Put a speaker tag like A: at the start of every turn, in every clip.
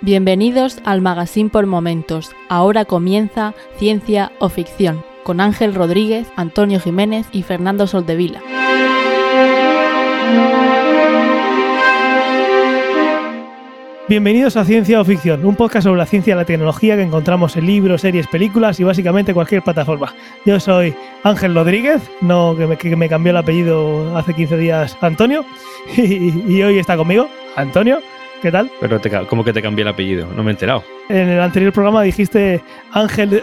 A: Bienvenidos al Magazine por Momentos. Ahora comienza Ciencia o Ficción con Ángel Rodríguez, Antonio Jiménez y Fernando Soldevila.
B: Bienvenidos a Ciencia o Ficción, un podcast sobre la ciencia y la tecnología que encontramos en libros, series, películas y básicamente cualquier plataforma. Yo soy Ángel Rodríguez, no que me, que me cambió el apellido hace 15 días Antonio, y, y hoy está conmigo Antonio. ¿Qué tal?
C: Pero te, ca- ¿cómo que te cambié el apellido? No me he enterado.
B: En el anterior programa dijiste Ángel eh,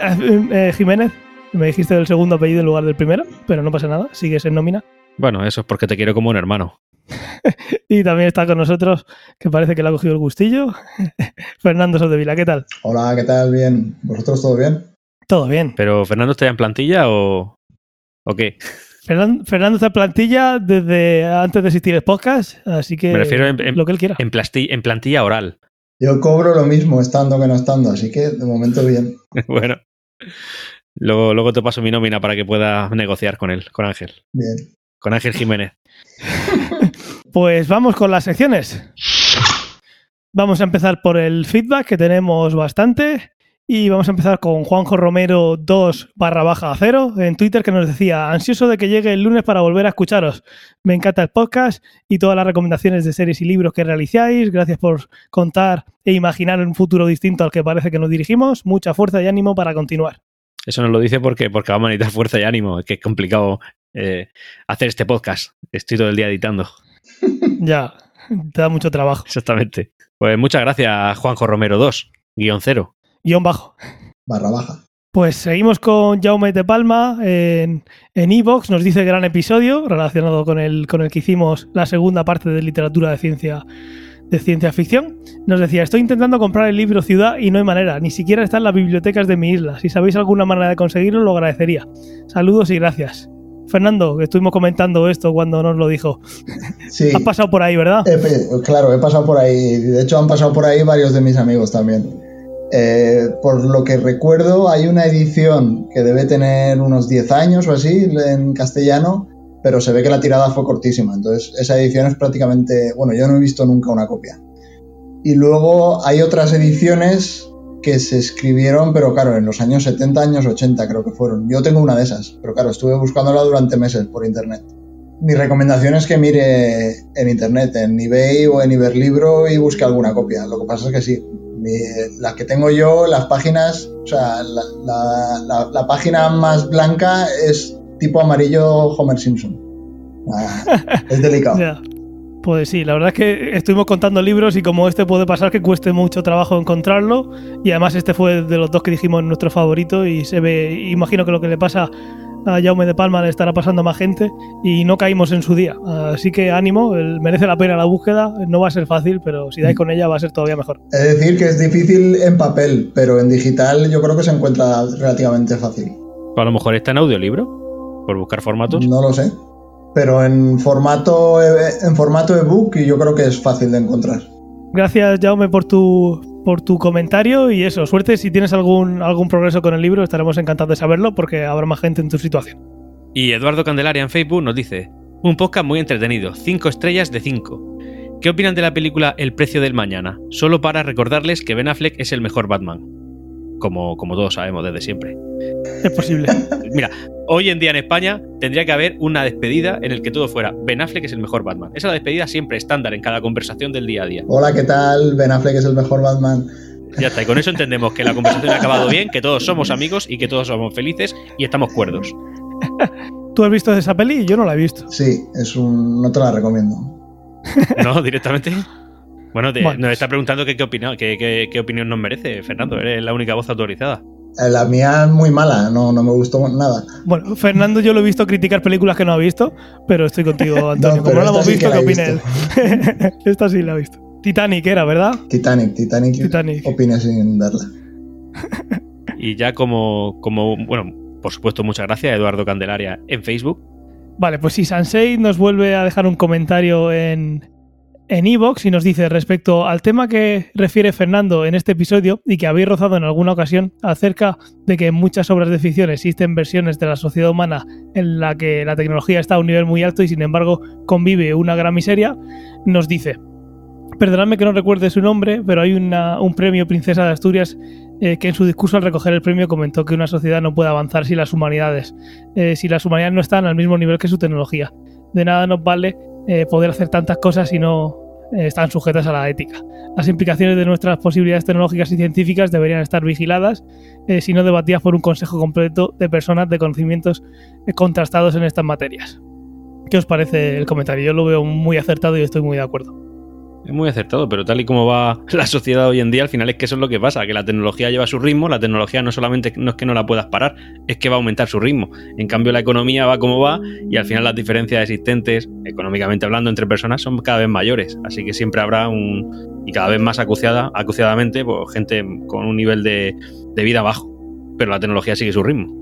B: eh, Jiménez, me dijiste el segundo apellido en lugar del primero, pero no pasa nada, sigues en nómina.
C: Bueno, eso es porque te quiero como un hermano.
B: Y también está con nosotros, que parece que le ha cogido el gustillo, Fernando Soldevila. ¿Qué tal?
D: Hola, ¿qué tal? Bien. ¿Vosotros todo bien?
B: Todo bien.
C: Pero, ¿Fernando está ya en plantilla o, o qué?
B: Fernan- Fernando está en plantilla desde antes de existir el podcast, así que
C: Me refiero en, en-
B: lo que él quiera.
C: en plasti- en plantilla oral.
D: Yo cobro lo mismo estando que no estando, así que de momento bien.
C: bueno, luego, luego te paso mi nómina para que puedas negociar con él, con Ángel.
D: Bien.
C: Con Ángel Jiménez.
B: Pues vamos con las secciones. Vamos a empezar por el feedback, que tenemos bastante. Y vamos a empezar con Juanjo Romero 2 barra baja 0 en Twitter que nos decía, ansioso de que llegue el lunes para volver a escucharos. Me encanta el podcast y todas las recomendaciones de series y libros que realizáis. Gracias por contar e imaginar un futuro distinto al que parece que nos dirigimos. Mucha fuerza y ánimo para continuar.
C: Eso nos lo dice porque, porque vamos a necesitar fuerza y ánimo. Es que es complicado eh, hacer este podcast. Estoy todo el día editando.
B: Ya, te da mucho trabajo.
C: Exactamente. Pues muchas gracias, Juanjo Romero 2, guión cero.
B: Guión bajo.
D: Barra baja.
B: Pues seguimos con Jaume de Palma en en Evox. nos dice gran episodio relacionado con el, con el que hicimos la segunda parte de literatura de ciencia, de ciencia ficción. Nos decía, estoy intentando comprar el libro Ciudad y no hay manera, ni siquiera está en las bibliotecas de mi isla. Si sabéis alguna manera de conseguirlo, lo agradecería. Saludos y gracias. Fernando, que estuvimos comentando esto cuando nos lo dijo.
D: Sí.
B: Has pasado por ahí, ¿verdad?
D: He pe- claro, he pasado por ahí. De hecho, han pasado por ahí varios de mis amigos también. Eh, por lo que recuerdo, hay una edición que debe tener unos 10 años o así en castellano, pero se ve que la tirada fue cortísima. Entonces, esa edición es prácticamente. Bueno, yo no he visto nunca una copia. Y luego hay otras ediciones que se escribieron, pero claro, en los años 70, años 80 creo que fueron. Yo tengo una de esas, pero claro, estuve buscándola durante meses por internet mi recomendación es que mire en internet, en eBay o en Iberlibro y busque alguna copia. Lo que pasa es que sí, mi- las que tengo yo, las páginas, o sea, la, la- la- la página más blanca es tipo amarillo Homer Simpson. Ah, es delicado.
B: Ya. Pues sí, la verdad es que estuvimos contando libros y como este puede pasar que cueste mucho trabajo encontrarlo y además este fue de los dos que dijimos nuestro favorito y se ve, imagino que lo que le pasa a Jaume de Palma le estará pasando a más gente y no caímos en su día. Así que ánimo, el- merece la pena la búsqueda, no va a ser fácil, pero si dais con ella va a ser todavía mejor.
D: Es decir, que es difícil en papel, pero en digital yo creo que se encuentra relativamente fácil.
C: A lo mejor está en audiolibro, por buscar formatos.
D: No lo sé. Pero en formato, e- en formato ebook yo creo que es fácil de encontrar.
B: Gracias Jaume por tu, por tu comentario y eso, suerte si tienes algún, algún progreso con el libro, estaremos encantados de saberlo porque habrá más gente en tu situación.
C: Y Eduardo Candelaria en Facebook nos dice: Un podcast muy entretenido, 5 estrellas de 5. ¿Qué opinan de la película El precio del mañana? Solo para recordarles que Ben Affleck es el mejor Batman. Como, como todos sabemos desde siempre.
B: Es posible.
C: Mira, hoy en día en España tendría que haber una despedida en el que todo fuera Ben Affleck es el mejor Batman. Esa es la despedida siempre estándar en cada conversación del día a día.
D: Hola, ¿qué tal? Ben Affleck es el mejor Batman.
C: Ya está, y con eso entendemos que la conversación ha acabado bien, que todos somos amigos y que todos somos felices y estamos cuerdos.
B: ¿Tú has visto esa peli? Yo no la he visto.
D: Sí, es un. No te la recomiendo.
C: ¿No? Directamente. Bueno, te-
B: Bueno.
C: nos está preguntando que qué, opina- que- que- qué opinión nos merece, Fernando. Eres la única voz autorizada.
D: Eh, La mía es muy mala, no, no me gustó nada.
B: Bueno, Fernando, yo lo he visto criticar películas que no ha visto, pero estoy contigo, Antonio.
D: No,
B: Como
D: pero
B: no la
D: esta
B: hemos
D: sí
B: visto,
D: que
B: ¿qué
D: la he
B: opina él? esta sí la ha visto. Titanic era, ¿verdad?
D: Titanic, Titanic,
B: Titanic.
D: opina sin darla.
C: Y ya como, como, bueno, por supuesto, muchas gracias, Eduardo Candelaria, en Facebook.
B: Vale, pues si Sansei nos vuelve a dejar un comentario en en iVoox y nos dice respecto al tema que refiere Fernando en este episodio y que habéis rozado en alguna ocasión acerca de que en muchas obras de ficción existen versiones de la sociedad humana en la que la tecnología está a un nivel muy alto y sin embargo convive una gran miseria, nos dice Perdonadme que no recuerde su nombre, pero hay una- un premio Princesa de Asturias eh, que en su discurso al recoger el premio comentó que una sociedad no puede avanzar si las humanidades, eh, si las humanidades no están al mismo nivel que su tecnología. De nada nos vale eh, poder hacer tantas cosas si no eh, están sujetas a la ética. Las implicaciones de nuestras posibilidades tecnológicas y científicas deberían estar vigiladas, eh, si no debatidas por un consejo completo de personas de conocimientos eh, contrastados en estas materias. ¿Qué os parece el comentario? Yo lo veo muy acertado y estoy muy de acuerdo.
C: Es muy acertado, pero tal y como va la sociedad hoy en día, al final es que eso es lo que pasa, que la tecnología lleva su ritmo, la tecnología no solamente no es que no la puedas parar, es que va a aumentar su ritmo. En cambio, la economía va como va y al final las diferencias existentes, económicamente hablando, entre personas son cada vez mayores. Así que siempre habrá un... y cada vez más acuciada, acuciadamente, pues, gente con un nivel de, de vida bajo. Pero la tecnología sigue su ritmo.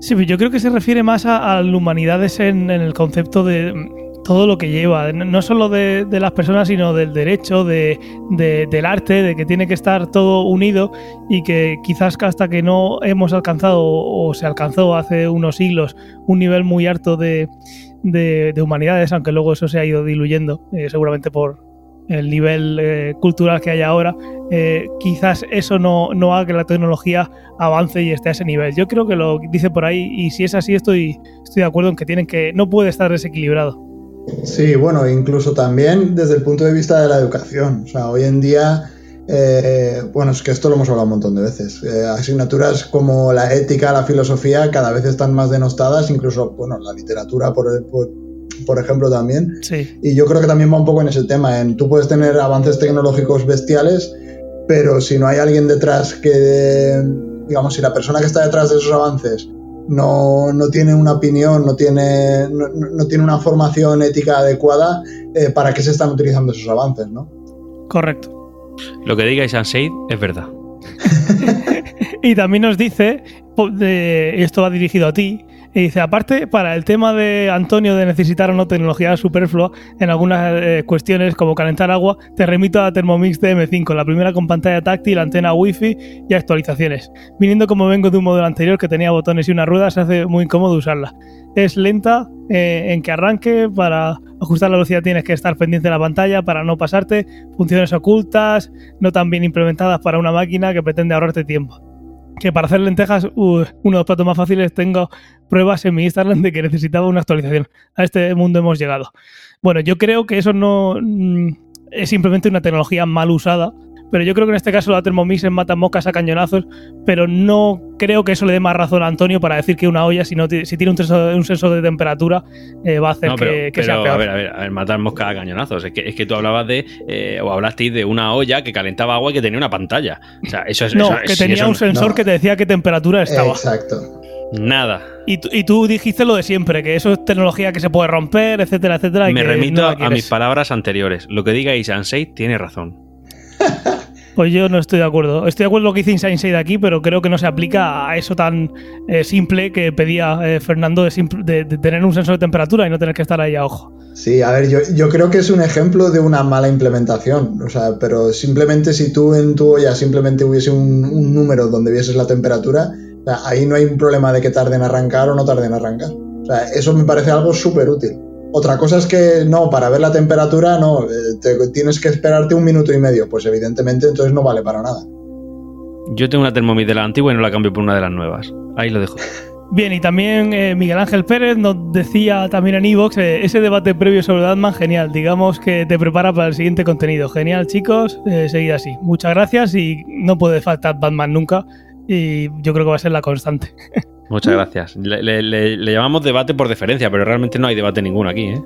B: Sí, pero yo creo que se refiere más a, a las humanidades en, en el concepto de mm, todo lo que lleva, n- no solo de, de las personas, sino del derecho, de, de- del arte, de que tiene que estar todo unido y que quizás hasta que no hemos alcanzado o o se alcanzó hace unos siglos un nivel muy alto de, de- de humanidades, aunque luego eso se ha ido diluyendo, eh, seguramente por el nivel eh, cultural que hay ahora, eh, quizás eso no, no haga que la tecnología avance y esté a ese nivel. Yo creo que lo dice por ahí y si es así estoy, estoy de acuerdo en que tienen que no puede estar desequilibrado.
D: Sí, bueno, incluso también desde el punto de vista de la educación. O sea, hoy en día, eh, bueno, es que esto lo hemos hablado un montón de veces. Eh, asignaturas como la ética, la filosofía, cada vez están más denostadas, incluso, bueno, la literatura, por, por- por ejemplo, también.
B: Sí,
D: Y yo creo que también va un poco en ese tema, en tú puedes tener avances tecnológicos bestiales, pero si no hay alguien detrás que, digamos, si la persona que está detrás de esos avances no, no tiene una opinión, no tiene, no, no- no tiene una formación ética adecuada, eh, ¿para qué se están utilizando esos avances, no?
B: correcto.
C: Lo que diga Said es verdad.
B: Y también nos dice, po- de- y esto va dirigido a ti, y dice, aparte, para el tema de Antonio de necesitar o no tecnología superflua en algunas eh, cuestiones como calentar agua, te remito a Thermomix DM5, la primera con pantalla táctil, antena wifi y actualizaciones. Viniendo como vengo de un modelo anterior que tenía botones y una rueda, se hace muy incómodo usarla. Es lenta eh, en que arranque, para ajustar la velocidad tienes que estar pendiente de la pantalla para no pasarte, funciones ocultas, no tan bien implementadas para una máquina que pretende ahorrarte tiempo. Que para hacer lentejas, uh, uno de los platos más fáciles, tengo pruebas en mi Instagram de que necesitaba una actualización. A este mundo hemos llegado. Bueno, yo creo que eso no mm, es simplemente una tecnología mal usada, pero yo creo que en este caso la Thermomix es mata moscas a cañonazos, pero no creo que eso le dé más razón a Antonio para decir que una olla, si, no ti- si tiene un sensor, un sensor de temperatura, eh, va a hacer
C: No,
B: que,
C: pero,
B: que sea
C: pero,
B: peor.
C: A ver, a ver, a ver, matar moscas a cañonazos. Es que, es que tú hablabas de, eh, o hablasteis de una olla que calentaba agua y que tenía una pantalla. O sea, eso es.
B: no,
C: eso-
B: que
C: si
B: tenía
C: eso
B: un sensor
D: no.
B: que te decía qué
D: Eh,
B: temperatura estaba.
D: Exacto.
C: Nada.
B: Y, tú- y tú dijiste lo de siempre, que eso es tecnología que se puede romper, etcétera, etcétera. y
C: Me
B: que
C: remito
B: no la
C: a
B: quieres.
C: mis palabras anteriores. Lo que diga Isan Seid tiene razón.
B: Pues yo no estoy de acuerdo. Estoy de acuerdo con lo que dice Inside Side aquí, pero creo que no se aplica a eso tan eh, simple que pedía eh, Fernando de, simple- de- de tener un sensor de temperatura y no tener que estar ahí a ojo.
D: Sí, a ver, yo, yo creo que es un ejemplo de una mala implementación. O sea, pero simplemente si tú en tu olla simplemente hubiese un, un número donde vieses la temperatura, o sea, ahí no hay un problema de que tarden en arrancar o no tarden en arrancar. O sea, eso me parece algo súper útil. Otra cosa es que no, para ver la temperatura no, eh, te- tienes que esperarte un minuto y medio. Pues evidentemente entonces no vale para nada.
C: Yo tengo una Thermomix de la antigua y no la cambio por una de las nuevas. Ahí lo dejo.
B: Bien, y también eh, Miguel Ángel Pérez nos decía también en Evox ese debate previo sobre Batman, genial. Digamos que te prepara para el siguiente contenido. Genial, chicos, eh, seguid así. Muchas gracias y no puede faltar Batman nunca. Y yo creo que va a ser la constante.
C: Muchas gracias. Le, le- le- le llamamos debate por deferencia, pero realmente no hay debate ninguno aquí, ¿eh?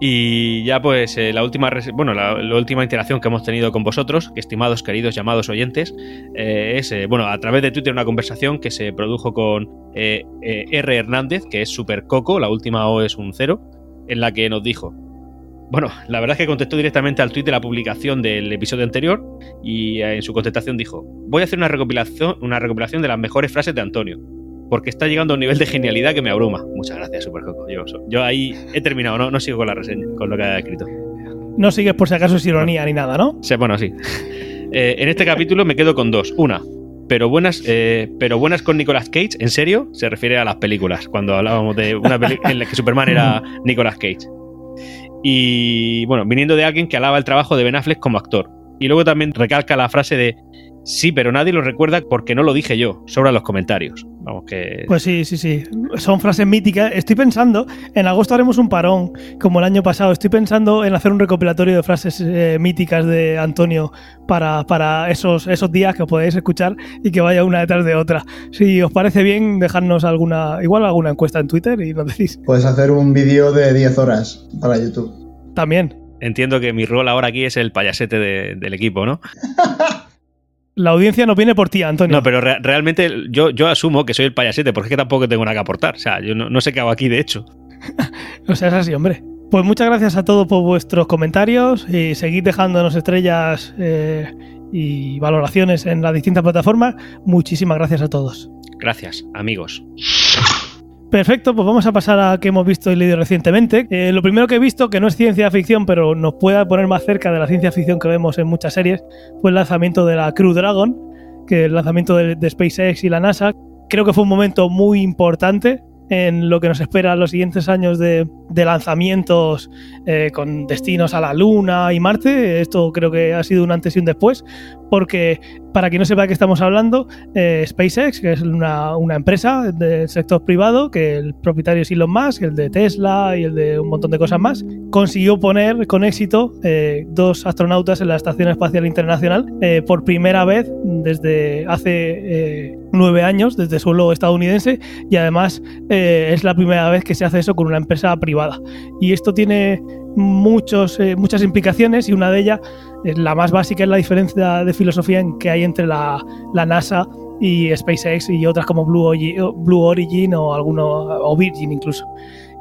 C: y ya pues eh, la última res- bueno la, la última interacción que hemos tenido con vosotros, que estimados queridos llamados oyentes, eh, es eh, bueno a través de Twitter una conversación que se produjo con eh, eh, R Hernández, que es super coco, la última O es un cero, en la que nos dijo. Bueno, la verdad es que contestó directamente al tuit de la publicación del episodio anterior, y eh, en su contestación dijo, voy a hacer una recopilación, una recopilación de las mejores frases de Antonio, porque está llegando a un nivel de genialidad que me abruma. Muchas gracias, Supercoco. Yo, yo ahí he terminado, no, no sigo con la reseña, con lo que ha escrito.
B: No sigues por si acaso es ironía ni nada, ¿no?
C: O sea, bueno, sí. Eh, en este capítulo me quedo con dos. Una, pero buenas, eh, pero buenas con Nicolas Cage, ¿en serio? Se refiere a las películas, cuando hablábamos de una peli en la que Superman era Nicolas Cage. Y bueno, viniendo de alguien que alaba el trabajo de Ben Affleck como actor. Y luego también recalca la frase de sí, pero nadie lo recuerda porque no lo dije yo, sobre los comentarios. Vamos que
B: Pues sí, sí, sí. Son frases míticas. Estoy pensando, en agosto haremos un parón, como el año pasado. Estoy pensando en hacer un recopilatorio de frases eh, míticas de Antonio para, para esos, esos días que podéis escuchar y que vaya una detrás de otra. Si os parece bien, dejadnos alguna, igual alguna encuesta en Twitter y nos decís
D: Puedes hacer un vídeo de 10 horas para YouTube.
B: también.
C: entiendo que mi rol ahora aquí es el payasete de- del equipo, ¿no?
B: La audiencia no viene por ti, Antonio.
C: No, pero re- realmente yo, yo asumo que soy el payasete porque es que tampoco tengo nada que aportar. O sea, yo no, no sé qué hago aquí, de hecho.
B: O sea, es así, hombre. Pues muchas gracias a todos por vuestros comentarios y seguid dejándonos estrellas eh, y valoraciones en las distintas plataformas. Muchísimas gracias a todos.
C: Gracias, amigos.
B: Perfecto, pues vamos a pasar a que hemos visto y leído recientemente. Eh, lo primero que he visto, que no es ciencia ficción, pero nos pueda poner más cerca de la ciencia ficción que vemos en muchas series, fue el lanzamiento de la Crew Dragon, que el lanzamiento de, de SpaceX y la NASA. Creo que fue un momento muy importante en lo que nos espera los siguientes años de, de lanzamientos eh, con destinos a la Luna y Marte. Esto creo que ha sido un antes y un después, porque para quien no sepa de qué estamos hablando, eh, SpaceX, que es una, una empresa del sector privado, que el propietario es Elon Musk, el de Tesla y el de un montón de cosas más, consiguió poner con éxito eh, dos astronautas en la Estación Espacial Internacional eh, por primera vez desde hace eh, nueve años, desde suelo estadounidense, y además eh, es la primera vez que se hace eso con una empresa privada. Y esto tiene muchos, eh, muchas implicaciones y una de ellas eh, la más básica es la diferencia de filosofía en que hay entre la, la NASA y SpaceX y otras como Blue, Ogi- o Blue Origin o alguno o Virgin incluso.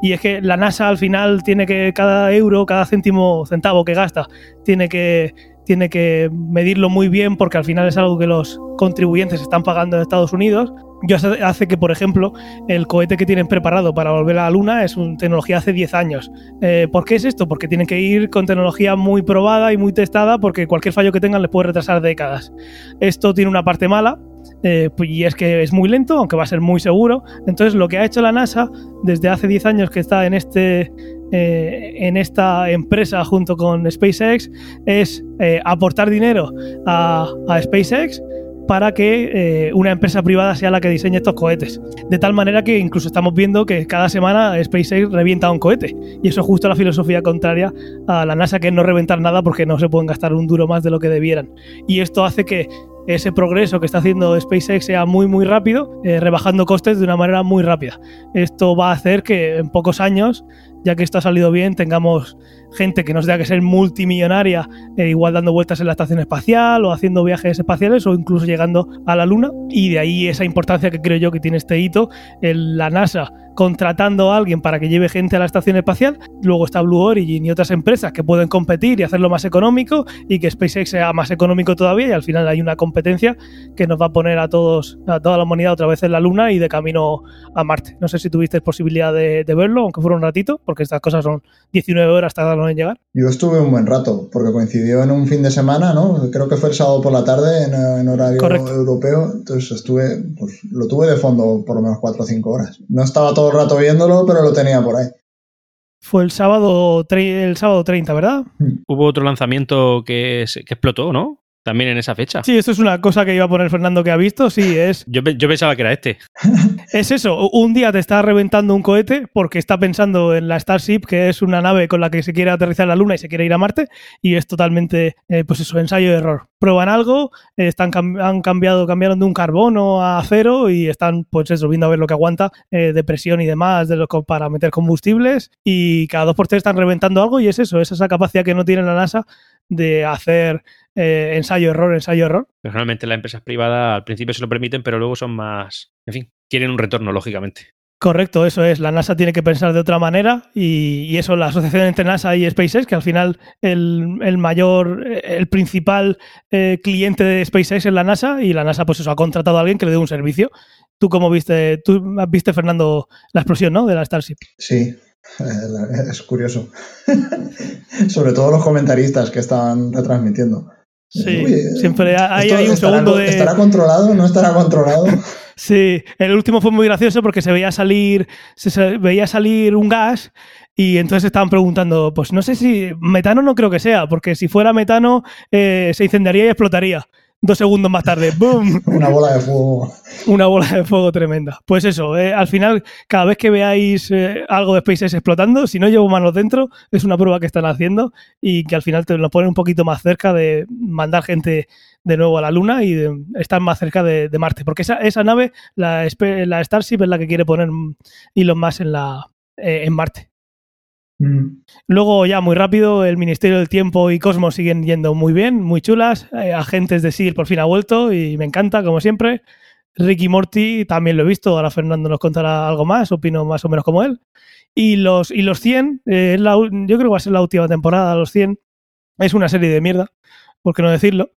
B: Y es que la NASA al final tiene que cada euro, cada céntimo, centavo que gasta, tiene que tiene que medirlo muy bien porque al final es algo que los contribuyentes están pagando en Estados Unidos. Yo hace hace que, por ejemplo, el cohete que tienen preparado para volver a la Luna es una tecnología hace 10 años. Eh, ¿Por qué es esto? Porque tienen que ir con tecnología muy probada y muy testada porque cualquier fallo que tengan les puede retrasar décadas. Esto tiene una parte mala. eh, pues, y es que es muy lento, aunque va a ser muy seguro. Entonces, lo que ha hecho la NASA desde hace 10 años que está en, este, eh, en esta empresa junto con SpaceX es eh, aportar dinero a, a SpaceX para que eh, una empresa privada sea la que diseñe estos cohetes. De tal manera que incluso estamos viendo que cada semana SpaceX revienta un cohete. Y eso es justo la filosofía contraria a la NASA, que es no reventar nada porque no se pueden gastar un duro más de lo que debieran. Y esto hace que ese progreso que está haciendo SpaceX sea muy muy rápido, eh, rebajando costes de una manera muy rápida. Esto va a hacer que en pocos años, ya que esto ha salido bien, tengamos gente que nos tenga que ser multimillonaria, eh, igual dando vueltas en la estación espacial o haciendo viajes espaciales o incluso llegando a la Luna. Y de ahí esa importancia que creo yo que tiene este hito, el- la NASA contratando a alguien para que lleve gente a la estación espacial, luego está Blue Origin y otras empresas que pueden competir y hacerlo más económico y que SpaceX sea más económico todavía y al final hay una competencia que nos va a poner a todos, a toda la humanidad otra vez en la Luna y de camino a Marte. No sé si tuvisteis posibilidad de, de verlo, aunque fuera un ratito, porque estas cosas son 19 horas tardaron en llegar.
D: Yo estuve un buen rato, porque coincidió en un fin de semana, ¿no? Creo que fue el sábado por la tarde en, en horario
B: Correcto.
D: europeo, entonces estuve, pues lo tuve de fondo por lo menos 4 o 5 horas. No estaba todo el rato viéndolo, pero lo tenía por ahí.
B: Fue el sábado, tre- el sábado 30, ¿verdad?
C: Hubo otro lanzamiento que, se- que explotó, ¿no? También en esa fecha.
B: Sí, esto es una cosa que iba a poner Fernando que ha visto. Sí, es,
C: Yo, pe- yo pensaba que era este.
B: es eso. Un día te está reventando un cohete porque está pensando en la Starship, que es una nave con la que se quiere aterrizar en la Luna y se quiere ir a Marte, y es totalmente, eh, pues eso, ensayo y error. Prueban algo, eh, están cam- han cambiado, cambiaron de un carbono a acero y están, pues eso, viendo a ver lo que aguanta eh, de presión y demás de lo, co- para meter combustibles. Y cada dos por tres están reventando algo y es eso, es esa capacidad que no tiene la NASA de hacer eh, ensayo-error, ensayo-error.
C: Pero Realmente las empresas privadas al principio se lo permiten, pero luego son más. En fin, quieren un retorno, lógicamente.
B: Correcto, eso es. La NASA tiene que pensar de otra manera y, y eso, la asociación entre NASA y SpaceX, que al final el, el mayor, eh, el principal eh, cliente de SpaceX es la NASA y la NASA pues eso ha contratado a alguien que le dé un servicio. Tú como viste, tú viste Fernando la explosión, ¿no? De la Starship.
D: Sí, es curioso. Sobre todo los comentaristas que estaban retransmitiendo.
B: Sí,
D: Uy, eh,
B: siempre hay,
D: esto
B: hay un
D: estará-
B: segundo de...
D: ¿Estará controlado? ¿No estará controlado?
B: Sí, el último fue muy gracioso porque se veía salir, se sa- veía salir un gas Y entonces estaban preguntando, pues no sé si metano no creo que sea, porque si fuera metano eh, se incendiaría y explotaría. Dos segundos más tarde, ¡boom!
D: Una bola de fuego.
B: Una bola de fuego tremenda. Pues eso, eh, al final, cada vez que veáis eh, algo de SpaceX explotando, si no llevo manos dentro, es una prueba que están haciendo y que al final te lo ponen un poquito más cerca de mandar gente de nuevo a la Luna y de estar más cerca de, de Marte. Porque esa, esa nave, la, Spe- la Starship, es la que quiere poner Elon Musk en, la, eh, en Marte.
D: Mm.
B: Luego, ya muy rápido, el Ministerio del Tiempo y Cosmos siguen yendo muy bien, muy chulas. Eh, Agentes de SEAL por fin ha vuelto y me encanta, como siempre. Ricky Morty también lo he visto, ahora Fernando nos contará algo más, opino más o menos como él. Y los, y los 100, eh, es la u- yo creo que va a ser la última temporada, los 100. Es una serie de mierda, por qué no decirlo.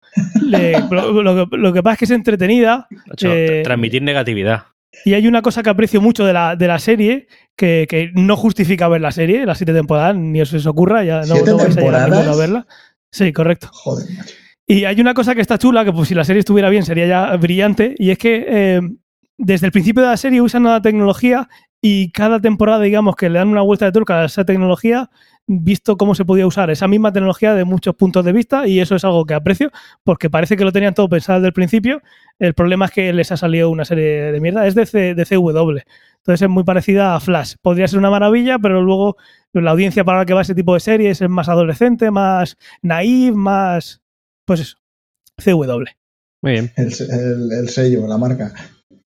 B: Le- lo- lo que- lo que pasa es que es entretenida,
C: Macho,
B: Eh,
C: tra- transmitir negatividad.
B: y hay una cosa que aprecio mucho de la, de la serie, que, que no justifica ver la serie, las siete temporadas, ni os, os ocurra, ya no,
D: ¿Siete
B: no vais a llegar
D: temporadas?
B: ninguno a verla. Sí, correcto.
D: Joder, macho.
B: Y hay una cosa que está chula, que pues, si la serie estuviera bien sería ya brillante, y es que eh, desde el principio de la serie usan la tecnología y cada temporada, digamos, que le dan una vuelta de turca a esa tecnología, visto cómo se podía usar esa misma tecnología de muchos puntos de vista, y eso es algo que aprecio, porque parece que lo tenían todo pensado desde el principio. El problema es que les ha salido una serie de mierda. Es de, C- de CW, entonces es muy parecida a Flash. Podría ser una maravilla, pero luego la audiencia para la que va ese tipo de series es más adolescente, más naive, más pues eso, CW.
C: Muy bien.
D: El, el- el sello, la marca.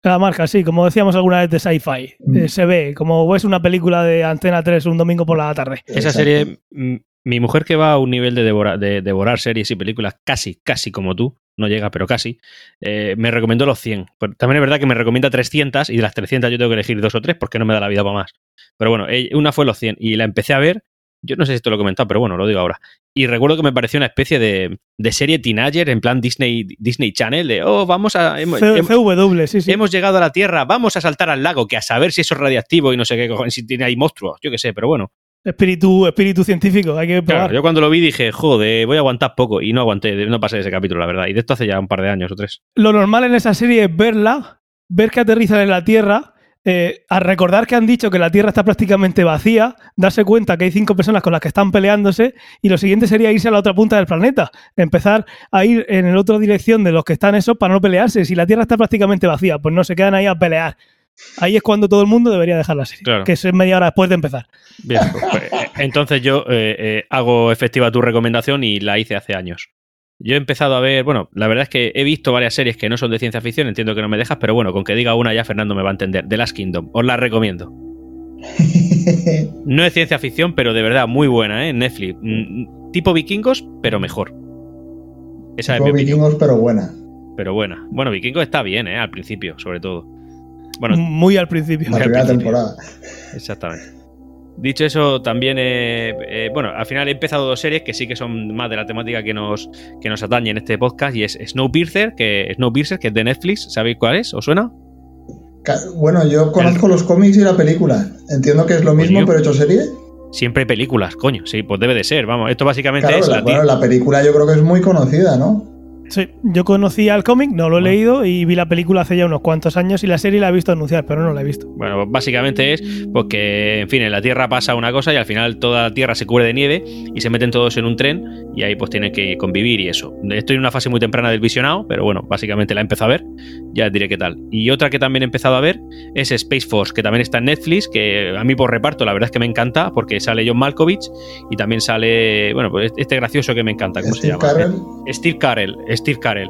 B: La marca, sí, como decíamos alguna vez de sci-fi.
D: Mm.
B: Eh, se ve, como ves una película de Antena 3 un domingo por la tarde.
C: Esa
D: Exacto.
C: serie, mm, mi mujer que va a un nivel de, devora- de devorar series y películas casi, casi como tú, no llega, pero casi, eh, me recomendó los 100. Pero también es verdad que me recomienda 300 y de las 300 yo tengo que elegir dos o tres porque no me da la vida para más. Pero bueno, eh, una fue los 100 y la empecé a ver. Yo no sé si te lo he comentado, pero bueno, lo digo ahora. Y recuerdo que me pareció una especie de, de serie teenager en plan Disney, Disney Channel, de, oh, vamos a... hemos-
B: C-
C: hemos-
B: CW, sí, sí.
C: hemos llegado a la Tierra, vamos a saltar al lago, que a saber si eso es radiactivo y no sé qué cojones, si tiene ahí monstruos, yo qué sé, pero bueno.
B: Espíritu, espíritu científico, hay que probar.
C: Claro, yo cuando lo vi dije, joder, voy a aguantar poco. Y no aguanté, de- no pasé de ese capítulo, la verdad. Y de esto hace ya un par de años o tres.
B: Lo normal en esa serie es verla, ver que aterrizan en la Tierra, eh, a recordar que han dicho que la Tierra está prácticamente vacía, darse cuenta que hay cinco personas con las que están peleándose y lo siguiente sería irse a la otra punta del planeta, empezar a ir en el otra dirección de los que están esos para no pelearse. Si la Tierra está prácticamente vacía, pues no se quedan ahí a pelear. Ahí es cuando todo el mundo debería dejar la serie,
C: Claro.
B: que es media hora después de empezar.
C: Bien, pues, pues, eh, entonces yo eh, eh, hago efectiva tu recomendación y la hice hace años. Yo he empezado a ver, bueno, la verdad es que he visto varias series que no son de ciencia ficción, entiendo que no me dejas, pero bueno, con que diga una ya Fernando me va a entender. The Last Kingdom, os la recomiendo. No es ciencia ficción, pero de verdad muy buena, ¿eh? Netflix. Mm, tipo vikingos, pero mejor. Esa es mi
D: Tipo
C: opinión.
D: vikingos, pero buena.
C: Pero buena. Bueno, Vikingos está bien, ¿eh? Al principio, sobre todo. Bueno,
B: Muy al principio.
D: La
C: al
D: primera
C: principio.
D: temporada.
C: exactamente. Dicho eso, también, eh, eh, bueno, al final he empezado dos series que sí que son más de la temática que nos, que nos atañe en este podcast y es Snowpiercer, que, Snowpiercer, que es de Netflix, ¿sabéis cuál es? ¿Os suena?
D: Ca- Bueno, yo conozco los cómics y la película. Entiendo que es lo mismo,
C: Coño.
D: pero hecho serie.
C: Siempre hay películas, coño, sí, pues debe de ser, vamos, esto básicamente
D: Claro,
C: es
D: la,
C: la
D: bueno,
C: tía-
D: la película yo creo que es muy conocida, ¿no?
B: Sí, yo conocía el cómic, no lo he
C: Bueno.
B: leído y vi la película hace ya unos cuantos años y la serie la he visto anunciar, pero no la he visto.
C: Bueno, básicamente es porque, en fin, en la Tierra pasa una cosa y al final toda la Tierra se cubre de nieve y se meten todos en un tren y ahí pues tienen que convivir y eso. Estoy en una fase muy temprana del visionado, pero bueno, básicamente la he empezado a ver, ya diré qué tal. Y otra que también he empezado a ver es Space Force, que también está en Netflix, que a mí por reparto la verdad es que me encanta porque sale John Malkovich y también sale, bueno, pues este gracioso que me encanta, ¿cómo se
D: Steve
C: llama?
D: Carell.
C: Steve Carell, Steve Carell,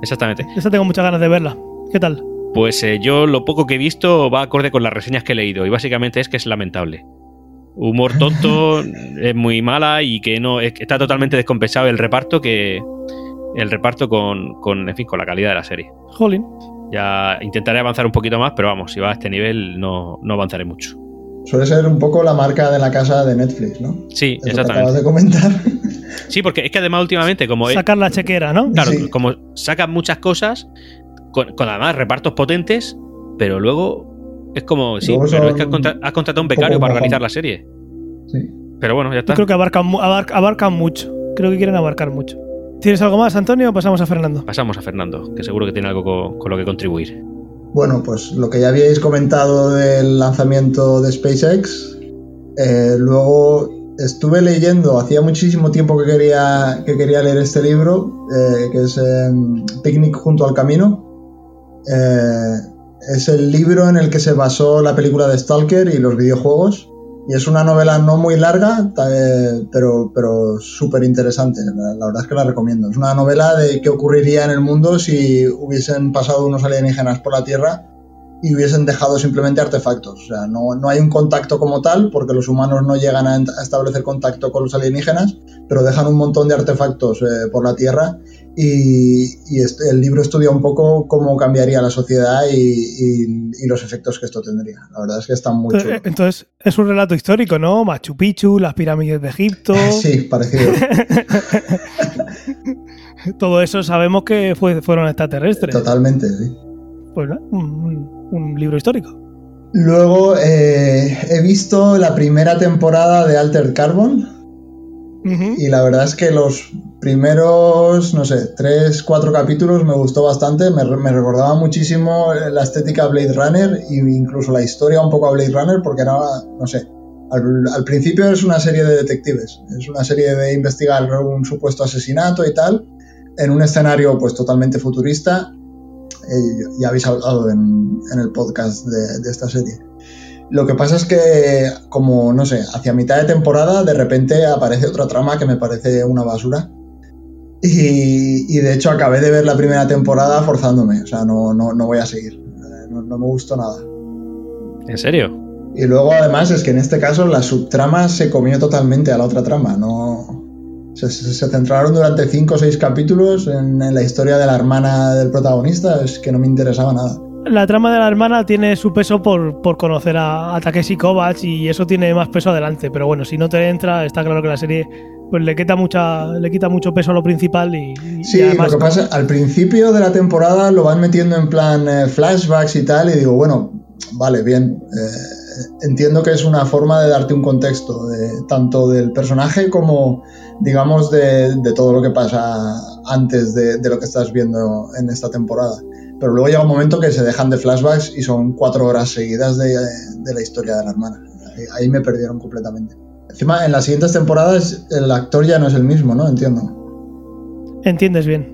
C: exactamente.
B: Esa tengo muchas ganas de verla. ¿Qué tal?
C: Pues eh, yo lo poco que he visto va acorde con las reseñas que he leído y básicamente es que es lamentable. Humor tonto, es muy mala y que no es que está totalmente descompensado el reparto que el reparto con, con, en fin, con la calidad de la serie.
B: Jolín.
C: Ya intentaré avanzar un poquito más, pero vamos, si va a este nivel no, no avanzaré mucho.
D: Suele ser un poco la marca de la casa de Netflix, ¿no?
C: Sí,
D: Eso que acabas
C: exactamente.
D: de comentar.
C: Sí, porque es que además últimamente como es,
B: Sacar la chequera, ¿no?
C: Claro,
D: Sí.
C: como sacan muchas cosas, con, con además repartos potentes, pero luego es como, sí,
D: Luego
C: pero
D: son
C: es que has, contra- has contratado a un
D: poco
C: becario para
D: mojón.
C: organizar la serie.
D: Sí.
C: Pero bueno, ya
B: Yo
C: está.
B: creo que abarcan, mu- abar- abarcan mucho. Creo que quieren abarcar mucho. ¿Tienes algo más, Antonio, o pasamos a Fernando?
C: Pasamos a Fernando, que seguro que tiene algo co- con, lo que contribuir.
D: Bueno, pues lo que ya habíais comentado del lanzamiento de SpaceX, Eh, luego estuve leyendo, hacía muchísimo tiempo que quería, que quería leer este libro, eh, que es eh, Picnic junto al camino. Eh, es el libro en el que se basó la película de Stalker y los videojuegos. Y es una novela no muy larga, eh, pero, pero súper interesante. La, la, verdad es que la recomiendo. Es una novela de qué ocurriría en el mundo si hubiesen pasado unos alienígenas por la Tierra y hubiesen dejado simplemente artefactos. O sea, no, no hay un contacto como tal, porque los humanos no llegan a, a establecer contacto con los alienígenas, pero dejan un montón de artefactos eh, por la Tierra. Y, y este, el libro estudia un poco cómo cambiaría la sociedad y, y, y, los efectos que esto tendría. La verdad es que está muy chulo.
B: Eh, Entonces, es un relato histórico, ¿no? Machu Picchu, las pirámides de Egipto.
D: Ah, Sí, parecido.
B: Todo eso sabemos que fue, fueron extraterrestres.
D: Totalmente, sí.
B: Pues, ¿no? un, un libro histórico.
D: Luego eh, he visto la primera temporada de Altered Carbon. Uh -huh. Y la verdad es que los primeros, no sé, tres, cuatro capítulos me gustó bastante. Me, me, recordaba muchísimo eh, la estética a Blade Runner e incluso la historia un poco a Blade Runner, porque era, no sé, al, al principio es una serie de detectives. Es una serie de investigar un supuesto asesinato y tal, en un escenario pues totalmente futurista. Eh, ya habéis hablado en, en el podcast de, de, esta serie. Lo que pasa es que, como no sé, hacia mitad de temporada de repente aparece otra trama que me parece una basura. Y, y de hecho acabé de ver la primera temporada forzándome, o sea, no, no, no voy a seguir, eh, no, no, me gustó nada.
C: ¿En serio?
D: Y luego además es que en este caso la subtrama se comió totalmente a la otra trama, no, se, se, centraron durante 5 o 6 capítulos en, en, la historia de la hermana del protagonista, es que no me interesaba nada.
B: La trama de la hermana tiene su peso por, por conocer a, a, Takeshi Kovacs y eso tiene más peso adelante, pero bueno, si no te entra, está claro que la serie pues le quita mucha le quita mucho peso a lo principal y, y
D: sí además, lo que pasa al principio de la temporada lo van metiendo en plan eh, flashbacks y tal y digo bueno vale bien eh, entiendo que es una forma de darte un contexto de, tanto del personaje como digamos, de, de, todo lo que pasa antes de, de, lo que estás viendo en esta temporada. Pero luego llega un momento que se dejan de flashbacks y son cuatro horas seguidas de, de la historia de la hermana. Ahí, ahí, me perdieron completamente. Encima, en las siguientes temporadas el actor ya no es el mismo, ¿no? Entiendo.
B: Entiendes bien.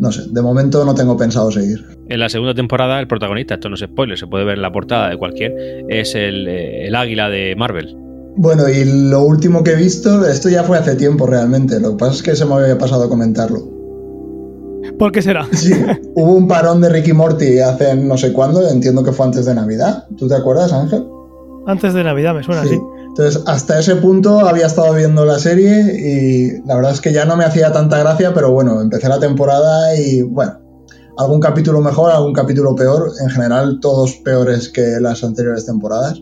D: No sé, de momento no tengo pensado seguir.
C: En la segunda temporada el protagonista, esto no es spoiler, se puede ver en la portada de cualquier, es el, eh, el águila de Marvel.
D: Bueno, y lo último que he visto, esto ya fue hace tiempo realmente, lo que pasa es que se me había pasado a comentarlo.
B: ¿Por qué será?
D: Sí, hubo un parón de Ricky Morty hace no sé cuándo, entiendo que fue antes de Navidad. ¿Tú te acuerdas, Ángel?
B: Antes de Navidad, me suena así. Sí.
D: Entonces, hasta ese punto había estado viendo la serie y la verdad es que ya no me hacía tanta gracia, pero bueno, empecé la temporada y bueno, algún capítulo mejor, algún capítulo peor, en general todos peores que las anteriores temporadas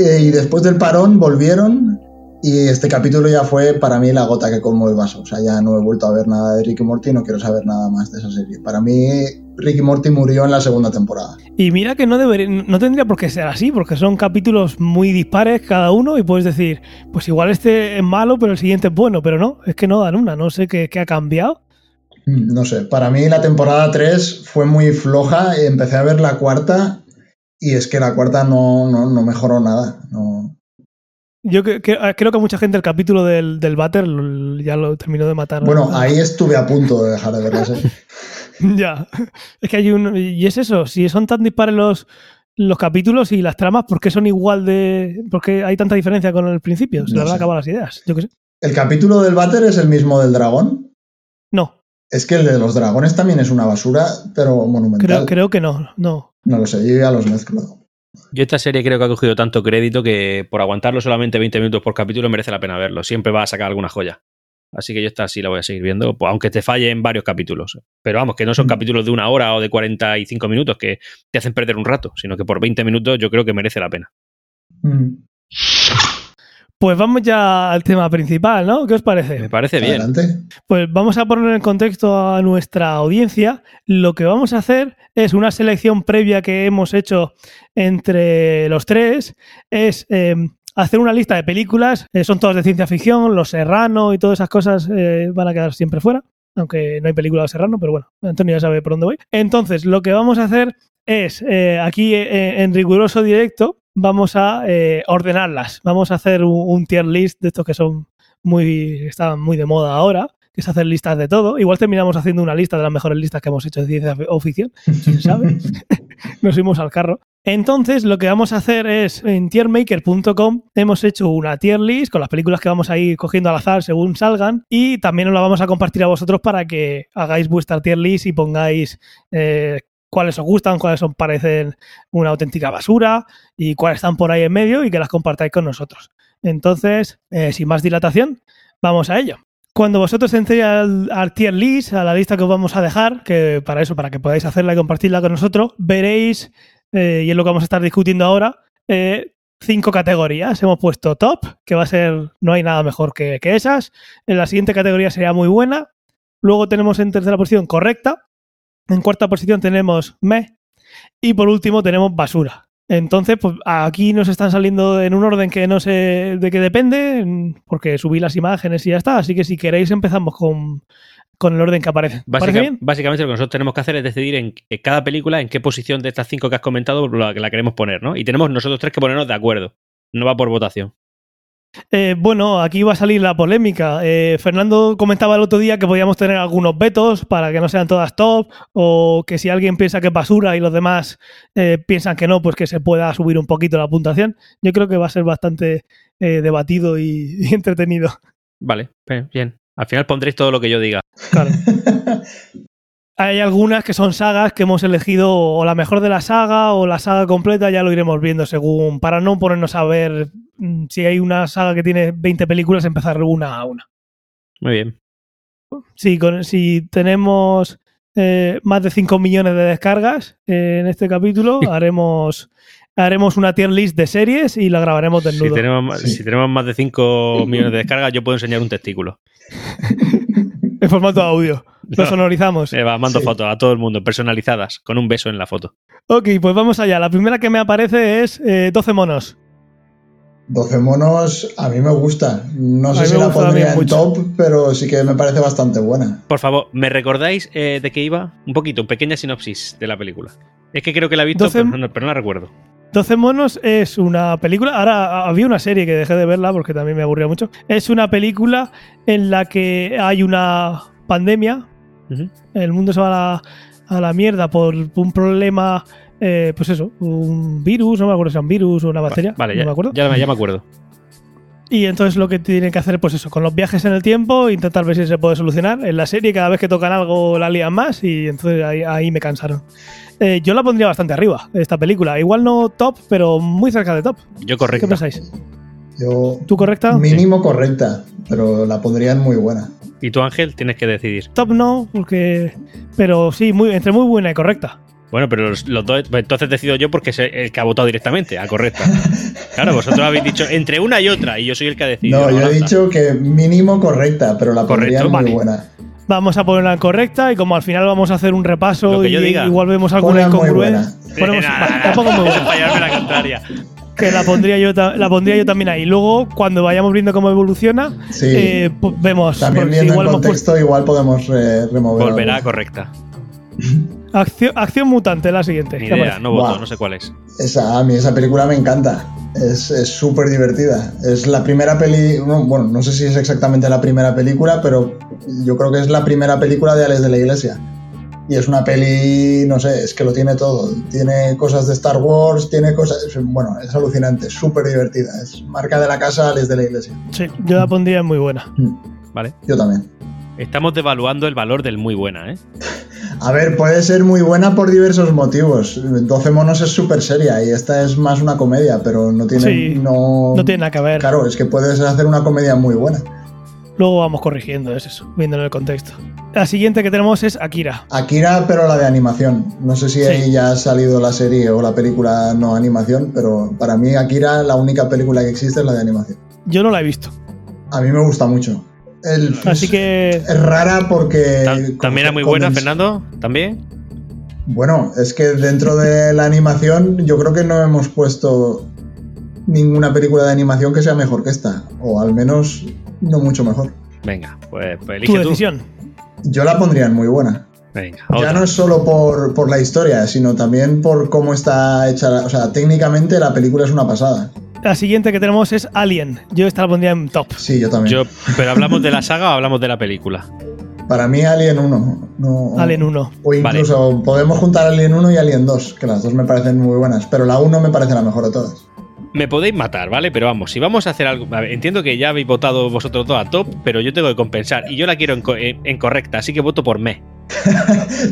D: Eh, y después del parón volvieron y este capítulo ya fue para mí la gota que colmó el vaso. O sea, ya no he vuelto a ver nada de Ricky Morty, no quiero saber nada más de esa serie. Para mí, Ricky Morty murió en la segunda temporada.
B: Y mira que no, debería, no tendría por qué ser así, porque son capítulos muy dispares cada uno y puedes decir, pues igual este es malo, pero el siguiente es bueno, pero no, es que no dan una, no sé qué, qué ha cambiado.
D: Mm, No sé, para mí la temporada 3 fue muy floja, empecé a ver la cuarta y es que la cuarta no, no, no mejoró nada. No.
B: Yo que, que, creo que a mucha gente el capítulo del, del Batter lo, ya lo terminó de matar.
D: Bueno, ahí estuve a punto de dejar de verlas. ¿eh?
B: ya. Es que hay un. Y es eso, si son tan dispares los, los capítulos y las tramas, ¿por qué son igual de. ¿Por qué hay tanta diferencia con el principio? Se le habrán acabado las ideas. Yo qué sé.
D: ¿El capítulo del Batter es el mismo del dragón?
B: No.
D: Es que el de los dragones también es una basura, pero monumental.
B: Creo, creo que no, no.
D: No lo sé, yo ya los mezclo.
C: Yo esta serie creo que ha cogido tanto crédito que por aguantarlo solamente 20 minutos por capítulo merece la pena verlo. Siempre va a sacar alguna joya. Así que yo esta sí la voy a seguir viendo, pues, aunque te falle en varios capítulos. Pero vamos, que no son capítulos de una hora o de 45 minutos que te hacen perder un rato, sino que por 20 minutos yo creo que merece la pena.
D: Mm.
B: Pues vamos ya al tema principal, ¿no? ¿Qué os parece?
C: Me parece bien.
D: Adelante.
B: Pues vamos a poner en contexto a nuestra audiencia. Lo que vamos a hacer es una selección previa que hemos hecho entre los tres. Es eh, hacer una lista de películas. Eh, son todas de ciencia ficción, Los Serrano y todas esas cosas eh, van a quedar siempre fuera. Aunque no hay película de Serrano, pero bueno, Antonio ya eh, sabe por dónde voy. Entonces, lo que vamos a hacer es, aquí en riguroso directo, vamos a eh, ordenarlas. Vamos a hacer un, un tier list de estos que son muy. están muy de moda ahora, que es hacer listas de todo. Igual terminamos haciendo una lista de las mejores listas que hemos hecho de ciencia o ficción, quién sabe. Nos fuimos al carro. Entonces, lo que vamos a hacer es en tiermaker.com hemos hecho una tier list con las películas que vamos a ir cogiendo al azar según salgan y también os la vamos a compartir a vosotros para que hagáis vuestra tier list y pongáis eh, cuáles os gustan, cuáles os parecen una auténtica basura y cuáles están por ahí en medio y que las compartáis con nosotros. Entonces, eh, sin más dilatación, vamos a ello. Cuando vosotros entréis al, al tier list, a la lista que os vamos a dejar, que para eso, para que podáis hacerla y compartirla con nosotros, veréis, eh, y es lo que vamos a estar discutiendo ahora, eh, cinco categorías. Hemos puesto top, que va a ser, no hay nada mejor que, que esas. En la siguiente categoría sería muy buena. Luego tenemos en tercera posición correcta, en cuarta posición tenemos me. Y por último tenemos basura. Entonces, pues aquí nos están saliendo en un orden que no sé de qué depende, porque subí las imágenes y ya está. Así que si queréis empezamos con, con el orden que aparece.
C: Básica-
B: ¿Parece bien?
C: Básicamente lo que nosotros tenemos que hacer es decidir en, en cada película en qué posición de estas cinco que has comentado la, la queremos poner, ¿no? Y tenemos nosotros tres que ponernos de acuerdo. No va por votación.
B: Eh, bueno, aquí va a salir la polémica. Eh, Fernando comentaba el otro día que podíamos tener algunos vetos para que no sean todas top, o que si alguien piensa que es basura y los demás eh, piensan que no, pues que se pueda subir un poquito la puntuación. Yo creo que va a ser bastante eh, debatido y- y entretenido.
C: Vale, bien, bien. Al final pondréis todo lo que yo diga.
B: Claro. Hay algunas que son sagas que hemos elegido o la mejor de la saga o la saga completa, ya lo iremos viendo según, para no ponernos a ver mm, si hay una saga que tiene 20 películas, empezar una a una.
C: Muy bien.
B: Si, con, si tenemos eh, más de 5 millones de descargas eh, en este capítulo, haremos, haremos una tier list de series y la grabaremos
C: Si
B: desnudo.
C: tenemos, ma-
D: Sí.
C: si tenemos más de 5 millones de descargas, yo puedo enseñar un testículo.
B: En formato audio. Lo sonorizamos.
C: Eh, va, mando
D: Sí.
C: fotos a todo el mundo, personalizadas, con un beso en la foto.
B: Ok, pues vamos allá. La primera que me aparece es eh, 12 monos.
D: 12 monos a mí me gusta. No
B: A mí
D: sé si
B: me
D: la
B: gusta
D: pondría en
B: también mucho.
D: top, pero sí que me parece bastante buena.
C: Por favor, ¿me recordáis eh, de qué iba? Un poquito, pequeña sinopsis de la película. Es que creo que la he visto,
B: 12
C: pero, no, pero no la recuerdo.
B: 12 monos es una película, ahora a- había una serie que dejé de verla porque también me aburría mucho, es una película en la que hay una pandemia,
C: Ujú.
B: el mundo se va a la, a la mierda por un problema, eh, pues eso, un virus, no me acuerdo si era un virus o una bacteria,
C: vale,
B: no
C: ya,
B: me acuerdo.
C: ya me- ya me acuerdo.
B: Y entonces lo que tienen que hacer, pues eso, con los viajes en el tiempo, intentar ver si se puede solucionar. En la serie, cada vez que tocan algo, la lían más y entonces ahí, ahí me cansaron. Eh, yo la pondría bastante arriba, esta película. Igual no top, pero muy cerca de top.
C: Yo correcto.
B: ¿Qué pensáis?
D: Yo,
B: ¿Tú correcta?
D: mínimo correcta, pero la pondrían muy buena.
C: Y tú, Ángel, tienes que decidir.
B: Top no, porque. Pero sí, muy, entre muy buena y correcta.
C: Bueno, pero los, los dos, pues entonces decido yo porque es el que ha votado directamente, a correcta. Claro, vosotros habéis dicho entre una y otra, y yo soy el que ha decidido.
D: No, yo
C: ahora
D: he
C: está.
D: dicho que mínimo correcta, pero la
C: Correcto,
D: pondrían
C: vale.
D: muy buena.
B: Vamos a ponerla en correcta y como al final vamos a hacer un
C: Lo
B: repaso
C: que
B: y
C: yo diga.
B: igual vemos alguna
D: Ponla muy
B: incongruencia.
D: buena.
B: Ponemos,
C: Eh, nah, nah, nah.
B: tampoco muy
C: Eso
B: buena.
C: es para llevarme la contraria.
B: que la pondría yo ta- la pondría yo también ahí. Luego, cuando vayamos viendo cómo evoluciona,
D: Sí.
B: eh, pues vemos.
D: También
B: porque
D: viendo
B: igual
D: el
B: hemos puesto-
D: contexto, igual podemos eh, remover.
C: Volverá a
D: algo.
C: correcta.
B: acción, acción mutante, la siguiente.
C: Ni
B: ¿qué
C: idea,
B: parece?
C: no voto,
D: Buah.
C: no sé cuál es.
D: Esa, a mí esa película me encanta. Es es súper divertida. Es la primera peli. no, Bueno, no sé si es exactamente la primera película, pero yo creo que es la primera película de Alex de la Iglesia. Y es una peli, no sé, es que lo tiene todo. Tiene cosas de Star Wars, tiene cosas. Bueno, es alucinante, súper divertida. Es marca de la casa Alex de la Iglesia. Mm.
B: Sí, yo la pondría muy buena.
C: Vale.
D: Yo también.
C: Estamos devaluando el valor del muy buena, ¿eh?
D: A ver, puede ser muy buena por diversos motivos. 12 monos es súper seria y esta es más una comedia, pero no tiene.
B: Sí,
D: no,
B: No tiene nada que ver.
D: Claro, es que puedes hacer una comedia muy buena.
B: Luego vamos corrigiendo, es eso, viendo en el contexto. La siguiente que tenemos es Akira.
D: Akira, pero la de animación. No sé si
B: Sí.
D: ahí ya ha salido la serie o la película no animación, pero para mí Akira, la única película que existe es la de animación.
B: Yo no la he visto.
D: A mí me gusta mucho. El-
B: Así que.
D: Es rara porque...
C: Ta- También era muy buena,
D: Eh, convenc-
C: Fernando. También.
D: Bueno, es que dentro de la animación yo creo que no hemos puesto ninguna película de animación que sea mejor que esta, o al menos no mucho mejor.
C: Venga, pues, pues
B: Tu
C: elige tú.
B: decisión.
D: Yo la pondría en muy buena.
C: Venga,
D: Ya
C: otra.
D: no es solo por, por la historia, sino también por cómo está hecha. la- o sea, técnicamente la película es una pasada.
B: La siguiente que tenemos es Alien. Yo esta la pondría en top.
D: Sí, yo también.
C: Yo, pero hablamos de la saga o hablamos de la película.
D: Para mí, Alien 1. No,
B: Alien 1.
D: O incluso podemos juntar Alien 1 y Alien 2, que las dos me parecen muy buenas, pero la 1 me parece la mejor de todas.
C: Me podéis matar, ¿vale? Pero vamos, si vamos a hacer algo. a ver, entiendo que ya habéis votado vosotros dos a top, pero yo tengo que compensar. Y yo la quiero en, co- en- en correcta, así que voto por me.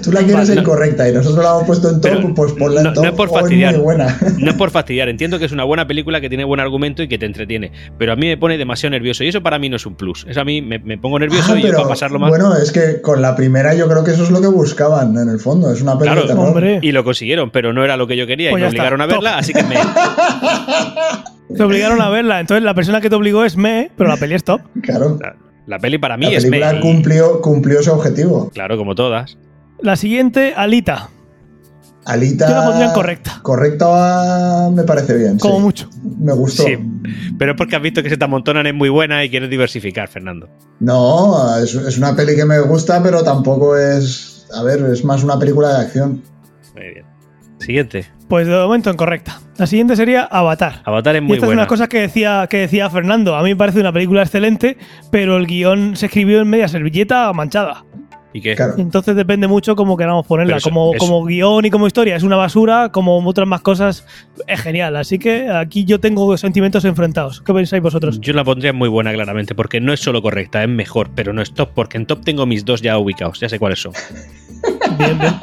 D: Tú la quieres
C: Vale, no.
D: incorrecta y nosotros la hemos puesto en top,
C: Pero
D: pues ponla en
C: no-
D: top.
C: no es por
D: o
C: fastidiar.
D: muy buena.
C: No es por fastidiar, entiendo que es una buena película que tiene buen argumento y que te entretiene. Pero a mí me pone demasiado nervioso y eso para mí no es un plus. Eso a mí me, me pongo nervioso
D: Ah,
C: y
D: pero,
C: para pasarlo mal.
D: Bueno, es que con la primera yo creo que eso es lo que buscaban en el fondo. Es una película
C: Claro,
D: de terror.
B: hombre.
C: Y lo consiguieron, pero no era lo que yo quería
B: Pues
C: y
B: ya
C: me
B: está,
C: obligaron a
B: top.
C: verla, así que me.
B: Te obligaron a verla. Entonces la persona que te obligó es me, pero la peli es top.
D: Claro.
C: La, la peli para mí
D: La
C: es me.
D: película
C: y-
D: cumplió, cumplió su objetivo.
C: Claro, como todas.
B: La siguiente, Alita.
D: Alita.
B: Yo la pondría en correcta.
D: Correcta ah, me parece bien.
B: Como
D: sí.
B: mucho.
D: Me gustó.
C: Sí. Pero es porque has visto que se te amontonan, es muy buena y quieres diversificar, Fernando.
D: No, es, es una peli que me gusta, pero tampoco es. A ver, es más una película de acción.
C: Muy bien. Siguiente.
B: Pues de momento en correcta. La siguiente sería Avatar.
C: Avatar es
B: y
C: muy
B: esta es
C: buena.
B: una cosa que decía, que decía Fernando. A mí me parece una película excelente, pero el guión se escribió en media servilleta manchada.
C: ¿Y qué?
D: Claro.
B: Entonces depende mucho cómo queramos ponerla.
C: Pero eso-
B: como,
C: eso-
B: como guión y como historia es una basura, como otras más cosas es genial. Así que aquí yo tengo sentimientos enfrentados. ¿Qué pensáis vosotros?
C: Yo la pondría en muy buena, claramente, porque no es solo correcta, es mejor, pero no es top, porque en top tengo mis dos ya ubicados, ya sé cuáles son.
B: Bien, bien.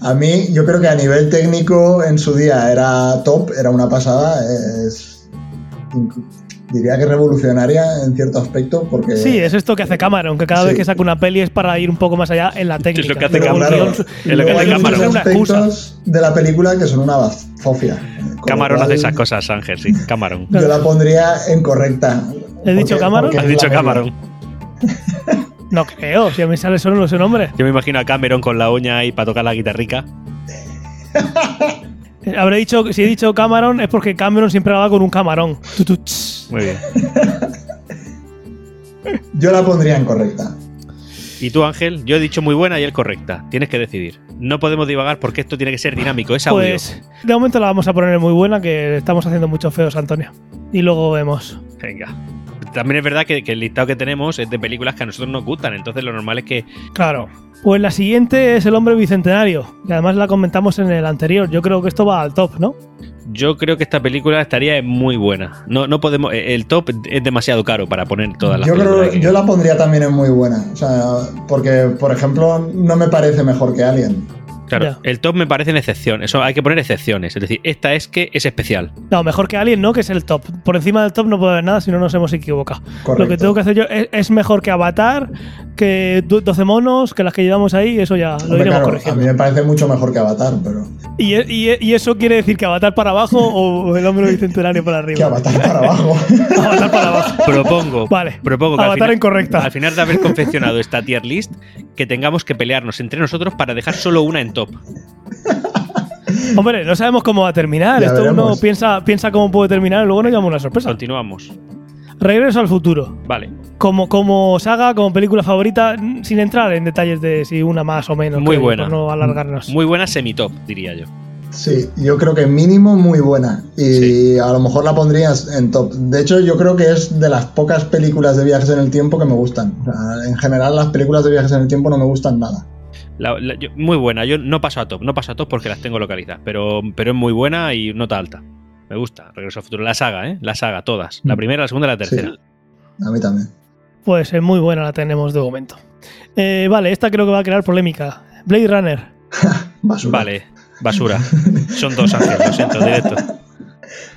D: A mí, yo creo que a nivel técnico en su día era top, era una pasada. Es, inc- diría que revolucionaria en cierto aspecto, porque.
B: Sí, es esto que hace Cameron, que cada
D: Eh, Sí.
B: vez que saca una peli es para ir un poco más allá en la técnica.
C: que hace
D: Pero
B: Pero el
C: Cameron.
B: guión-
C: Es
D: luego
C: lo que hace
D: hay muchos
C: Cameron.
B: Es una excusa.
D: aspectos de la película que son una eh, baz- fofia. Con
C: Camarón
D: lo
C: hace
D: cual,
C: esas cosas, Ángel, sí. Camarón.
D: Yo la pondría en correcta.
B: ¿He dicho Cameron?
D: porque
C: Has
D: es la
C: dicho
D: media.
C: Camarón.
B: No creo, si a mí sale solo ese nombre.
C: Yo me imagino a Cameron con la uña ahí para tocar la guitarrica.
B: Habré dicho, si he dicho Cameron es porque Cameron siempre va con un camarón. Tu, tu, tss.
C: Muy bien.
D: Yo la pondría en correcta.
C: Y tú, Ángel, yo he dicho muy buena y él correcta. Tienes que decidir. No podemos divagar porque esto tiene que ser dinámico, es audio.
B: Pues de momento la vamos a poner muy buena, que estamos haciendo muchos feos, Antonio. Y luego vemos.
C: Venga. También es verdad que, que el listado que tenemos es de películas que a nosotros nos gustan, entonces lo normal es que
B: Claro. Pues la siguiente es El hombre bicentenario, que además la comentamos en el anterior. Yo creo que esto va al top, ¿no?
C: Yo creo que esta película estaría muy buena. No, no podemos. eh, El top es demasiado caro para poner todas las
D: Yo, creo-
C: películas. que-
D: yo la pondría también en muy buena. O sea, porque, por ejemplo, no me parece mejor que Alien.
C: Claro,
B: Ya.
C: el top me parece en excepción. Eso hay que poner excepciones. Es decir, esta es que es especial.
B: No, mejor que Alien, ¿no? Que es el top. Por encima del top no puede haber nada si no nos hemos equivocado.
D: Correcto.
B: Lo que tengo que hacer yo es, es mejor que Avatar, que du- 12 monos, que las que llevamos ahí, eso ya lo
D: Hombre,
B: iremos
D: claro, a
B: corrigiendo.
D: mí me parece mucho mejor que Avatar, pero.
B: ¿Y, e- y e- y eso quiere decir que Avatar para abajo o el hombre bicentenario para arriba?
D: Que Avatar para abajo.
B: Avatar para abajo.
C: Propongo,
B: Vale.
C: propongo que al
B: Avatar
C: final-
B: incorrecta.
C: Al final de haber confeccionado esta tier list, que tengamos que pelearnos entre nosotros para dejar solo una en top.
B: Hombre, no sabemos cómo va a terminar.
D: Ya
B: Esto uno
D: veremos.
B: piensa, piensa cómo puede terminar y luego nos llama una sorpresa.
C: Continuamos.
B: Regreso al futuro.
C: Vale.
B: Como, como saga, como película favorita, mm, sin entrar en detalles de si una más o menos.
C: Muy
B: que-
C: buena.
B: por no alargarnos.
C: Muy buena semi-top, diría yo.
D: Sí, yo creo que mínimo muy buena. Y
C: Sí.
D: a lo mejor la pondrías en top. De hecho, yo creo que es de las pocas películas de viajes en el tiempo que me gustan. O sea, en general, las películas de viajes en el tiempo no me gustan nada.
C: La- la- yo- muy buena. Yo no paso a top, no paso a top porque las tengo localizadas, pero, pero es muy buena y nota alta. Me gusta. Regreso al futuro. La saga, ¿eh? La saga, todas. La
D: Mm.
C: primera, la segunda y la tercera.
D: A mí también.
B: Pues es muy buena la tenemos de momento. Eh, vale, esta creo que va a crear polémica. Blade Runner.
D: Basura.
C: Vale, basura. Son dos ángeles, lo siento, directo.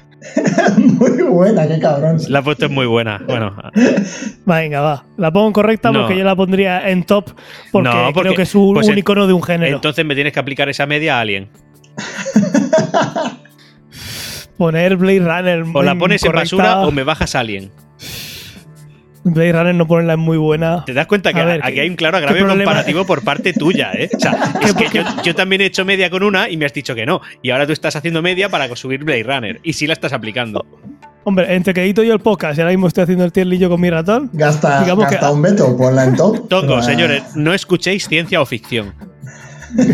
D: muy buena, qué cabrón.
C: La foto es muy buena. Bueno,
B: Va, Venga, va. La pongo en correcta
C: No.
B: porque yo la pondría en top porque,
C: No, porque-
B: creo que es un,
C: pues
B: un
C: en-
B: icono de un género.
C: entonces me tienes que aplicar esa media a alguien.
B: Poner Blade Runner.
C: O la
B: en
C: pones en
B: correcta-
C: basura o me bajas a alguien.
B: Blade Runner no ponerla en muy buena.
C: Te das cuenta que
B: A ver,
C: aquí
B: ¿qué-
C: hay un claro
B: qué
C: agravio
B: problema?
C: comparativo por parte tuya, ¿eh? O sea, es que yo, yo también he hecho media con una y me has dicho que no. Y ahora tú estás haciendo media para subir Blade Runner. Y sí la estás aplicando.
B: Hombre, entre que edito yo el podcast y ahora mismo estoy haciendo el tierlillo con mi ratón.
D: Gasta,
B: Digamos que-
D: gasta un veto, ponla en top.
C: Toco,
D: Ah,
C: señores, no escuchéis ciencia o ficción.
D: El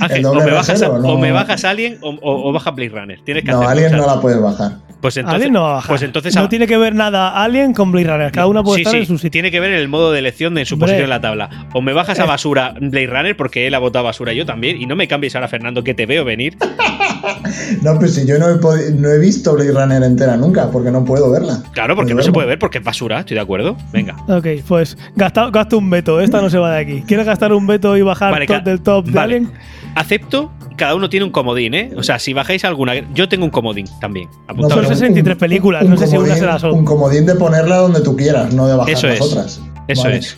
C: Ángel, o
D: doble
C: me, bajas a,
D: rasero, no.
C: o me bajas Alien o, o- o baja Blade Runner. Tienes que
D: No,
C: hacer
D: alguien no la puedes bajar.
C: Pues entonces,
B: Alien no va a bajar.
C: Pues entonces
B: no
C: ah,
B: tiene que ver nada Alien con Blade Runner. Cada una puede
C: sí,
B: estar
C: sí,
B: en su sitio.
C: Tiene que ver en el modo de elección de su
B: Hombre. Eh.
C: posición en la tabla. O me bajas a basura Blade Runner porque él ha votado basura yo también. Y no me cambies ahora, Fernando, que te veo venir.
D: No, pues si yo no he, podi- no he visto Blade Runner entera nunca, porque no puedo verla.
C: Claro,
B: Pues
C: porque
D: Me
C: no se
D: duermo.
C: puede ver porque es basura, estoy de acuerdo. Venga.
B: Ok, pues gasta, gasta un veto. Esta no se va de aquí. ¿Quieres gastar un veto y bajar
C: Vale,
B: top
C: ca-
B: del top de
C: vale.
B: Alien?
C: Acepto, cada uno tiene un comodín, ¿eh? O sea, si bajáis alguna. Yo tengo un comodín también.
D: No,
C: Apuntado.
B: Son
D: pero un-
B: 63 películas, no sé si una será sola.
D: Un comodín de ponerla donde tú quieras, no de bajar
C: Eso
D: las
C: es.
D: otras.
C: Eso
D: Vale.
C: es.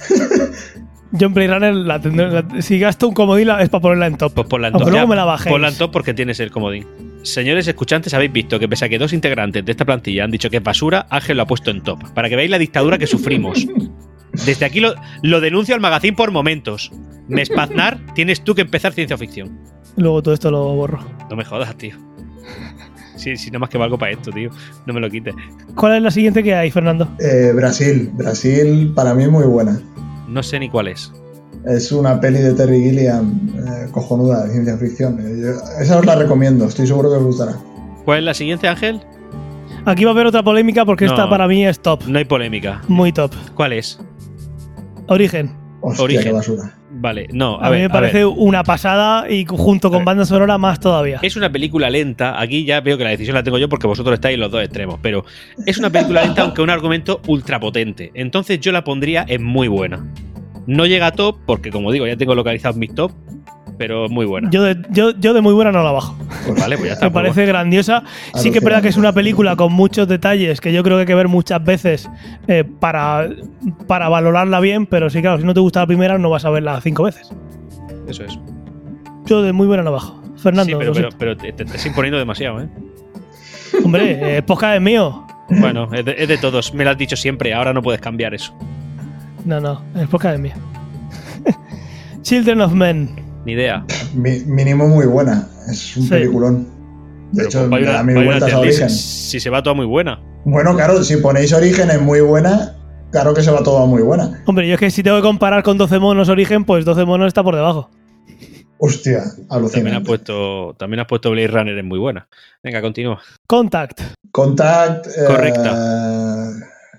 B: Yo en Blade Runner la tendré. la- si gasto un comodín la- es para ponerla en top.
C: Pues ponla en
B: Aunque
C: top.
B: luego
C: ya.
B: me la bajéis.
C: Ponla en top porque tienes el comodín. Señores escuchantes, habéis visto que pese a que dos integrantes de esta plantilla han dicho que es basura, Ángel lo ha puesto en top. Para que veáis la dictadura que sufrimos. Desde aquí lo, lo denuncio al magazín por momentos. Mespaznar, tienes tú que empezar ciencia ficción.
B: Luego todo esto lo borro.
C: No me jodas, tío. Sí, sí, nada más que valgo para esto, tío. No me lo quites.
B: ¿Cuál es la siguiente que hay, Fernando?
D: Eh, Brasil. Brasil para mí muy buena.
C: No sé ni cuál es.
D: Es una peli de Terry Gilliam eh, cojonuda de ciencia ficción. Eh, yo- esa os la recomiendo, estoy seguro que os gustará.
C: ¿Cuál es la siguiente, Ángel?
B: Aquí va a haber otra polémica porque
C: No.
B: esta para mí es top.
C: No hay polémica.
B: Muy top.
C: ¿Cuál es?
B: Origen.
D: Hostia,
C: Origen.
D: qué basura.
C: Vale, no,
B: A,
C: a,
B: mí
C: ver.
B: me
C: a ver.
B: parece una pasada y junto
C: A
B: con
C: ver. Eh.
B: banda sonora más todavía.
C: Es una película lenta. Aquí ya veo que la decisión la tengo yo porque vosotros estáis en los dos extremos. Pero es una película lenta, aunque un argumento ultrapotente. Entonces yo la pondría en muy buena. No llega a top, porque como digo, ya tengo localizados mis top, pero es muy buena.
B: Yo de, yo, yo de muy buena no la bajo.
C: Pues vale, pues ya está.
B: Me
C: pues
B: parece grandiosa. Sí que es verdad que es una película con muchos detalles que yo creo que hay que ver muchas veces eh, para, para valorarla bien, pero sí, claro, si no te gusta la primera no vas a verla cinco veces.
C: bueno, Eso es. Sí,
B: Yo de muy buena no bajo. Fernando,
C: pero,
B: lo
C: pero,
B: siento.
C: pero te, te estás imponiendo demasiado, ¿eh?
B: hombre, eh, podcast es mío.
C: Bueno, es de, es de todos. Me lo has dicho siempre. Ahora no puedes cambiar eso.
B: No, no, el podcast es mío. Children of Men.
C: Ni idea.
D: Mi- mínimo muy buena. Es un
B: Sí.
D: peliculón. De
C: Pero,
D: hecho,
C: pues, vaya
D: me da
C: una-
D: mil
C: vaya una
D: vueltas a
C: tier list.
D: Origen.
C: Si se va toda muy buena.
D: Bueno, claro, si ponéis Origen es muy buena, claro que se va todo a muy buena.
B: Hombre, yo es que si tengo que comparar con 12 monos Origen, pues 12 monos está por debajo.
D: Hostia,
C: También has
D: alucinante.
C: puesto, también has puesto Blade Runner en muy buena. Venga, continúa.
B: Contact.
D: Contact. eh,
C: Correcta.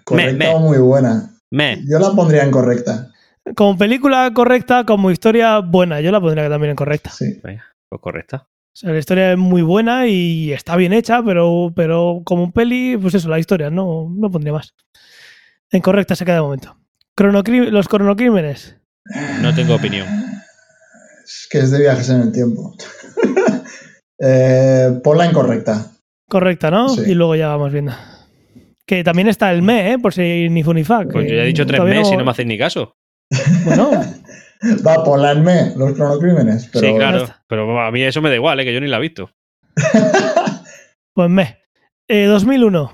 D: correcta
C: Me- me.
D: o muy buena.
C: Me.
D: Yo la pondría en correcta.
B: Como película correcta, como historia buena. Yo la pondría que también en correcta.
D: Sí.
C: Pues correcta.
B: O sea, la historia es muy buena y está bien hecha, pero, pero como un peli, pues eso, la historia, no, no pondría más. En correcta se queda de momento. Cronocri- los cronocrímenes.
C: No tengo opinión.
D: Es que es de viajes en el tiempo. eh, ponla en correcta.
B: Correcta, ¿no?
D: Sí.
B: Y luego ya vamos viendo. Que también está el ME, ¿eh? por si ni fun ni fa,
C: Pues
B: que
C: yo ya he dicho tres
B: todavía
C: meses y no me hacéis ni caso.
B: Bueno,
D: Va, ponla en me, los cronocrímenes. Pero
C: sí,
B: Ya
C: claro.
B: está.
C: Pero a mí eso me da igual, ¿eh? que yo ni la he visto.
B: pues ME. Eh, 2001.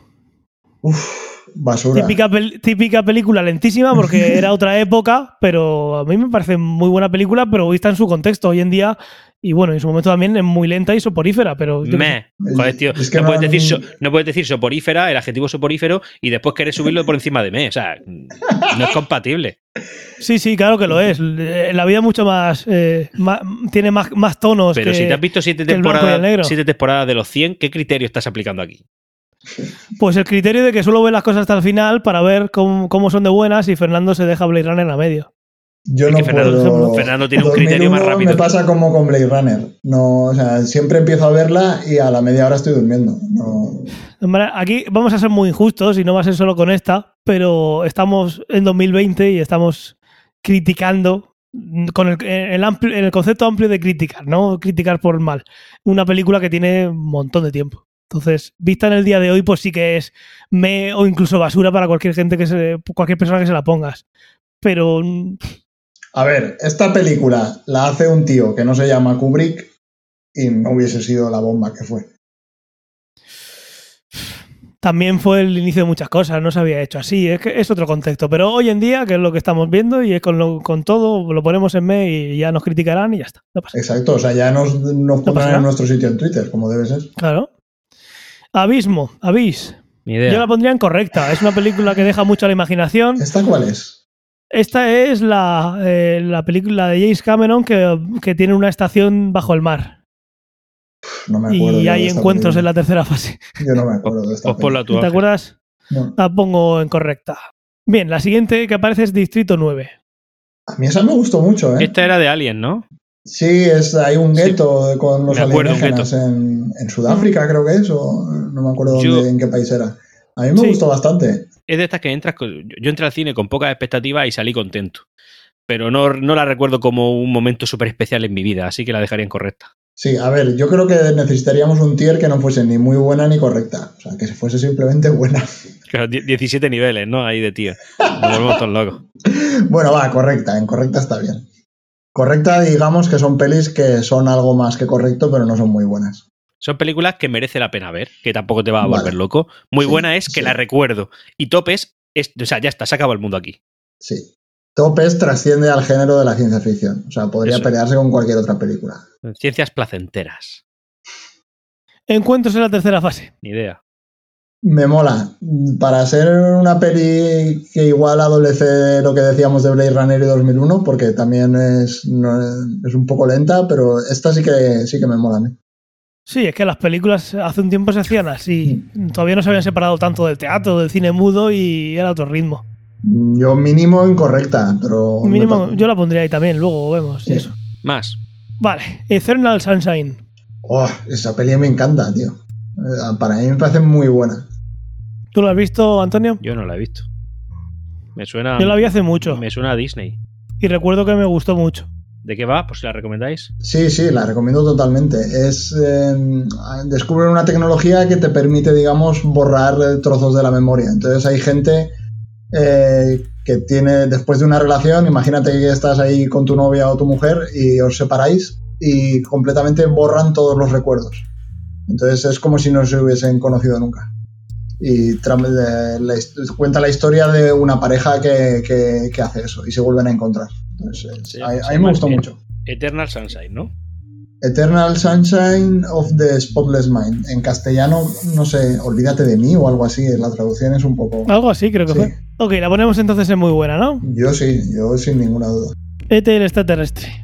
D: uf, basura.
B: Típica, pel- típica película lentísima porque era otra época, pero a mí me parece muy buena película, pero vista en su contexto hoy en día. Y bueno, en su momento también es muy lenta y soporífera, pero yo qué sé.
C: Me. Joder, tío.
D: Es que
C: no,
D: no
C: puedes
D: han-
C: decir so- no puedes decir soporífera, el adjetivo soporífero, y después querer subirlo por encima de me. O sea, no es compatible.
B: Sí, sí, claro que lo es. Eh, La vida es mucho más. eh, ma- tiene más, más tonos.
C: Pero
B: Pues que-
C: si te has visto siete
B: que el blanco y el negro.
C: temporadas, siete temporadas de los 100, ¿qué criterio estás aplicando aquí?
B: Pues el criterio de que solo ve las cosas hasta el final para ver cómo, cómo son de buenas y Fernando se deja Blade Runner a medio.
D: Yo
C: Es
D: no
C: que Fernando-
D: puedo.
C: Fernando tiene un criterio más
D: 2001
C: rápido.
D: Me pasa como con Blade Runner. No, o sea, siempre empiezo a verla y a la media hora estoy durmiendo. No,
B: Hombre, Aquí vamos a ser muy injustos y no va a ser solo con esta, pero estamos en 2020 y estamos criticando mm, con el, el amplio- en el concepto amplio de criticar, no criticar por mal. Una película que tiene un montón de tiempo. Entonces, vista en el día de hoy, pues sí que es me o incluso basura para cualquier gente que se, cualquier persona que se la pongas. Pero mm,
D: A ver, esta película la hace un tío que no se llama Kubrick y no hubiese sido la bomba que fue.
B: también fue el inicio de muchas cosas, no se había hecho así, es que es otro contexto. Pero hoy en día, que es lo que estamos viendo, y es con, lo- con todo, lo ponemos en me y ya nos criticarán y ya está. No pasa. nada.
D: Exacto, o sea, ya nos, nos
B: pasa
D: pondrán
B: nada.
D: en nuestro sitio en Twitter, como debe ser.
B: Claro. Abismo, Abis.
C: Ni idea.
B: Yo la pondría en correcta. Es una película que deja mucho a la imaginación.
D: ¿Esta cuál es?
B: Esta es la, eh, la película de James Cameron que, que tiene una estación bajo el mar.
D: Pff, No me acuerdo.
B: Y
D: yo
B: hay
D: de esta
B: encuentros en
D: película.
B: la tercera fase.
D: Yo no me acuerdo de esta.
C: Pues ponla
D: película.
C: tú,
B: ¿Te
C: Ángel.
B: acuerdas?
D: No.
B: La pongo en correcta. Bien, la siguiente que aparece es Distrito 9.
D: A mí esa me gustó mucho, ¿eh?
C: Esta era de Alien, ¿no?
D: Sí, es, hay un
C: Sí.
D: gueto con los
C: Me acuerdo, un
D: alienígenas en, en Sudáfrica, creo que es, o no me acuerdo
C: Yo-
D: dónde, en qué país era. A mí me
B: Sí.
D: gustó bastante.
C: Es de estas que entras. con- Yo entré al cine con pocas expectativas y salí contento. Pero no, no la recuerdo como un momento súper especial en mi vida, así que la dejaría incorrecta.
D: Sí, a ver, yo creo que necesitaríamos un tier que no fuese ni muy buena ni correcta. O sea, que fuese simplemente buena.
C: Claro, die- 17 niveles, ¿no? Ahí de tío. Nos volvemos todos locos.
D: Bueno, va, correcta, en correcta está bien. Correcta, digamos que son pelis que son algo más que correcto, pero no son muy buenas.
C: Son películas que merece la pena ver, que tampoco te va a
D: Vale.
C: volver loco. Muy
D: Sí,
C: buena es que
D: sí.
C: la recuerdo. Y topes, es, o sea, ya está, se acaba el mundo aquí.
D: Sí. Topes trasciende al género de la ciencia ficción. O sea, podría
C: Eso.
D: pelearse con cualquier otra película.
C: Ciencias placenteras.
B: Encuentros en la tercera fase.
C: Ni idea.
D: Me mola. Para ser una peli que igual adolece lo que decíamos de Blade Runner y 2001, porque también es, no- es un poco lenta, pero esta sí que, sí que me mola a mí.
B: Sí, es que las películas hace un tiempo se hacían así. Todavía no se habían separado tanto del teatro, del cine mudo y era otro ritmo.
D: Yo mínimo incorrecta, pero...
B: Mínimo, yo la pondría ahí también, luego vemos.
D: Sí.
B: Eso.
C: Más.
B: Vale, Eternal Sunshine.
D: Oh, esa peli me encanta, tío. Eh, Para mí me parece muy buena.
B: ¿Tú lo has visto, Antonio?
C: Yo no la he visto. Me suena.
B: Yo la vi hace mucho
C: Ah, Me suena a Disney.
B: y recuerdo que me gustó mucho.
C: ¿De qué va? Pues si la recomendáis.
D: Sí, sí, la recomiendo totalmente. Es eh, descubren una tecnología que te permite, digamos, borrar eh, trozos de la memoria. Entonces hay gente eh, que tiene después de una relación, imagínate que estás ahí con tu novia o tu mujer y os separáis y completamente borran todos los recuerdos. Entonces es como si no se hubiesen conocido nunca. Y tram- de- la his- cuenta la historia de una pareja que, que- que hace eso y se vuelven a encontrar. Entonces, eh,
C: Sí,
D: a, a
C: se
D: mí me
C: llama
D: gustó
C: Eternal.
D: mucho.
C: Eternal Sunshine, ¿no?
D: Eternal Sunshine of the Spotless Mind. En castellano, no sé, olvídate de mí o algo así. La traducción es un poco.
B: Algo así, creo que
D: Sí.
B: fue. Ok, la ponemos entonces en muy buena, ¿no?
D: Yo sí, yo sin ninguna duda.
B: ET el extraterrestre.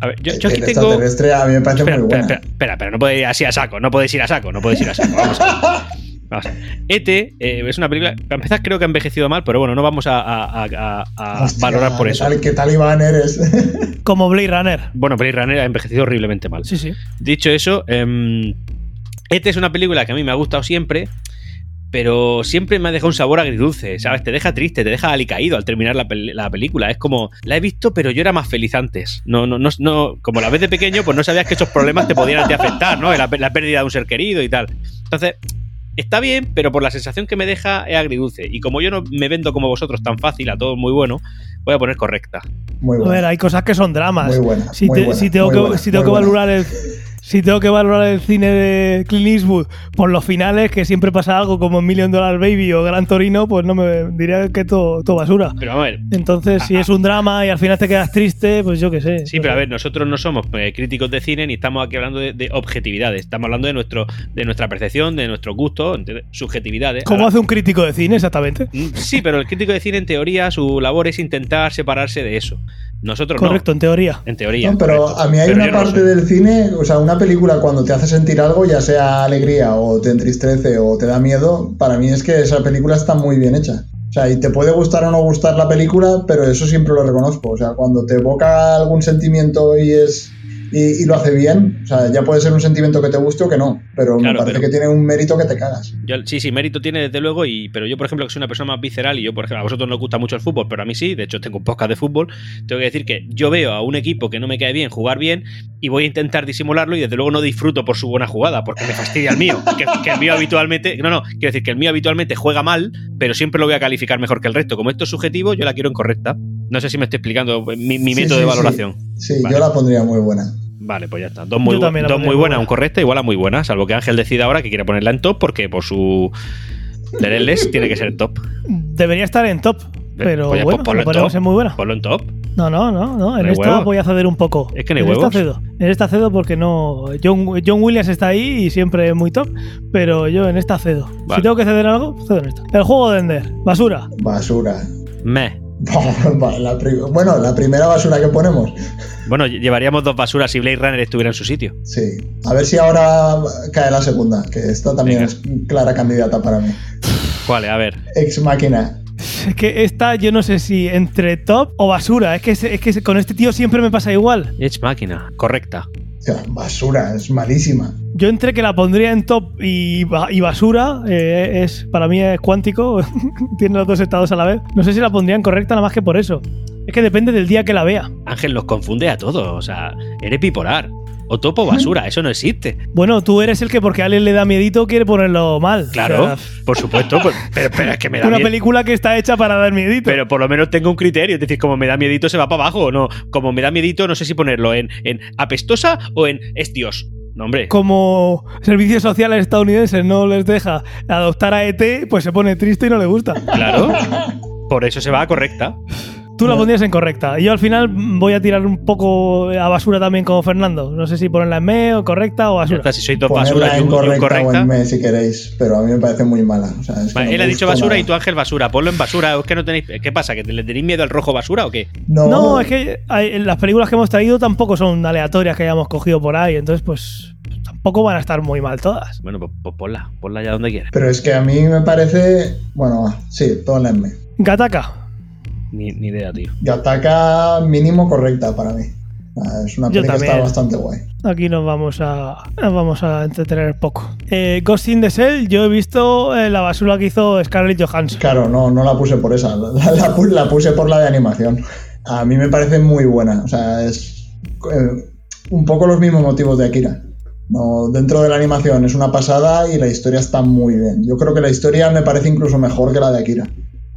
C: A ver, yo, yo aquí
D: Eh, el
C: tengo. Espera,
D: extraterrestre a mí me parece
C: espera,
D: muy
C: espera,
D: buena.
C: espera, espera, no podéis ir así a saco, no podéis ir a saco, no podéis ir a saco. Vamos a ver. Vamos a ver. E.T. eh, es una película. Para empezar, creo que ha envejecido mal, pero bueno, no vamos a, a- a- a- a
B: Ah,
D: Hostia,
C: valorar por
D: ¿qué
C: eso.
D: Tal, ¿Qué tal Iván eres?
B: Como Blade Runner.
C: Bueno, Blade Runner ha envejecido horriblemente mal.
B: Sí, sí.
C: Dicho eso, em, esta es una película que a mí me ha gustado siempre, pero siempre me ha dejado un sabor agridulce, ¿sabes? Te deja triste, te deja alicaído al terminar la, pel- la película. Es como, la he visto, pero yo era más feliz antes. No, no, no, no- como la ves de pequeño, pues no sabías que esos problemas te podían a ti afectar, ¿no? La, pe- la pérdida de un ser querido y tal. Entonces, está bien, pero por la sensación que me deja es agridulce. Y como yo no me vendo como vosotros tan fácil a todo muy bueno, voy a poner correcta.
D: Muy
B: A ver,
D: buena.
B: hay cosas que son dramas.
D: Muy buena.
B: Si,
D: muy
B: te-
D: buena,
B: si tengo,
D: muy
B: que,
D: buena,
B: si tengo
D: muy
B: que
D: buena.
B: valorar el, si tengo que valorar el cine de Clint Eastwood por los finales, que siempre pasa algo como en Million Dollar Baby o Gran Torino, pues no me diría que todo, todo basura.
C: Pero vamos a ver,
B: Entonces, si es un drama y al final te quedas triste, pues yo qué sé.
C: Sí, pero a ver, nosotros no somos eh, críticos de cine ni estamos aquí hablando de, de objetividades. Estamos hablando de nuestro, de nuestra percepción, de nuestro gusto, de subjetividades.
B: ¿Cómo
C: Ahora-
B: hace un crítico de cine exactamente?
C: Mm, Sí, pero el crítico de cine, en teoría, su labor es intentar separarse de eso. Nosotros
B: Correcto, en teoría.
C: no. En teoría.
D: No, pero
C: correcto.
D: a mí hay
C: Pero
D: una
C: yo no lo
D: parte
C: soy.
D: del cine, o sea, una película cuando te hace sentir algo, ya sea alegría o te entristece o te da miedo, para mí es que esa película está muy bien hecha. O sea, y te puede gustar o no gustar la película, pero eso siempre lo reconozco. O sea, cuando te evoca algún sentimiento y es y, y lo hace bien, o sea, ya puede ser un sentimiento que te guste o que no, pero me
C: Claro,
D: parece
C: pero-
D: que tiene un mérito que te cagas.
C: Yo- sí, sí, mérito tiene desde luego, y, pero yo, por ejemplo, que soy una persona más visceral y yo, por ejemplo, a vosotros no os gusta mucho el fútbol, pero a mí sí, de hecho tengo un podcast de fútbol, tengo que decir que yo veo a un equipo que no me cae bien jugar bien y voy a intentar disimularlo y desde luego no disfruto por su buena jugada, porque me fastidia el mío, que, que el mío habitualmente, no, no, quiero decir que el mío habitualmente juega mal, pero siempre lo voy a calificar mejor que el resto. Como esto es subjetivo, yo la quiero incorrecta. No sé si me estoy explicando mi, mi
D: Sí,
C: método de
D: sí, sí.
C: valoración.
D: Sí,
C: Vale.
D: yo la pondría muy buena.
C: Vale, pues ya está. Dos muy,
B: Yo también la
C: dos
B: pondría
C: muy
B: muy
C: buenas,
B: buena.
C: un correcta, igual a muy buena. Salvo que Ángel decida ahora que quiere ponerla en top porque por su. Tereles tiene que ser top.
B: Debería estar en top, pero
C: Pues ya, pues
B: bueno,
C: ponlo
B: la
C: en
B: ponemos
C: top.
B: en muy buena.
C: Ponlo en top.
B: No, no, no, no. En
C: No hay
B: esta
C: huevos.
B: voy a ceder un poco.
C: Es que no hay
B: En esta
C: huevos.
B: cedo. En esta cedo porque no. John, John Williams está ahí y siempre muy top, pero yo en esta cedo.
C: Vale.
B: Si tengo que ceder en algo, cedo en esta. El juego de Ender, basura.
D: Basura.
C: Meh.
D: La pri- bueno, la primera basura que ponemos.
C: Bueno, lle- llevaríamos dos basuras si Blade Runner estuviera en su sitio.
D: Sí. A ver si ahora cae la segunda, que esta también
C: Venga.
D: es clara candidata para mí.
C: ¿Cuál? es? A ver.
D: Ex máquina.
B: Es que esta yo no sé si entre top o basura. Es que, se- es que con este tío siempre me pasa igual.
C: Edge Máquina. Correcta.
D: O sea, basura, es malísima.
B: Yo entre que la pondría en top y, ba- y basura, eh, es para mí es cuántico, tiene los dos estados a la vez. No sé si la pondría en correcta nada más que por eso. Es que depende del día que la vea.
C: Ángel los confunde a todos. O sea, eres bipolar. O topo basura. Eso no existe.
B: Bueno, tú eres el que porque a alguien le da miedito quiere ponerlo mal. O
C: Claro.
B: sea,
C: Por supuesto. pues- pero, pero es que me da
B: una
C: miedo.
B: película que está hecha para dar miedito.
C: Pero por lo menos tengo un criterio. Es decir, como me da miedito, se va para abajo. o No, como me da miedito, no sé si ponerlo en, en apestosa o en es Dios. No, hombre.
B: Como servicios sociales estadounidenses no les deja adoptar a ET, pues se pone triste y no le gusta.
C: Claro. Por eso se va a correcta.
B: Tú la pondrías en correcta. Y yo al final mm, voy a tirar un poco a basura también como Fernando. No sé si ponerla en me o correcta o
C: Ya
B: basura.
C: está, si soy dos
D: Ponerla
C: basuras y un,
D: en
C: y un
D: correcta, o
C: correcta.
D: en mes si queréis, pero a mí me parece muy mala. O sea, es que
C: Vale,
D: no
C: él
D: me
C: ha dicho
D: gusta
C: basura
D: nada.
C: y tú Ángel basura. Ponlo en basura. ¿O Es que no tenéis. ¿Qué pasa? ¿Que te- le tenéis miedo al rojo basura o qué?
D: No,
B: No, es que hay- las películas que hemos traído tampoco son aleatorias que hayamos cogido por ahí, entonces pues tampoco van a estar muy mal todas.
C: Bueno, pues, pues ponla. Ponla ya donde quieras.
D: Pero es que a mí me parece. Bueno, va, sí, ponla en mes.
B: Gataka,
C: Ni, ni idea, tío.
D: Gataka mínimo correcta para mí. Ah, Es una
B: Yo
D: película que está
B: también.
D: bastante guay.
B: aquí nos vamos a nos vamos a entretener poco. Eh, Ghost in the Shell, yo he visto eh, la basura que hizo Scarlett Johansson.
D: Claro, no, no la puse por esa, la, la- la pu- la puse por la de animación. A mí me parece muy buena, o sea, es eh, un poco los mismos motivos de Akira. No, dentro de la animación es una pasada y la historia está muy bien. Yo creo que la historia me parece incluso mejor que la de Akira.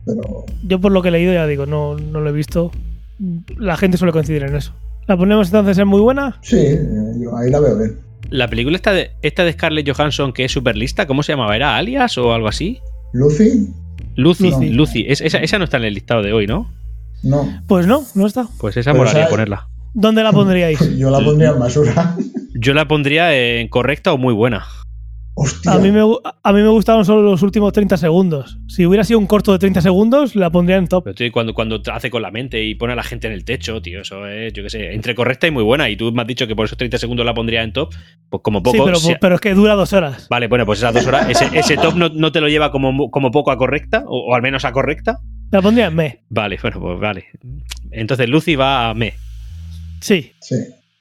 D: Pero
B: Yo por lo que he leído ya digo, no, no lo he visto. La gente suele coincidir en eso. La ponemos entonces en muy buena.
D: sí, eh, yo ahí la veo bien.
C: La película esta de, esta de Scarlett Johansson, que es súper lista, ¿cómo se llamaba? ¿Era Alias o algo así?
D: Lucy,
C: Lucy.
D: No.
C: Lucy. Es- esa, esa no está en el listado de hoy, ¿no?
D: no.
B: Pues no, no está.
C: Pues esa
D: Pero
C: moraría
D: esa-
C: ponerla.
B: ¿Dónde la pondríais?
D: Yo la pondría en basura.
C: Yo la pondría en correcta o muy buena.
D: Hostia.
B: A mí, me, gu- a mí me gustaron solo los últimos 30 segundos. Si hubiera sido un corto de 30 segundos, la pondría en top.
C: Pero tío, cuando, cuando hace con la mente y pone a la gente en el techo, tío, eso es, yo qué sé, entre correcta y muy buena. Y tú me has dicho que por esos 30 segundos la pondría en top, pues como poco.
B: sí, pero,
C: si-
B: pero es que dura dos horas.
C: Vale, bueno, pues esas dos horas, ese, ese top no, no te lo lleva como, mu- como poco a correcta, o, o al menos a correcta.
B: La pondría en me.
C: Vale, bueno, pues vale. Entonces Lucy va a me.
B: Sí.
D: Sí.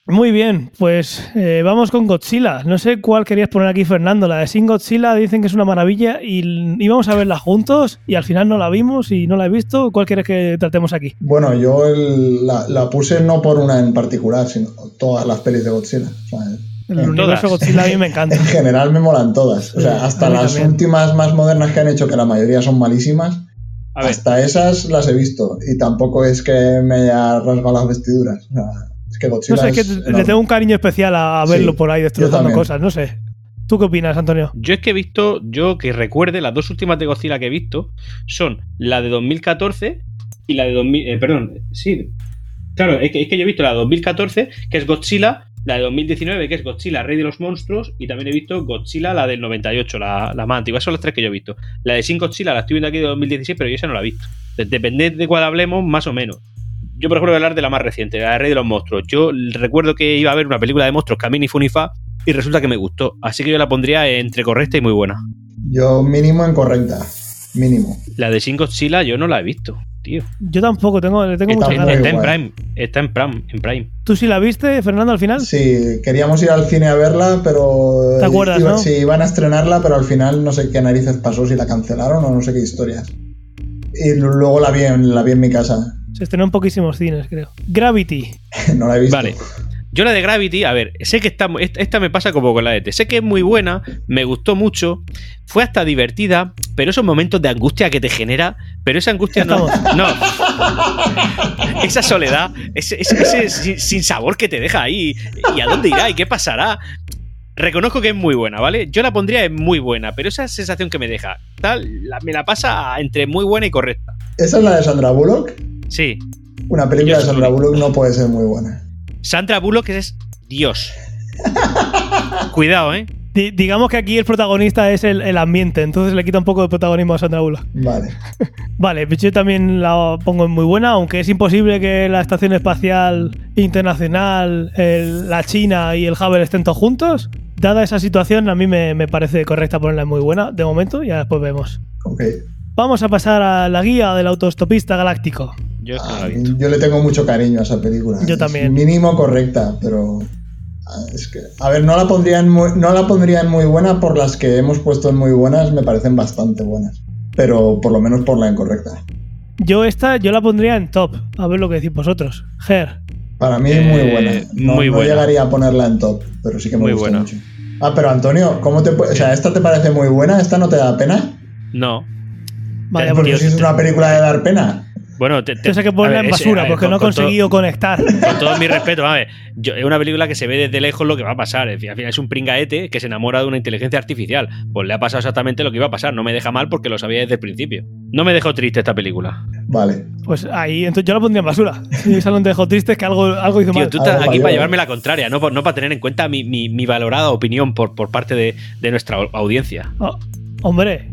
B: Muy bien, pues eh, vamos con Godzilla. No sé cuál querías poner aquí, Fernando. La de Sin Godzilla dicen que es una maravilla y l- íbamos a verla juntos y al final no la vimos y no la he visto. ¿Cuál quieres que tratemos aquí?
D: Bueno, yo el- la, la puse no por una en particular, sino todas las pelis de Godzilla. O sea,
B: El
D: Todas.
B: universo Godzilla a mí me encanta.
D: En general me molan todas. O
B: Sí,
D: sea, hasta
B: a mí
D: las
B: también.
D: últimas más modernas que han hecho, que la mayoría son malísimas,
C: A ver,
D: hasta esas las he visto. Y tampoco es que me haya rasgado las vestiduras. O sea, es que
B: No
D: Godzilla
B: sé, es que
D: es
B: t- le
D: enorme.
B: tengo un cariño especial a, a
D: Sí,
B: verlo por ahí
D: yo
B: destrozando
D: también.
B: cosas. No sé. ¿Tú qué opinas, Antonio?
C: yo es que he visto, yo que recuerde, las dos últimas de Godzilla que he visto son la de 2014 y la de 2000, eh, perdón, sí. Claro, es que, es que yo he visto la de 2014, que es Godzilla, la de 2019, que es Godzilla, Rey de los Monstruos, y también he visto Godzilla, la del 98, la, la más antigua. Esas son las tres que yo he visto. La de Sin Godzilla la estoy viendo aquí de 2016, pero yo esa no la he visto. De- Depende de cuál hablemos, más o menos. Yo, por ejemplo, voy a hablar de la más reciente, la de Rey de los Monstruos. Yo recuerdo que iba a ver una película de monstruos, Camini Funifa, y resulta que me gustó. Así que yo la pondría entre correcta y muy buena.
D: Yo mínimo en correcta. Mínimo.
C: La de Sin Godzilla yo no la he visto, tío.
B: Yo tampoco, tengo, le tengo
D: Está
B: muchas
C: Está,
D: muy
B: ganas.
C: está en
D: guay.
C: Prime, está en Prime, en Prime.
B: ¿Tú sí la viste, Fernando, al final?
D: Sí, queríamos ir al cine a verla, pero.
B: Ah. ¿Te acuerdas,
D: iba-
B: no?
D: Sí, iban a estrenarla, pero al final no sé qué narices pasó, si la cancelaron o no sé qué historias. Y luego la vi en, la vi en mi casa.
B: Se estrenó en poquísimos cines, creo. Gravity.
D: No la he visto.
C: Vale. Yo la de Gravity, a ver, sé que está, mu- esta esta me pasa como con la de E T. Sé que es muy buena, me gustó mucho, fue hasta divertida, pero esos momentos de angustia que te genera, pero esa angustia
B: Ya
C: no, no. Esa soledad, ese, ese- ese sin, sin sabor que te deja ahí, y a dónde irá y qué pasará. Reconozco que es muy buena, ¿vale? Yo la pondría en muy buena, pero esa sensación que me deja, tal, la- me la pasa a- entre muy buena y correcta.
D: ¿Esa es la de Sandra Bullock?
C: Sí,
D: Una película
C: Yo
D: de Sandra Bullock no puede ser muy buena.
C: Sandra Bullock es Dios. Cuidado, ¿eh?
B: Di- digamos que aquí el protagonista es el, el ambiente, entonces le quita un poco de protagonismo a Sandra Bullock.
D: Vale.
B: Vale, pues yo también la pongo en muy buena, aunque es imposible que la Estación Espacial Internacional, el- la China y el Hubble estén todos juntos. Dada esa situación, a mí me, me parece correcta ponerla en muy buena de momento, ya después vemos.
D: Ok.
B: Vamos a pasar a la guía del autostopista galáctico.
C: Yo es que no la
D: Ah,
C: he visto.
D: yo le tengo mucho cariño a esa película.
B: Yo
D: Es
B: también.
D: mínimo correcta, pero. ah, Es que, a ver, no la, pondrían muy, no la pondrían muy buena por las que hemos puesto en muy buenas, me parecen bastante buenas. Pero por lo menos por la incorrecta.
B: Yo esta, yo la pondría en top, a ver lo que decís vosotros. Ger,
D: Para mí es muy
C: Eh,
D: buena. No,
C: muy
D: no
C: buena.
D: llegaría a ponerla en top, pero sí que me
C: Muy
D: gusta
C: buena.
D: mucho. Ah, pero Antonio, ¿cómo te puede- O sea, ¿esta te parece muy buena? ¿Esta no te da pena?
C: No.
B: vaya
C: Te-
B: por
D: Porque
C: Dios,
D: si es una película de dar pena.
C: Bueno, te, te-
B: Yo sé que
C: a
B: ponerla
C: ver,
B: en
C: es-
B: basura
C: a ver,
B: porque
C: con-
B: no he
C: con todo-
B: conseguido conectar.
C: Con todo mi respeto, a ver, yo- es una película que se ve desde lejos lo que va a pasar. En fin, Al final es un pringaete que se enamora de una inteligencia artificial. Pues le ha pasado exactamente lo que iba a pasar. No me deja mal porque lo sabía desde el principio. No me dejó triste esta película.
D: Vale.
B: Pues ahí, entonces yo la pondría en basura. Y esa no te dejó triste, es que algo, algo hizo
C: Tío,
B: mal.
C: tú estás
D: Algo
C: aquí para
D: falló.
C: llevarme la contraria, no, pa- no para tener en cuenta mi, mi- mi valorada opinión por, por parte de, de nuestra au- audiencia.
B: Oh, hombre,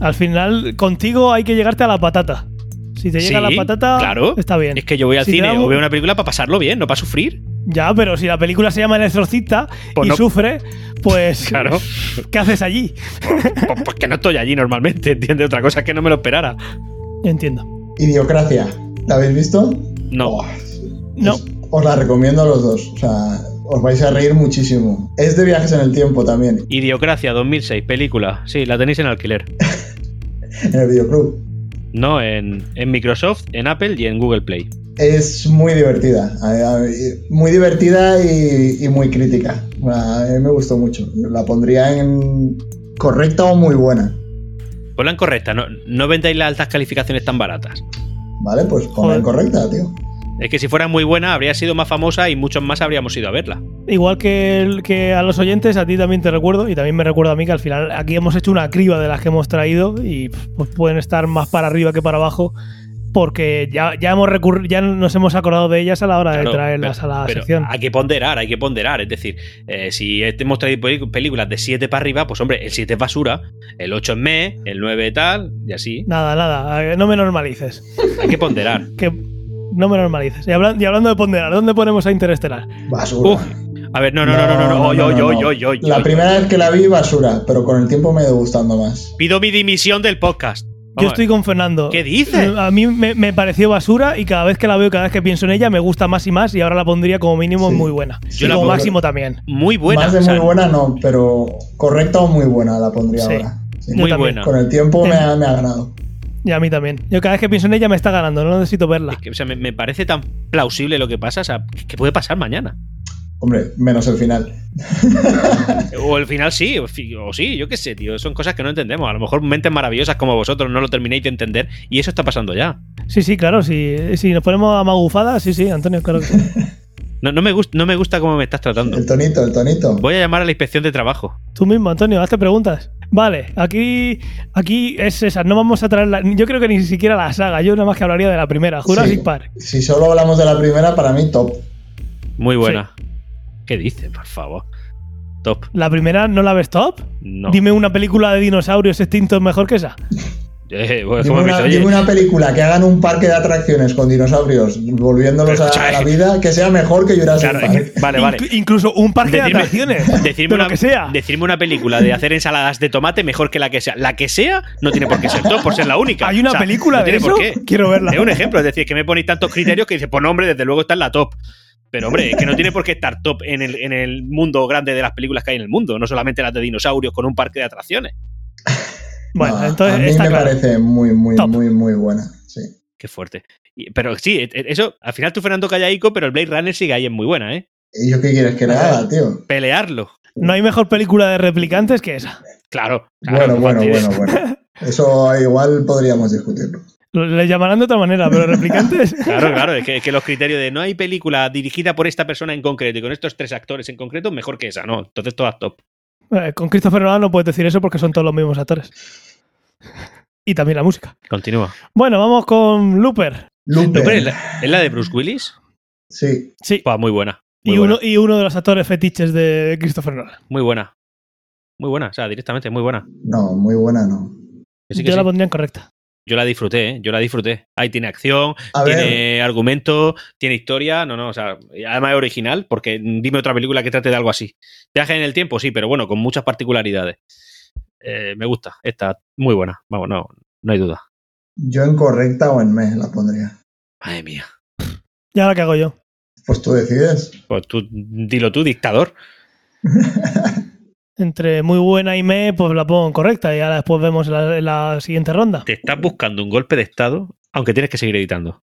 B: al final contigo hay que llegarte a la patata. Si te llega
C: Sí,
B: la patata,
C: claro.
B: está bien.
C: Es que yo voy al
B: Si te
C: cine
B: da
C: o
B: un-
C: veo una película para pasarlo bien, no para sufrir.
B: Ya, pero si la película se llama El Exorcista
C: Pues
B: y
C: no.
B: sufre, pues
C: Claro.
B: ¿qué haces allí?
C: Pues porque no estoy allí normalmente, ¿entiendes? Otra cosa es que no me lo esperara.
B: Entiendo.
D: Idiocracia. ¿La habéis visto?
C: No.
D: Oh,
B: No,
D: es- Os la recomiendo a los dos. O sea, os vais a reír muchísimo. Es de viajes en el tiempo también,
C: Idiocracia 2006, película. Sí, la tenéis en alquiler.
D: en el videoclub.
C: No, en, en Microsoft, en Apple y en Google Play.
D: Es muy divertida. A- a- Muy divertida y, y muy crítica. A mí me gustó mucho. La pondría en correcta o muy buena.
C: Ponla en correcta, no, no vendáis las altas calificaciones tan baratas.
D: ¿Vale? Pues ponla en
B: Joder.
D: correcta, tío.
C: Es que si fuera muy buena, habría sido más famosa y muchos más habríamos ido a verla.
B: igual que, el- que a los oyentes, a ti también te recuerdo y también me recuerdo a mí que al final aquí hemos hecho una criba de las que hemos traído y pues, pueden estar más para arriba que para abajo porque ya, ya, hemos recurri- ya nos hemos acordado de ellas a la hora
C: Claro,
B: de traerlas
C: pero-
B: a la
C: pero
B: sección.
C: Hay que ponderar, hay que ponderar. Es decir, eh, si hemos traído peli- películas de 7 para arriba, pues hombre, el 7 es basura, el 8 es mes, el 9 tal, y así.
B: Nada, nada, eh, no me normalices.
C: Hay que ponderar.
B: que no me normalices. Y, hablan- y hablando de ponderar, ¿dónde ponemos a Interestelar?
D: Basura.
C: Uf. A ver, no, no, no, no, no, no, oy, oy,
D: no,
C: oy,
D: no.
C: oy, oy,
D: La
C: oy.
D: primera vez que la vi, basura. Pero con el tiempo me ha ido gustando más.
C: Pido mi dimisión del podcast.
B: Yo
C: Vamos a
B: estoy con Fernando.
C: ¿Qué dices?
B: A mí me, me pareció basura y cada vez que la veo, cada vez que pienso en ella, me gusta más y más y ahora la pondría como mínimo
D: Sí.
B: muy buena.
D: Yo
B: y
C: la
B: como
C: pongo-
B: máximo también.
C: ver, Muy buena.
D: más de
C: o sea,
D: muy buena no, pero correcta o muy buena la pondría
B: Sí.
D: ahora. Sí.
C: muy
B: Yo también.
C: buena.
D: Con el tiempo me ha, me ha ganado.
B: Y a mí también. Yo cada vez que pienso en ella me está ganando, no necesito verla.
C: Es que, o sea, me, me parece tan plausible lo que pasa, o sea, que puede pasar mañana.
D: Hombre, menos el final.
C: O al final sí, o, fi- o sí, yo qué sé, tío. Son cosas que no entendemos. A lo mejor mentes maravillosas como vosotros no lo termináis de entender y eso está pasando ya.
B: Sí, sí, claro. Si, si nos ponemos a magufadas, sí, sí, Antonio, claro que sí.
C: No, no, me gust- no me gusta cómo me estás tratando.
D: El tonito, el tonito.
C: Voy a llamar a la inspección de trabajo.
B: Tú mismo, Antonio, hazte preguntas. Vale, aquí, aquí es esa. No vamos a traer la- Yo creo que ni siquiera la saga. Yo nada más que hablaría de la primera, Jurassic
D: Sí.
B: Park.
D: Si solo hablamos de la primera, para mí top.
C: Muy buena. ¿Qué dices, por favor? Top.
B: ¿La primera no la ves top?
C: No.
B: Dime una película de dinosaurios extintos mejor que esa.
C: Eh, bueno,
D: Dime
C: ¿cómo me
D: una,
C: dices?
D: dime una película que hagan un parque de atracciones con dinosaurios volviéndolos
C: Pero,
D: a,
C: escucha,
D: la
C: eh.
D: vida, que sea mejor que Jurassic
C: Claro, eh.
D: Park.
C: es que- vale, vale.
B: Inclu- incluso un parque de atracciones.
C: decirme
B: de
C: una,
B: lo que sea.
C: decirme una película de hacer ensaladas de tomate mejor que la que sea. La que sea no tiene por qué ser top, por ser la única.
B: ¿Hay una
C: O sea,
B: película
C: no
B: de
C: tiene
B: eso?
C: por qué.
B: Quiero verla.
C: Es un ejemplo, es decir, que me ponéis tantos criterios que dices, pues no, hombre, desde luego está en la top. Pero hombre, es que no tiene por qué estar top en el, en el mundo grande de las películas que hay en el mundo, no solamente las de dinosaurios con un parque de atracciones.
B: Bueno,
D: No,
C: Ah.
D: a
B: entonces
D: mí
B: está
D: me
B: claro.
D: parece muy, muy,
B: Top.
D: muy, muy buena. Sí.
C: Qué fuerte. Y- Pero sí, e- e- eso, al final tú, Fernando Callaico, pero el Blade Runner sigue ahí, es muy buena, ¿eh?
D: ¿Y yo qué quieres que le haga, tío?
C: Pelearlo.
B: No hay mejor película de replicantes que esa.
C: Claro. claro, pues
D: bueno, bueno,
C: Martínez.
D: bueno, bueno. Eso igual podríamos discutirlo.
B: Lo- Le llamarán de otra manera, pero replicantes.
C: Claro, claro, es que, es que los criterios de no hay película dirigida por esta persona en concreto y con estos tres actores en concreto, mejor que esa, ¿no? Entonces todas top.
B: Eh, Con Christopher Nolan no puedes decir eso porque son todos los mismos actores. Y también la música.
C: Continúa.
B: Bueno, vamos con Looper.
D: Lupe.
C: ¿Es la, es la de Bruce Willis?
D: Sí,
B: Sí,
C: Pa, muy buena. Muy
B: y,
C: buena.
B: uno, y uno de los actores fetiches de Christopher Nolan.
C: Muy buena. Muy buena, o sea, directamente, muy buena.
D: No, muy buena no.
C: Que sí, que
B: Yo
C: sí.
B: la pondría en correcta.
C: Yo la disfruté, ¿eh? yo la disfruté. Ahí tiene acción,
D: A ver,
C: tiene argumento, tiene historia, no, no, o sea, además es original, porque dime otra película que trate de algo así. Viaje en el tiempo, sí, pero bueno, con muchas particularidades. Eh, me gusta, está muy buena, vamos, no, no hay duda.
D: yo en correcta o en me la pondría.
C: Madre mía,
B: Ya la que hago yo.
D: Pues tú decides.
C: pues tú, dilo tú, dictador.
B: Entre muy buena y me, pues la pongo en correcta. Y ahora después vemos en la, en la siguiente ronda.
C: Te estás buscando un golpe de estado, aunque tienes que seguir editando.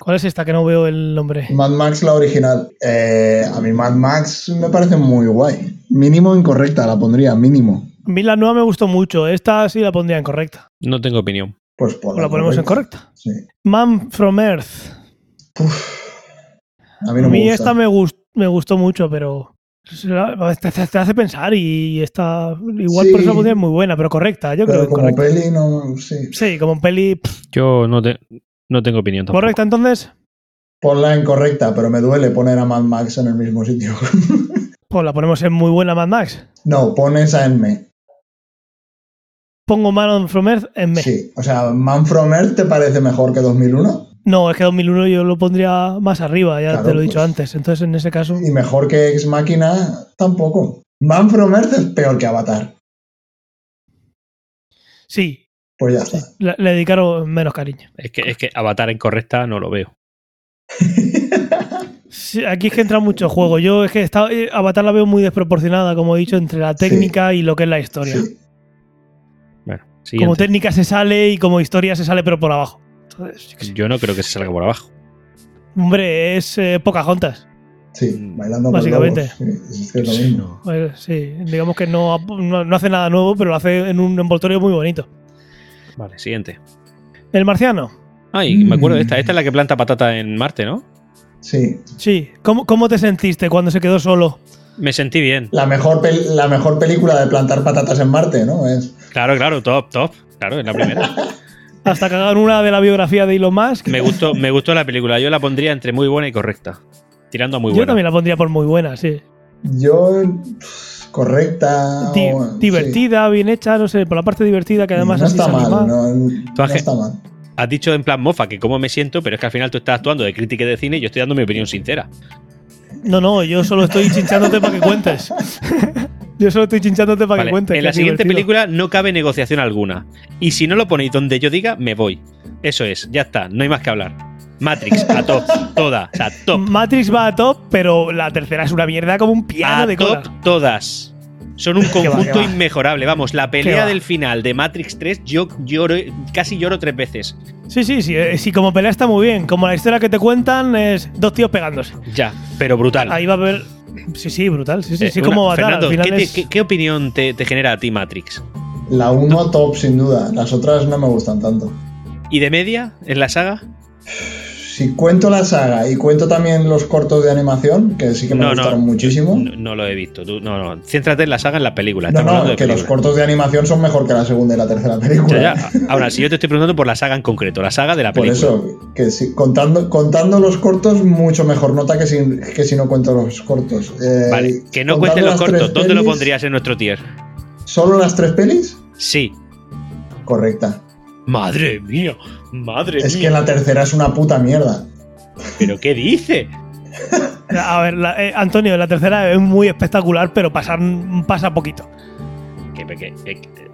B: ¿Cuál es esta que no veo el nombre?
D: Mad Max la original. Eh, a mí Mad Max me parece muy guay. Mínimo incorrecta la pondría, mínimo.
B: A mí la nueva me gustó mucho. Esta sí la pondría en correcta.
C: No tengo opinión.
D: Pues pon
B: O la ponemos en correcta.
D: Sí.
B: Man from Earth.
D: A mí no
B: a mí
D: me gusta.
B: esta me, gust- me gustó mucho, pero se la- te, te- te hace pensar y, está igual por
D: Sí.
B: eso la pondría en muy buena, pero correcta. Yo creo
D: Pero
B: que
D: como
B: correcta.
D: peli no. Sí.
B: Sí, como peli pff,
C: Yo no, te- no tengo opinión tampoco.
B: correcta entonces,
D: Ponla en correcta, pero me duele poner a Mad Max en el mismo sitio.
B: pues la ponemos en muy buena Mad Max.
D: no, pon esa en me.
B: Pongo Man on From Earth en me.
D: Sí. O sea, Man From Earth te parece mejor que 2001
B: No, es que 2001 yo lo pondría más arriba, ya
D: Claro,
B: te lo he dicho
D: pues.
B: antes. Entonces en ese caso,
D: y mejor que Ex Máquina tampoco. Man From Earth es peor que Avatar.
B: sí,
D: Pues ya está.
B: la- le dedicaron menos cariño.
C: Es que, es que Avatar en correcta no lo veo.
B: Sí, aquí es que entra mucho juego. Yo es que esta, eh, Avatar la veo muy desproporcionada, como he dicho, entre la técnica y lo que es la historia.
D: Sí.
C: Bueno,
B: como
C: siguiente.
B: técnica se sale y como historia se sale, pero por abajo. Entonces, yo qué sé.
C: Yo no creo que se salga por abajo.
B: Hombre, es eh, Pocahontas.
D: Sí, bailando con
B: Mm. Básicamente.
D: lobos. Sí, es que es lo mismo.
B: Pues, sí, digamos que no, ap- no, no hace nada nuevo, pero lo hace en un envoltorio muy bonito.
C: Vale, siguiente.
B: El marciano.
C: Ay, me acuerdo de esta.
D: Mm.
C: Esta es la que planta patata en Marte, ¿no?
D: Sí.
B: Sí. ¿Cómo, cómo te sentiste cuando se quedó solo?
C: Me sentí bien.
D: La mejor, pel- la mejor película de plantar patatas en Marte, ¿no? Es,
C: Claro, claro, top, top. Claro, es la primera.
B: Hasta cagar una de la biografía de Elon Musk.
C: Me gustó, me gustó la película. Yo la pondría entre muy buena y correcta. Tirando a muy
B: Yo
C: buena.
B: también la pondría por muy buena, sí.
D: yo, pff, correcta.
B: Di-
D: o- sí.
B: divertida, bien hecha, no sé, por la parte divertida que además
D: no
B: así
D: está
B: se
D: mal,
B: anima.
D: no, no
C: Ángel.
D: está mal.
C: Has dicho en plan mofa que cómo me siento, pero es que al final tú estás actuando de crítica y de cine y yo estoy dando mi opinión sincera.
B: No, no, yo solo estoy chinchándote para que cuentes. yo solo estoy chinchándote para
C: Vale,
B: que cuentes.
C: en
B: que
C: la
B: es
C: siguiente
B: divertido.
C: película no cabe negociación alguna. Y si no lo ponéis donde yo diga, me voy. Eso es, ya está, no hay más que hablar. Matrix, a top, toda, o sea, top.
B: Matrix va a top, pero la tercera es una mierda como un piano
C: a
B: de cola.
C: top todas. Son un
B: va,
C: conjunto
B: qué va.
C: inmejorable. Vamos, la pelea
B: va.
C: del final de Matrix 3, yo lloro, casi lloro tres veces.
B: Sí, sí, sí, eh, sí, como pelea está muy bien. Como la historia que te cuentan es dos tíos pegándose.
C: Ya, pero brutal.
B: Ahí va a haber. Sí, sí, brutal. Sí, sí,
C: Eh,
B: sí,
C: una-
B: como Avatar.
C: Fernando,
B: al final
C: ¿qué, te-
B: es-
C: qué- qué opinión te, te genera a ti Matrix?
D: La 1 top, sin duda. Las otras no me gustan tanto.
C: ¿Y de media en la saga?
D: Si cuento la saga y cuento también los cortos de animación, que sí que me gustaron muchísimo.
C: No, no lo he visto. Tú, no, no. Céntrate en la saga, en las películas.
D: No,
C: Estamos
D: no,
C: hablando de
D: que los
C: películas.
D: cortos de animación son mejor que la segunda y la tercera película.
C: Ya, ya. Ahora, si yo te estoy preguntando por la saga en concreto, la saga de la
D: Por
C: película.
D: eso, que si, contando, contando los cortos, mucho mejor nota que si, que si no cuento los cortos. Eh,
C: Vale, que no
D: contando
C: cuentes los
D: las tres
C: cortos. ¿Dónde lo
D: pelis,
C: pondrías en nuestro tier?
D: ¿Solo las tres pelis?
C: Sí.
D: Correcta.
C: Madre mía, madre
D: Es que
C: mía.
D: la tercera es una puta mierda.
C: ¿Pero qué dice?
B: A ver, la- eh, Antonio, la tercera es muy espectacular, pero pasar, pasa poquito.
C: Que- que- que- que-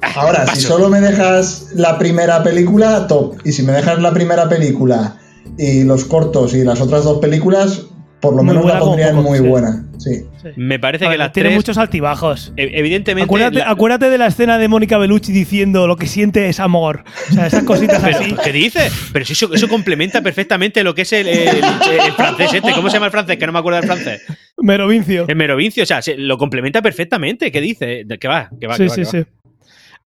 D: Ahora, si
C: paso.
D: solo me dejas la primera película, top. Y si me dejas la primera película y los cortos y las otras dos películas, por lo
B: Muy
D: menos
B: buena
D: la
B: como
D: pondría en
B: poco,
D: muy
B: sí.
D: buena. Sí.
C: Me parece
B: A
C: que
B: ver,
C: las
B: tiene
C: tres.
B: muchos altibajos.
C: e- Evidentemente.
B: Acuérdate,
C: la-
B: acuérdate de la escena de Mónica Bellucci diciendo lo que siente es amor. O sea, esas cositas
C: Pero,
B: así.
C: ¿Qué dices? Pero si eso, eso complementa perfectamente lo que es el, el- el francés este. ¿Cómo se llama el francés? Que no me acuerdo del francés.
B: Merovincio.
C: El merovincio. O sea, se- lo complementa perfectamente. ¿Qué dice? Que va, que va. que
B: Sí,
C: va,
B: sí,
C: que
B: sí.
C: va.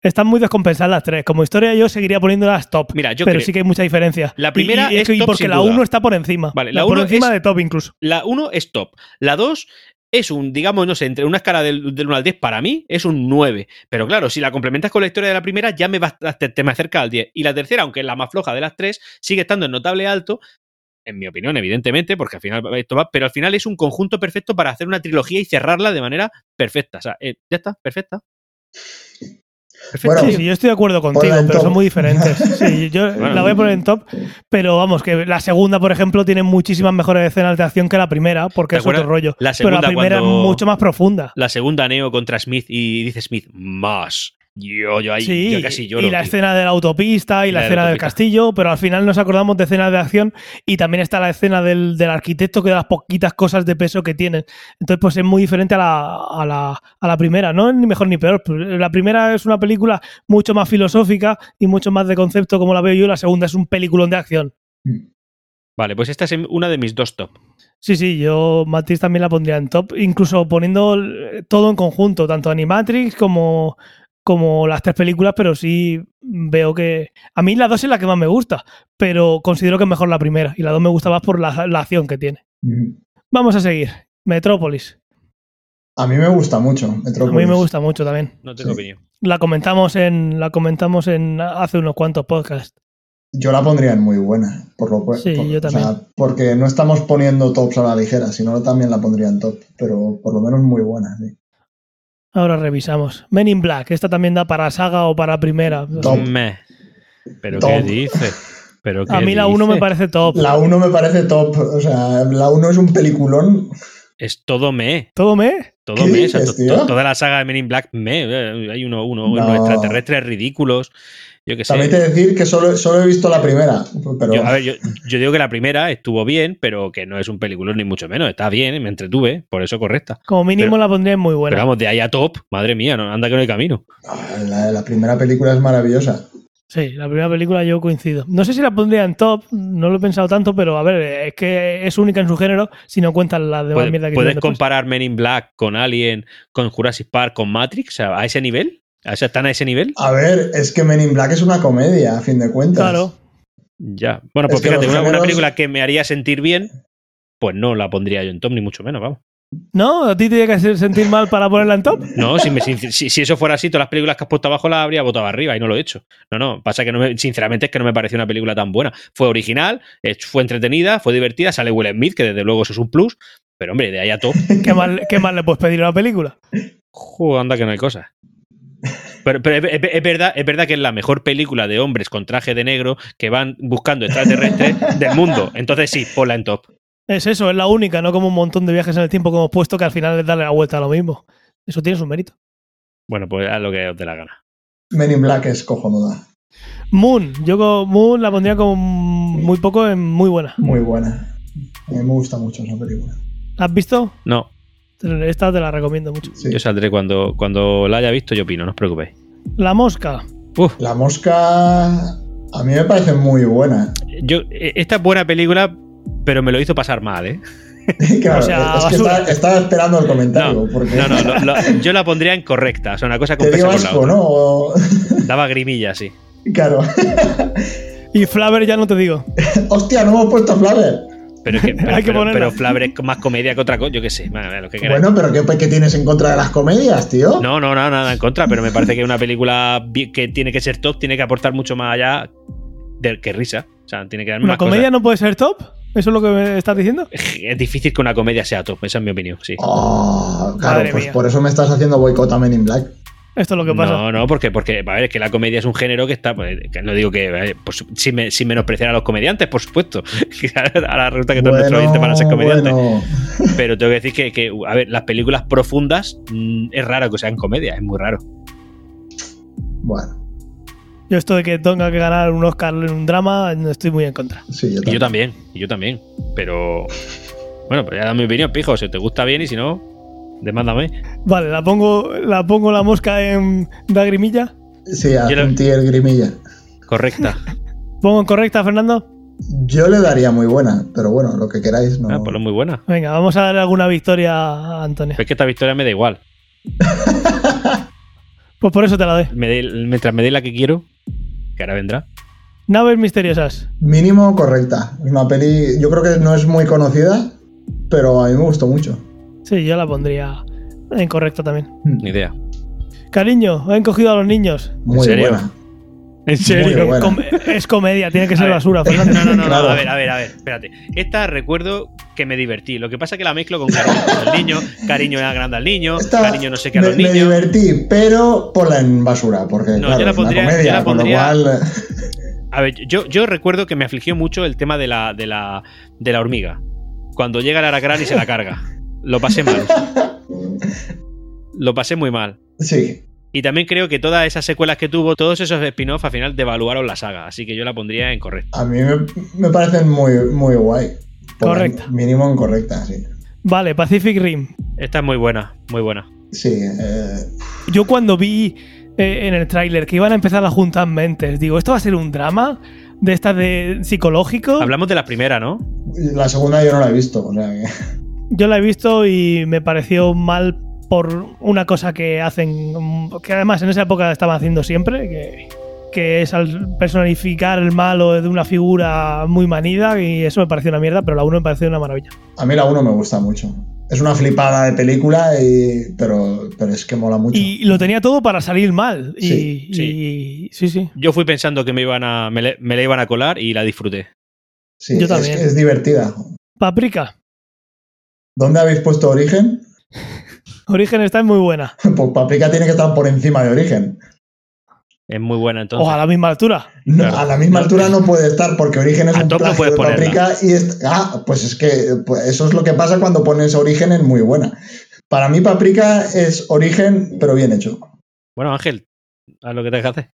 B: Están muy descompensadas las tres. Como historia yo seguiría poniéndolas top.
C: Mira, yo
B: pero
C: creo-
B: sí que hay mucha diferencia.
C: La primera
B: Y- y
C: es top
B: porque
C: sin
B: la
C: duda.
B: 1 está por encima.
C: Vale,
B: la
C: la
B: por
C: uno
B: encima
C: es-
B: de top incluso.
C: La 1 es top. La 2 es un, digamos, no sé, entre una escala del, 1 al 10, para mí es un 9. Pero claro, si la complementas con la historia de la primera, ya me vas, te, te me acerca al 10. Y la tercera, aunque es la más floja de las tres, sigue estando en notable alto. en mi opinión, evidentemente, porque al final esto va, pero al final es un conjunto perfecto para hacer una trilogía y cerrarla de manera perfecta. O sea, eh, ya está, perfecta.
B: Perfecto.
D: Bueno,
B: sí, sí, yo estoy de acuerdo contigo,
D: ponla en
B: pero
D: top.
B: son muy diferentes. Sí, yo
C: Bueno.
B: la voy a poner en top, pero vamos, que la segunda, por ejemplo, tiene muchísimas mejores escenas de acción que la primera, porque
C: ¿Te
B: es otro
C: acuerdas?
B: rollo.
C: La
B: pero la
C: segunda
B: primera
C: cuando-
B: es mucho más profunda.
C: La segunda Neo contra Smith y dice Smith, más. Yo, yo ahí,
B: sí,
C: yo casi lloro.
B: y la
C: tío.
B: escena de la autopista y la,
C: La de la
B: escena del
C: autopista.
B: castillo, pero al final nos acordamos de escenas de acción y también está la escena del, del arquitecto que da las poquitas cosas de peso que tienen. Entonces, pues es muy diferente a la, a la, a la primera, no es ni mejor ni peor. La primera es una película mucho más filosófica y mucho más de concepto como la veo yo, la segunda es un peliculón de acción.
C: Vale, pues esta es una de mis dos top.
B: Sí, sí, yo Matrix también la pondría en top, incluso poniendo eh, todo en conjunto, tanto Animatrix como, como las tres películas, pero sí veo que... A mí la dos es la que más me gusta, pero considero que es mejor la primera, y la dos me gusta más por la, la acción que tiene.
D: ujú.
B: Vamos a seguir. Metrópolis.
D: A mí me gusta mucho.
B: A
D: Metrópolis.
B: mí me gusta mucho también.
C: No tengo
D: Sí.
C: opinión.
B: La comentamos en la comentamos en hace unos cuantos podcasts.
D: Yo la pondría en muy buena, por lo cual.
B: Sí,
D: por-
B: yo
D: o sea,
B: también.
D: porque no estamos poniendo tops a la ligera, sino también la pondría en top, pero por lo menos muy buena. sí.
B: Ahora revisamos. Men in Black. Esta también da para saga o para primera.
D: Top.
C: Meh. ¿Pero
D: Top.
C: qué dice? ¿Pero
B: A
C: qué
B: mí la 1 me
C: dice?
B: parece top.
D: La 1 me parece top, o sea, la 1 es un peliculón.
C: Es todo me.
B: ¿Todo ¿eh? me?
C: Todo
D: ¿Qué
C: me, o sea,
D: dices,
C: to-
D: tío?
C: to- toda la saga de Men in Black me. eh, Hay uno, uno, unos
D: No.
C: extraterrestres ridículos. Yo qué sé.
D: También te decir que solo, solo he visto la primera, pero
C: Yo- a ver, yo, yo digo que la primera estuvo bien, pero que no es un peliculón ni mucho menos. Está bien, me entretuve, por eso correcta.
B: Como mínimo
C: Pero-
B: la pondría en muy buena.
C: Pero vamos, de ahí a top, madre mía, no, anda que no hay camino.
D: ah, la, la primera película es maravillosa.
B: Sí, la primera película yo coincido. No sé si la pondría en top, no lo he pensado tanto, pero a ver, es que es única en su género si no cuentan las demás
C: Puede-
B: mierda que
C: ¿Puedes
B: hicieron después.
C: comparar Men in Black con Alien, con Jurassic Park, con Matrix? O sea, ¿A ese nivel? ¿A ese- ¿Están a ese nivel?
D: A ver, es que Men in Black es una comedia, a fin de cuentas.
B: Claro.
C: Ya. Bueno,
D: Es
C: pues
D: que
C: fíjate,
D: los
C: una, una
D: géneros-
C: película que me haría sentir bien, pues no la pondría yo en top, ni mucho menos, vamos.
B: ¿No? ¿A ti te tiene que hacer sentir mal para ponerla en top?
C: No, si, me- si- si- si eso fuera así, todas las películas que has puesto abajo las habría votado arriba y no lo he hecho. No, no, pasa que no me- sinceramente es que no me pareció una película tan buena. Fue original, eh, fue entretenida, fue divertida, sale Will Smith, que desde luego eso es un plus, pero hombre, de ahí a top,
B: ¿Qué más, qué más le puedes pedir a la película?
C: jo, anda que no hay cosas. Pero, pero es, es- es verdad, es verdad que es la mejor película de hombres con traje de negro que van buscando extraterrestres del mundo. Entonces sí, ponla en top.
B: Es eso, es la única, no como un montón de viajes en el tiempo que hemos puesto que al final es darle la vuelta a lo mismo. Eso tiene su mérito.
C: Bueno, pues haz lo que os dé la gana.
D: Men in Black es cojonuda,
B: Moon, yo con Moon la pondría con muy poco en muy buena.
D: muy buena. A mí me gusta mucho esa película.
B: ¿La ¿Has visto?
C: No,
B: Esta te la recomiendo mucho.
D: Sí.
C: yo saldré cuando, cuando la haya visto, yo opino, no os preocupéis.
B: La mosca.
C: Uf.
D: La mosca a mí me parece muy buena.
C: Yo, eh, esta es buena película, pero me lo hizo pasar mal, ¿eh?
D: Claro,
B: O sea,
D: es que
B: basura.
D: estaba, estaba esperando el comentario.
C: No,
D: porque
C: no, no, lo- lo- yo la pondría en correcta, o sea, una cosa
D: te dio
C: compensa con la
D: asco,
C: otra.
D: ¿no? O-
C: Daba grimilla, sí.
D: Claro.
B: Y Flaver ya no te digo.
D: Hostia, no hemos puesto Flaver.
C: Pero, es que, pero,
B: Hay que
C: pero-
B: ponerla.
C: pero Flaver es más comedia que otra cosa, yo qué sé, bueno, lo que queráis.
D: Bueno, pero ¿qué, ¿qué tienes en contra de las comedias, tío?
C: No, no, no, nada en contra, pero me parece que una película bi- que tiene que ser top tiene que aportar mucho más allá de que risa. O sea, tiene que darme
B: ¿Una
C: más cosas.
B: comedia no puede ser top? ¿Eso es lo que me estás diciendo?
C: Es difícil que una comedia sea top, esa es mi opinión, sí.
D: Oh, claro,
B: Madre
D: pues
B: mía.
D: por eso me estás haciendo boicot a Men in Black.
B: Esto es lo que pasa.
C: No, no, porque, porque a ver, es que la comedia es un género que está. pues, que no digo que. eh, pues, sin, me- sin menospreciar a los comediantes, por supuesto. Que Ahora resulta que todos nuestros oyentes van a ser comediantes.
D: bueno.
C: Pero tengo que decir que, que, a ver, las películas profundas mm, es raro que sean comedia, es muy raro.
D: Bueno,
B: Yo esto de que tenga que ganar un Oscar en un drama, no estoy muy en contra.
D: sí, yo
C: Y yo
D: también.
C: también, y yo también. Pero. Bueno, pues ya da mi opinión, pijo. Si te gusta bien y si no, demándame.
B: Vale, la pongo la, pongo la mosca en Dagrimilla.
D: Sí, a
C: Yo la-
D: un tier grimilla.
C: Correcta.
B: ¿Pongo en correcta, Fernando?
D: Yo le daría muy buena, pero bueno, lo que queráis. No.
C: Ah, pues lo muy buena.
B: Venga, vamos a darle alguna victoria a Antonio.
C: Pero Es que esta victoria me da igual.
B: Pues por eso te la doy.
C: Me dé- mientras me dé la que quiero, que ahora vendrá.
B: Naves misteriosas.
D: Mínimo correcta. Es una peli, yo creo que no es muy conocida, pero a mí me gustó mucho.
B: Sí, yo la pondría en correcta también.
C: Ni idea.
B: Cariño, han cogido a los niños.
D: Muy
C: serio?
D: buena.
C: En serio.
D: Muy buena.
B: Com- es comedia, tiene que
C: A
B: ser
C: ver.
B: basura,
C: No,
B: Fernando.
C: no, no, no,
D: Claro.
C: a ver, a ver, a ver, espérate. Esta recuerdo que me divertí. Lo que pasa es que la mezclo con cariño al niño, cariño agranda al niño,
D: Esta
C: cariño no sé qué a
D: me,
C: los
D: me
C: niños.
D: divertí, pero ponla en basura, porque
C: No,
D: claro,
C: yo la
D: es una
C: pondría-
D: comedia,
C: yo la
D: con lo
C: pondría-
D: cual
C: A ver, yo, yo recuerdo que me afligió mucho el tema de la, de la, de la hormiga. Cuando llega el aracrán y se la carga. Lo pasé mal. Lo pasé muy mal.
D: sí.
C: Y también creo que todas esas secuelas que tuvo, todos esos spin-off al final devaluaron la saga. Así que yo la pondría en correcto.
D: A mí me, me parecen muy, muy guay. Por
B: Correcta.
D: Mínimo incorrecta, sí.
B: Vale, Pacific Rim.
C: Esta es muy buena, muy buena.
D: Sí, eh,
B: Yo cuando vi eh, en el tráiler que iban a empezar a juntar mentes, digo, ¿esto va a ser un drama? ¿De esta de psicológico?
C: Hablamos de la primera, ¿no?
D: la segunda yo no la he visto. O sea que-
B: Yo la he visto y me pareció mal por una cosa que hacen, mm, que además en esa época estaban haciendo siempre, que, que es al personificar el malo de una figura muy manida y eso me pareció una mierda, pero la uno me pareció una maravilla.
D: a mí la 1 me gusta mucho. Es una flipada de película, y, pero, pero es que mola mucho.
B: Y lo tenía todo para salir mal. Y,
D: Sí,
B: y- sí, sí.
C: Yo fui pensando que me iban a, me, le- me la iban a colar y la disfruté.
D: Sí,
B: yo
D: es
B: también.
D: que es divertida.
B: Paprika.
D: ¿Dónde habéis puesto origen?
B: Origen está muy buena.
D: Pues Paprika tiene que estar por encima de origen.
C: Es muy buena entonces.
B: O a la misma altura.
D: No,
C: Claro.
D: A la misma altura no puede estar porque Origen es
C: A
D: un
C: top no
D: plagio
C: puedes
D: de
C: ponerla.
D: Paprika y es- ah, pues es que eh, pues eso es lo que pasa cuando pones Origen en muy buena. Para mí Paprika es Origen pero bien hecho.
C: Bueno, Ángel, haz lo que tengas que hacer.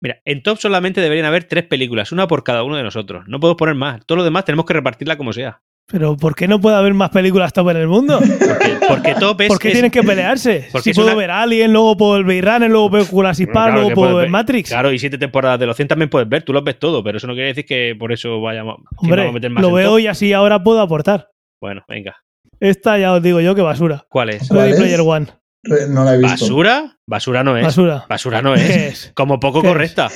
C: Mira, en top solamente deberían haber tres películas, una por cada uno de nosotros. No podemos poner más. Todo lo demás tenemos que repartirla como sea.
B: Pero ¿por qué no puede haber más películas top en el mundo?
C: Porque, porque top es.
B: ¿Por qué
C: es-
B: tienen que pelearse?
C: porque
B: Si
C: es
B: puedo
C: una-
B: ver Alien, luego puedo ver Runner, luego puedo ver Jurassic
C: Bueno,
B: Park,
C: claro
B: luego
C: que
B: puedo
C: puedes
B: ver
C: ver.
B: Matrix.
C: Claro, y siete temporadas de los 100 también puedes ver, tú los ves todo, pero eso no quiere decir que por eso vayamos que vamos
B: Hombre,
C: a meter más
B: lo
C: en
B: veo
C: top.
B: y así ahora puedo aportar.
C: Bueno, venga.
B: Esta ya os digo yo que basura.
C: ¿Cuál es?
D: ¿Cuál
B: Ready
D: es?
B: Player One.
D: Re- No la he visto.
C: ¿Basura? Basura no es. Basura,
B: Basura.
C: no
B: ¿Qué
C: es.
B: es?
C: Como poco
B: ¿Qué es?
C: correcta.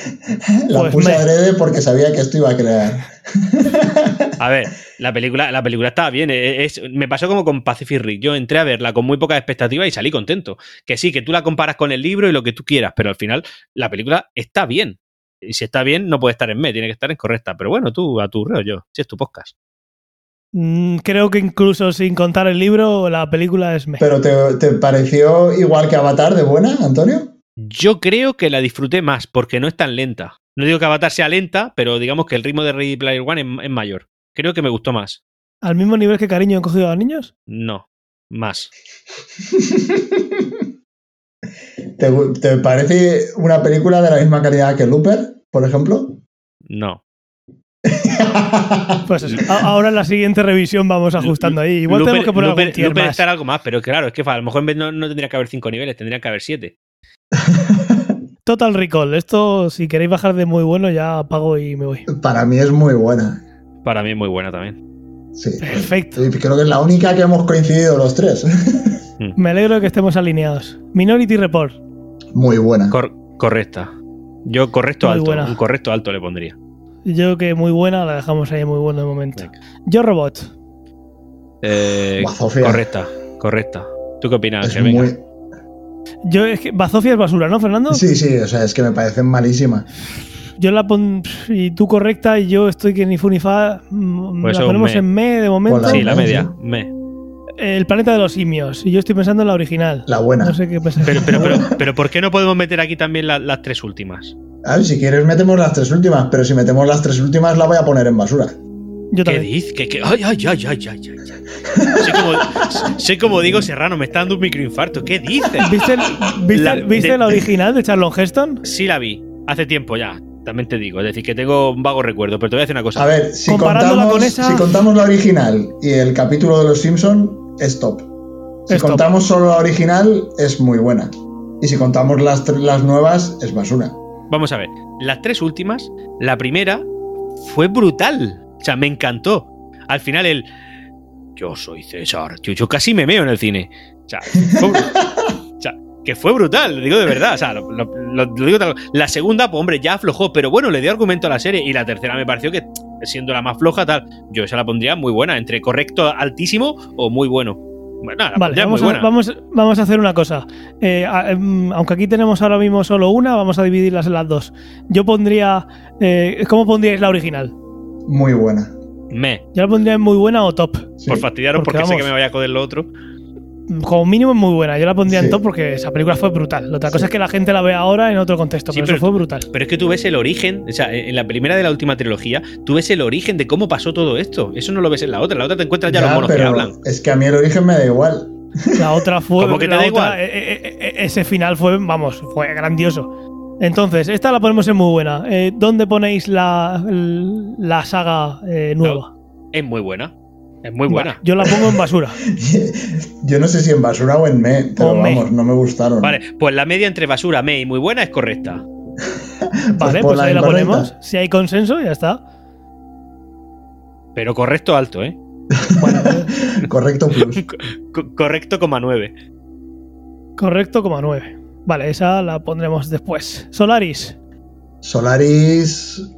D: La
B: Pues
D: puse
B: me-
D: adrede porque sabía que esto iba a crear.
C: A ver, la película, la película estaba bien. e, Es, es- me pasó como con Pacific Rim. Yo entré a verla con muy pocas expectativas y salí contento. Que sí, que tú la comparas con el libro y lo que tú quieras, pero al final la película está bien. Y si está bien, no puede estar en me, tiene que estar en correcta. Pero bueno, tú a tu reo yo. Si es tu podcast.
B: Mm, creo que incluso sin contar el libro, la película es me.
D: Pero te, te pareció igual que Avatar de buena, Antonio?
C: Yo creo que la disfruté más porque no es tan lenta. No digo que Avatar sea lenta, pero digamos que el ritmo de Ready Player One es, es mayor. Creo que me gustó más.
B: ¿Al mismo nivel que cariño he cogido a los niños?
C: No, más.
D: ¿Te, gu- te parece una película de la misma calidad que Looper, por ejemplo?
C: No.
B: Pues eso. A- ahora en la siguiente revisión vamos ajustando ahí. Igual
C: Looper-
B: tenemos que poner
C: Looper-
B: algún tier
C: Looper
B: más.
C: estar algo más, pero claro, es que a lo mejor en vez no, no tendría que haber cinco niveles, tendría que haber siete.
B: Total Recall. Esto, si queréis bajar de muy bueno, ya apago y me voy.
D: Para mí es muy buena.
C: Para mí es muy buena también.
D: Sí.
C: Eh.
B: Perfecto.
D: Y Creo que es la única que hemos coincidido los tres.
B: Me alegro de que estemos alineados. Minority Report.
D: Muy buena.
C: Cor- correcta. Yo correcto
B: Muy
C: alto,
B: buena.
C: un correcto alto le pondría.
B: Yo que muy buena, la dejamos ahí muy buena de momento.
C: Venga.
B: Yo Robot.
C: Eh,
D: Buah, Sofía.
C: correcta, correcta. ¿Tú qué opinas,
D: Es
C: Ángel? Ah, Venga.
D: muy-
B: Yo es que Bazofia es basura, ¿no, pues- Fernando?
D: Sí, sí, o sea, es que me parecen malísimas.
B: Yo la pon pf, y tú correcta y yo estoy que ni fu ni fa. mm,
C: Pues
B: la
C: un
B: ponemos
C: me.
B: en me de momento.
D: Hola.
C: Sí, la
D: Sí.
C: media. Me.
B: El planeta de los simios. Y yo estoy pensando en la original.
D: La buena.
B: No sé qué pensar.
C: Pero, pero, pero, pero ¿por qué no podemos meter aquí también la- las tres últimas?
D: A ver, si quieres metemos las tres últimas, pero si metemos las tres últimas la voy a poner en basura.
B: yo
C: ¿Qué
B: también.
C: dices? ¿Qué, qué? Ay, ay, ay, ay, ay, ay, ay. Sé como, sé como digo Serrano, me está dando un microinfarto. ¿Qué dices?
B: ¿Viste, el- viste,
C: La-
B: el- viste
C: de-
B: la original de Charlon Heston?
C: Sí la vi, hace tiempo ya. También te digo, es decir, que tengo un vago recuerdo, pero te voy a decir una cosa.
D: A ver, si
B: Comparándola
D: contamos,
B: con esa-
D: si contamos la original y el capítulo de los Simpson es top. Si
B: Es top.
D: contamos solo la original, es muy buena. Y si contamos las, tre- las nuevas, es basura.
C: Vamos a ver, las tres últimas, la primera fue brutal. O sea, me encantó. Al final el... Yo soy César. Yo, yo casi me meo en el cine. O sea, fue bru- o sea, que fue brutal, lo digo de verdad. O sea, lo, lo- lo- lo digo tal- La segunda, pues hombre, ya aflojó, pero bueno, le dio argumento a la serie. Y la tercera me pareció que, siendo la más floja, tal, yo esa la pondría muy buena, entre correcto, altísimo o muy bueno. Bueno, nada,
B: Vale,
C: Ah, ya es
B: vamos,
C: muy
B: a,
C: buena.
B: vamos, vamos a hacer una cosa. Eh, a- em, aunque aquí tenemos ahora mismo solo una, vamos a dividirlas en las dos. Yo pondría. eh, ¿Cómo pondríais la original?
D: Muy buena.
C: Me,
B: Yo la pondría en muy buena o top.
D: Sí.
C: por fastidiaros
B: porque
C: porque, sé
B: vamos.
C: que me vaya a coger lo otro.
B: Como mínimo en muy buena. Yo la pondría en
D: Sí.
B: top porque esa película fue brutal. La otra cosa
D: Sí.
B: es que la gente la ve ahora en otro contexto,
C: Sí,
B: pero, eso
C: pero-
B: fue brutal.
C: Pero es que tú ves el origen, o sea, en la primera de la última trilogía, tú ves el origen de cómo pasó todo esto. Eso no lo ves en la otra. En la otra te encuentras ya, los monos que
D: pero
C: hablan.
D: Es que a mí el origen me da igual.
B: La otra fue.
C: ¿Cómo que te
B: la otra-
C: da igual?
B: e- e- e- ese final fue, vamos, fue grandioso. Entonces, esta la ponemos en muy buena. Eh, ¿Dónde ponéis la, la saga eh, nueva?
C: Es muy buena. Es muy buena.
B: Yo la pongo en basura.
D: Yo no sé si en basura o en me, pero
B: O me.
D: vamos, no me gustaron.
C: Vale, pues la media entre basura, me y muy buena es correcta.
B: Vale,
D: Pues
B: pues
D: ponla
B: ahí
D: en
B: la
D: 40.
B: ponemos. Si hay consenso, ya está.
C: Pero correcto alto, ¿eh?
B: Bueno, eh,
D: Correcto plus.
C: Co- correcto, coma nueve.
B: correcto, como 9. Vale, esa la pondremos después. Solaris.
D: Solaris,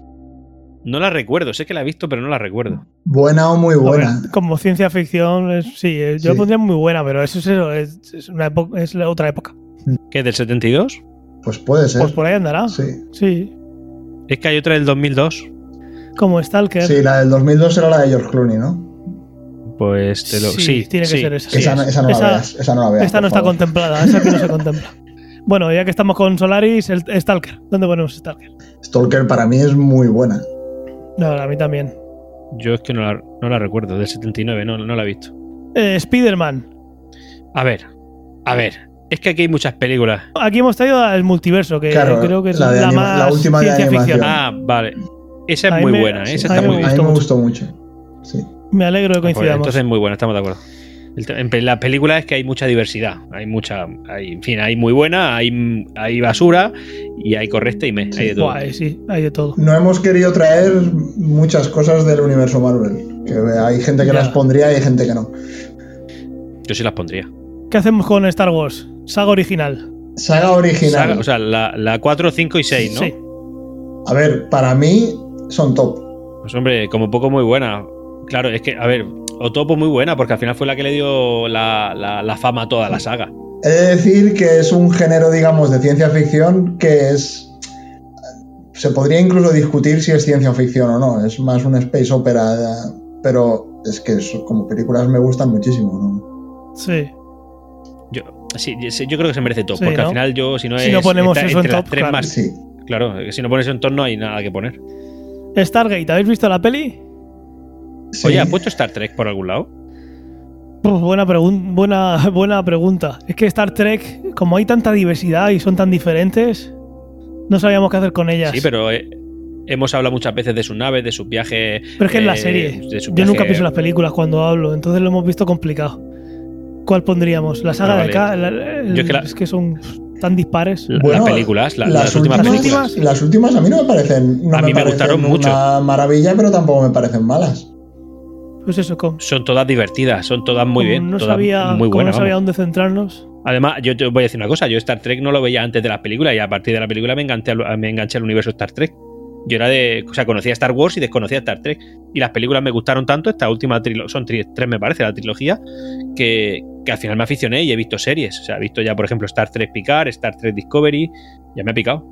C: No la recuerdo, sé que la he visto, pero no la recuerdo.
D: buena o muy
B: A ver,
D: buena.
B: como ciencia ficción, es- sí, eh, yo
D: Sí.
B: la pondría muy buena, pero eso es eso, es, es una epo- es la otra época.
C: ¿Qué es del 72?
D: Pues puede ser.
B: Pues por ahí andará. Sí.
D: Sí.
C: Es que hay otra del 2002.
B: Como Stalker.
D: sí, la del 2002 era la de George Clooney, ¿no?
C: Pues te lo.
B: Sí,
C: Sí,
B: tiene que
C: sí,
B: ser esa.
C: sí,
D: esa,
C: es.
D: no- esa no
B: Esa-
D: la veas. Esa no la veas.
B: Esta no
D: por
B: está
D: favor.
B: contemplada, esa que no se contempla. Bueno, ya que estamos con Solaris, el Stalker. ¿Dónde ponemos Stalker?
D: Stalker para mí es muy buena.
B: No, a mí también.
C: Yo es que no la, no la recuerdo, del 79, no, no la he visto.
B: Eh, Spider-Man.
C: A ver, a ver. Es que aquí hay muchas películas.
B: Aquí hemos traído al multiverso, que
D: Claro,
B: creo que es la,
D: la de anima-
B: más
D: la última de
B: ciencia ficción.
C: Ah,
D: animación.
C: vale. Esa
B: A
C: es
B: mí
C: muy
B: me-
C: buena, ¿eh?
B: sí,
C: esa
B: a
C: está
B: mí
C: muy
B: me
D: a
C: bien.
D: mí
B: gustó
D: me
B: mucho.
D: gustó mucho. Sí.
B: Ah, Me alegro de
C: Pues
B: coincidamos.
C: entonces es muy buena, estamos de acuerdo. El te- En pe- la película es que hay mucha diversidad. Hay mucha. Hay, en fin, hay muy buena, hay, hay basura y hay correcta y me. Hay de todo.
B: Guay, sí, hay de todo.
D: No hemos querido traer muchas cosas del universo Marvel. Que hay gente que
B: Ya.
D: las pondría y hay gente que no.
C: Yo sí las pondría.
B: ¿Qué hacemos con Star Wars? Saga original.
D: Saga original.
C: Saga- o sea, la, la 4, 5 y 6, ¿no?
B: Sí.
D: A ver, para mí son top.
C: Pues hombre, como poco muy buena. Claro, es que, a ver, Otopo muy buena, porque al final fue la que le dio la, la- la fama a toda la saga.
D: He de decir que es un género, digamos, de ciencia ficción que es. Se podría incluso discutir si es ciencia ficción o no. Es más un space opera. eh, Pero es que es- como películas me gustan muchísimo. ¿no?
B: Sí.
C: Yo, sí, sí, yo creo que se merece top,
B: Sí,
C: porque
B: ¿no?
C: al final yo, si no
B: Si
C: es-
B: no ponemos eso en
C: entre las
B: top,
C: tres
B: claro.
C: más-
D: Sí.
C: claro, es que si no pones eso en top no hay nada que poner.
B: Stargate, ¿habéis visto la peli?
D: sí.
C: Oye, pues, ¿has puesto Star Trek por algún lado?
B: Puf, buena, pregun- buena, buena pregunta. Es que Star Trek, como hay tanta diversidad y son tan diferentes, no sabíamos qué hacer con ellas.
C: Sí, pero eh, hemos hablado muchas veces de sus naves, de sus viajes.
B: Pero es que en la
C: eh,
B: serie.
C: de su
B: Yo nunca
C: viaje-
B: pienso en las películas cuando hablo, entonces lo hemos visto complicado. ¿Cuál pondríamos? ¿La saga
C: Bueno,
B: de acá?
C: vale.
B: La- el-
C: Yo es que la-
B: son tan dispares.
C: la-
D: Bueno,
C: las películas, la- las,
D: las
C: últimas
D: últimas-
C: películas.
D: Las últimas a mí no me parecen. No
C: A mí me
D: parecen
C: gustaron mucho.
D: Una maravilla, pero tampoco me parecen malas.
B: Pues eso, con,
C: Son todas divertidas, son todas muy
B: como
C: bien.
B: No
C: todas
B: sabía,
C: muy
B: como
C: buenas.
B: no sabía
C: vamos.
B: dónde centrarnos.
C: Además, yo te voy a decir una cosa: yo Star Trek no lo veía antes de las películas y a partir de la película me enganché al, me enganché al universo Star Trek. Yo era de. O sea, conocía Star Wars y desconocía Star Trek. Y las películas me gustaron tanto, esta última trilogía, son tri- tres, me parece, la trilogía, que, que al final me aficioné y he visto series. O sea, he visto ya, por ejemplo, Star Trek Picard, Star Trek Discovery. Ya me ha picado.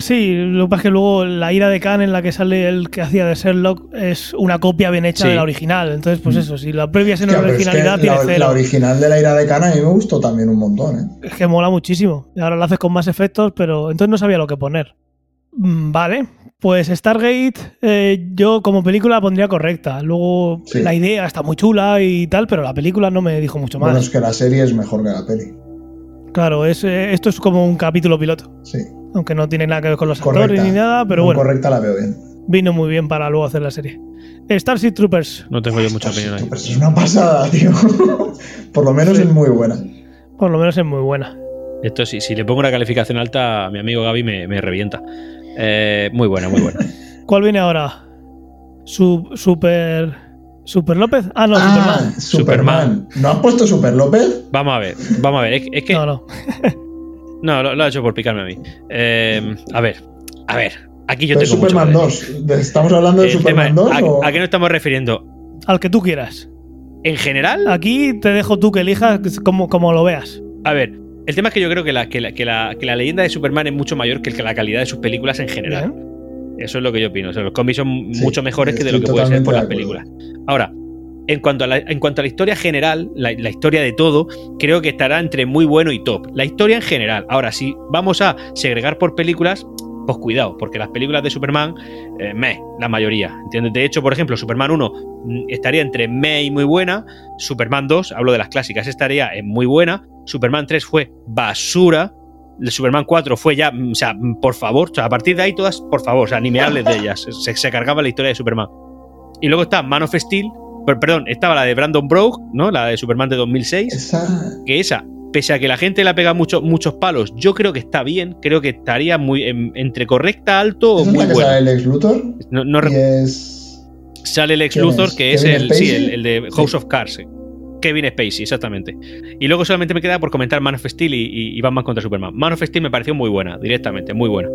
B: Sí, lo que pasa es que luego la ira de Khan en la que sale el que hacía de Sherlock es una copia bien hecha
C: Sí.
B: de la original. Entonces, pues eso, si la previa es en
D: Hostia, pero es que
B: originalidad, tiene
D: la,
B: cero.
D: la original de la ira de Cana a mí me gustó también un montón, ¿eh?
B: Es que mola muchísimo. Y ahora lo haces con más efectos, pero entonces no sabía lo que poner. Mm, Vale, pues Stargate eh, yo como película la pondría correcta. Luego
D: Sí.
B: la idea está muy chula y tal, pero la película no me dijo mucho más.
D: Bueno, es que la serie es mejor que la peli.
B: Claro, es, eh, esto es como un capítulo piloto,
D: Sí.
B: aunque no tiene nada que ver con los actores
D: Correcta.
B: ni nada, pero
D: No,
B: bueno,
D: Correcta la veo bien.
B: vino muy bien para luego hacer la serie. Starship Troopers,
C: No tengo yo mucha
D: Ostras,
C: opinión ahí.
D: pues es una pasada, tío. Por lo menos
B: Sí.
D: es muy buena.
B: por lo menos es muy buena.
C: Esto sí, si le pongo una calificación alta, mi amigo Gaby me, me revienta. Eh, muy buena, muy buena.
B: ¿Cuál viene ahora? Su- super... ¿Super López? Ah, no,
D: ah,
B: Superman.
D: Superman.
C: Superman.
D: ¿No han puesto Super López?
C: Vamos a ver, vamos a ver. Es, es que.
B: No,
C: No,
B: no.
C: lo, lo ha hecho por picarme a mí. Eh, a ver, a ver. Aquí yo
D: Pero es
C: tengo mucho
D: Pues Superman
C: que ver.
D: 2. ¿Estamos hablando de
C: El tema
D: Superman
C: es,
D: 2
C: ¿a-
D: o...?
C: ¿A qué nos estamos refiriendo?
B: Al que tú quieras.
C: En general,
B: Aquí te dejo tú que elijas como, como lo veas.
C: a ver, el tema es que yo creo que la, que la, que la- que la leyenda de Superman es mucho mayor que la calidad de sus películas en general.
B: Bien.
C: Eso es lo que yo opino. O sea, los cómics son
D: Sí,
C: mucho mejores que de lo que
D: estoy
C: puede ser por las
D: totalmente de
C: películas. Ahora, en cuanto a la, en cuanto a la historia general, la, la historia de todo, creo que estará entre muy bueno y top. La historia en general. Ahora, si vamos a segregar por películas, pues cuidado, porque las películas de Superman, eh, meh, la mayoría. ¿Entiendes? De hecho, por ejemplo, Superman 1 mm, estaría entre meh y muy buena. Superman 2, hablo de las clásicas, estaría en muy buena. Superman 3 fue basura. El Superman 4 fue ya, mm, o sea, mm, por favor, o sea, a partir de ahí todas, por favor, o sea, ni me hables de ellas. Se, se cargaba la historia de Superman. Y luego está Man of Steel, per- perdón, estaba la de Brandon Brough, ¿no? La de Superman de 2006
D: Esa,
C: que esa, pese a que la gente la pega mucho- muchos palos, yo creo que está bien, creo que estaría muy en- entre correcta, alto o
D: ¿esa es
C: Oh, muy
D: la que
C: buena.
D: sale el ex Luthor.
C: No, no
D: Y
C: recu-
D: es.
C: sale el ex
D: ¿Quién
C: Luthor,
D: es?
C: que es
D: ¿Kevin
C: el, sí,
D: Spacey?
C: el, el de House
D: Sí.
C: of Cards. sí. Kevin Spacey, exactamente. Y luego solamente me queda por comentar Man of Steel y, y- y Batman contra Superman. Man of Steel me pareció muy buena, directamente, muy buena.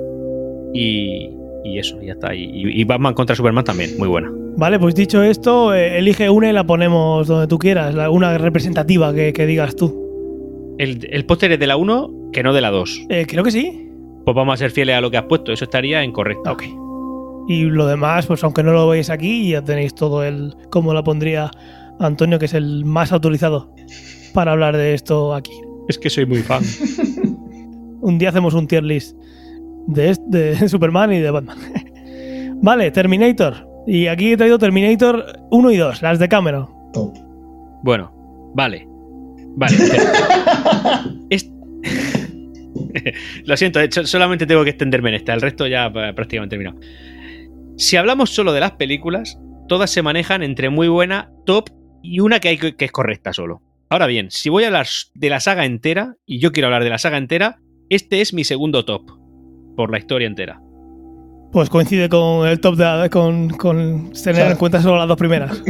C: Y, y eso, ya está. Y, y- y Batman contra Superman también, muy buena.
B: Vale, pues dicho esto, eh, elige una y la ponemos donde tú quieras, la- una representativa que, que digas tú.
C: El, el póster es de la 1, que no de la 2.
B: Eh, creo que sí.
C: Pues vamos a ser fieles a lo que has puesto, eso estaría incorrecto.
B: Ok. Y lo demás, pues aunque no lo veáis aquí, ya tenéis todo el, como la pondría Antonio, que es el más autorizado para hablar de esto aquí.
C: Es que soy muy fan.
B: Un día hacemos un tier list de, est- de Superman y de Batman. vale, Terminator. Y aquí he traído Terminator 1 y 2, las de Cameron.
D: Top.
C: Bueno, vale. Vale. Es- Lo siento, eh, so- solamente tengo que extenderme en esta. El resto ya eh, prácticamente terminado. Si hablamos solo de las películas, todas se manejan entre muy buena, top y una que, hay que que es correcta solo. Ahora bien, si voy a hablar s- de la saga entera, y yo quiero hablar de la saga entera, este es mi segundo top por la historia entera.
B: Pues coincide con el top de la- con, con tener
D: Claro.
B: en cuenta solo las dos primeras.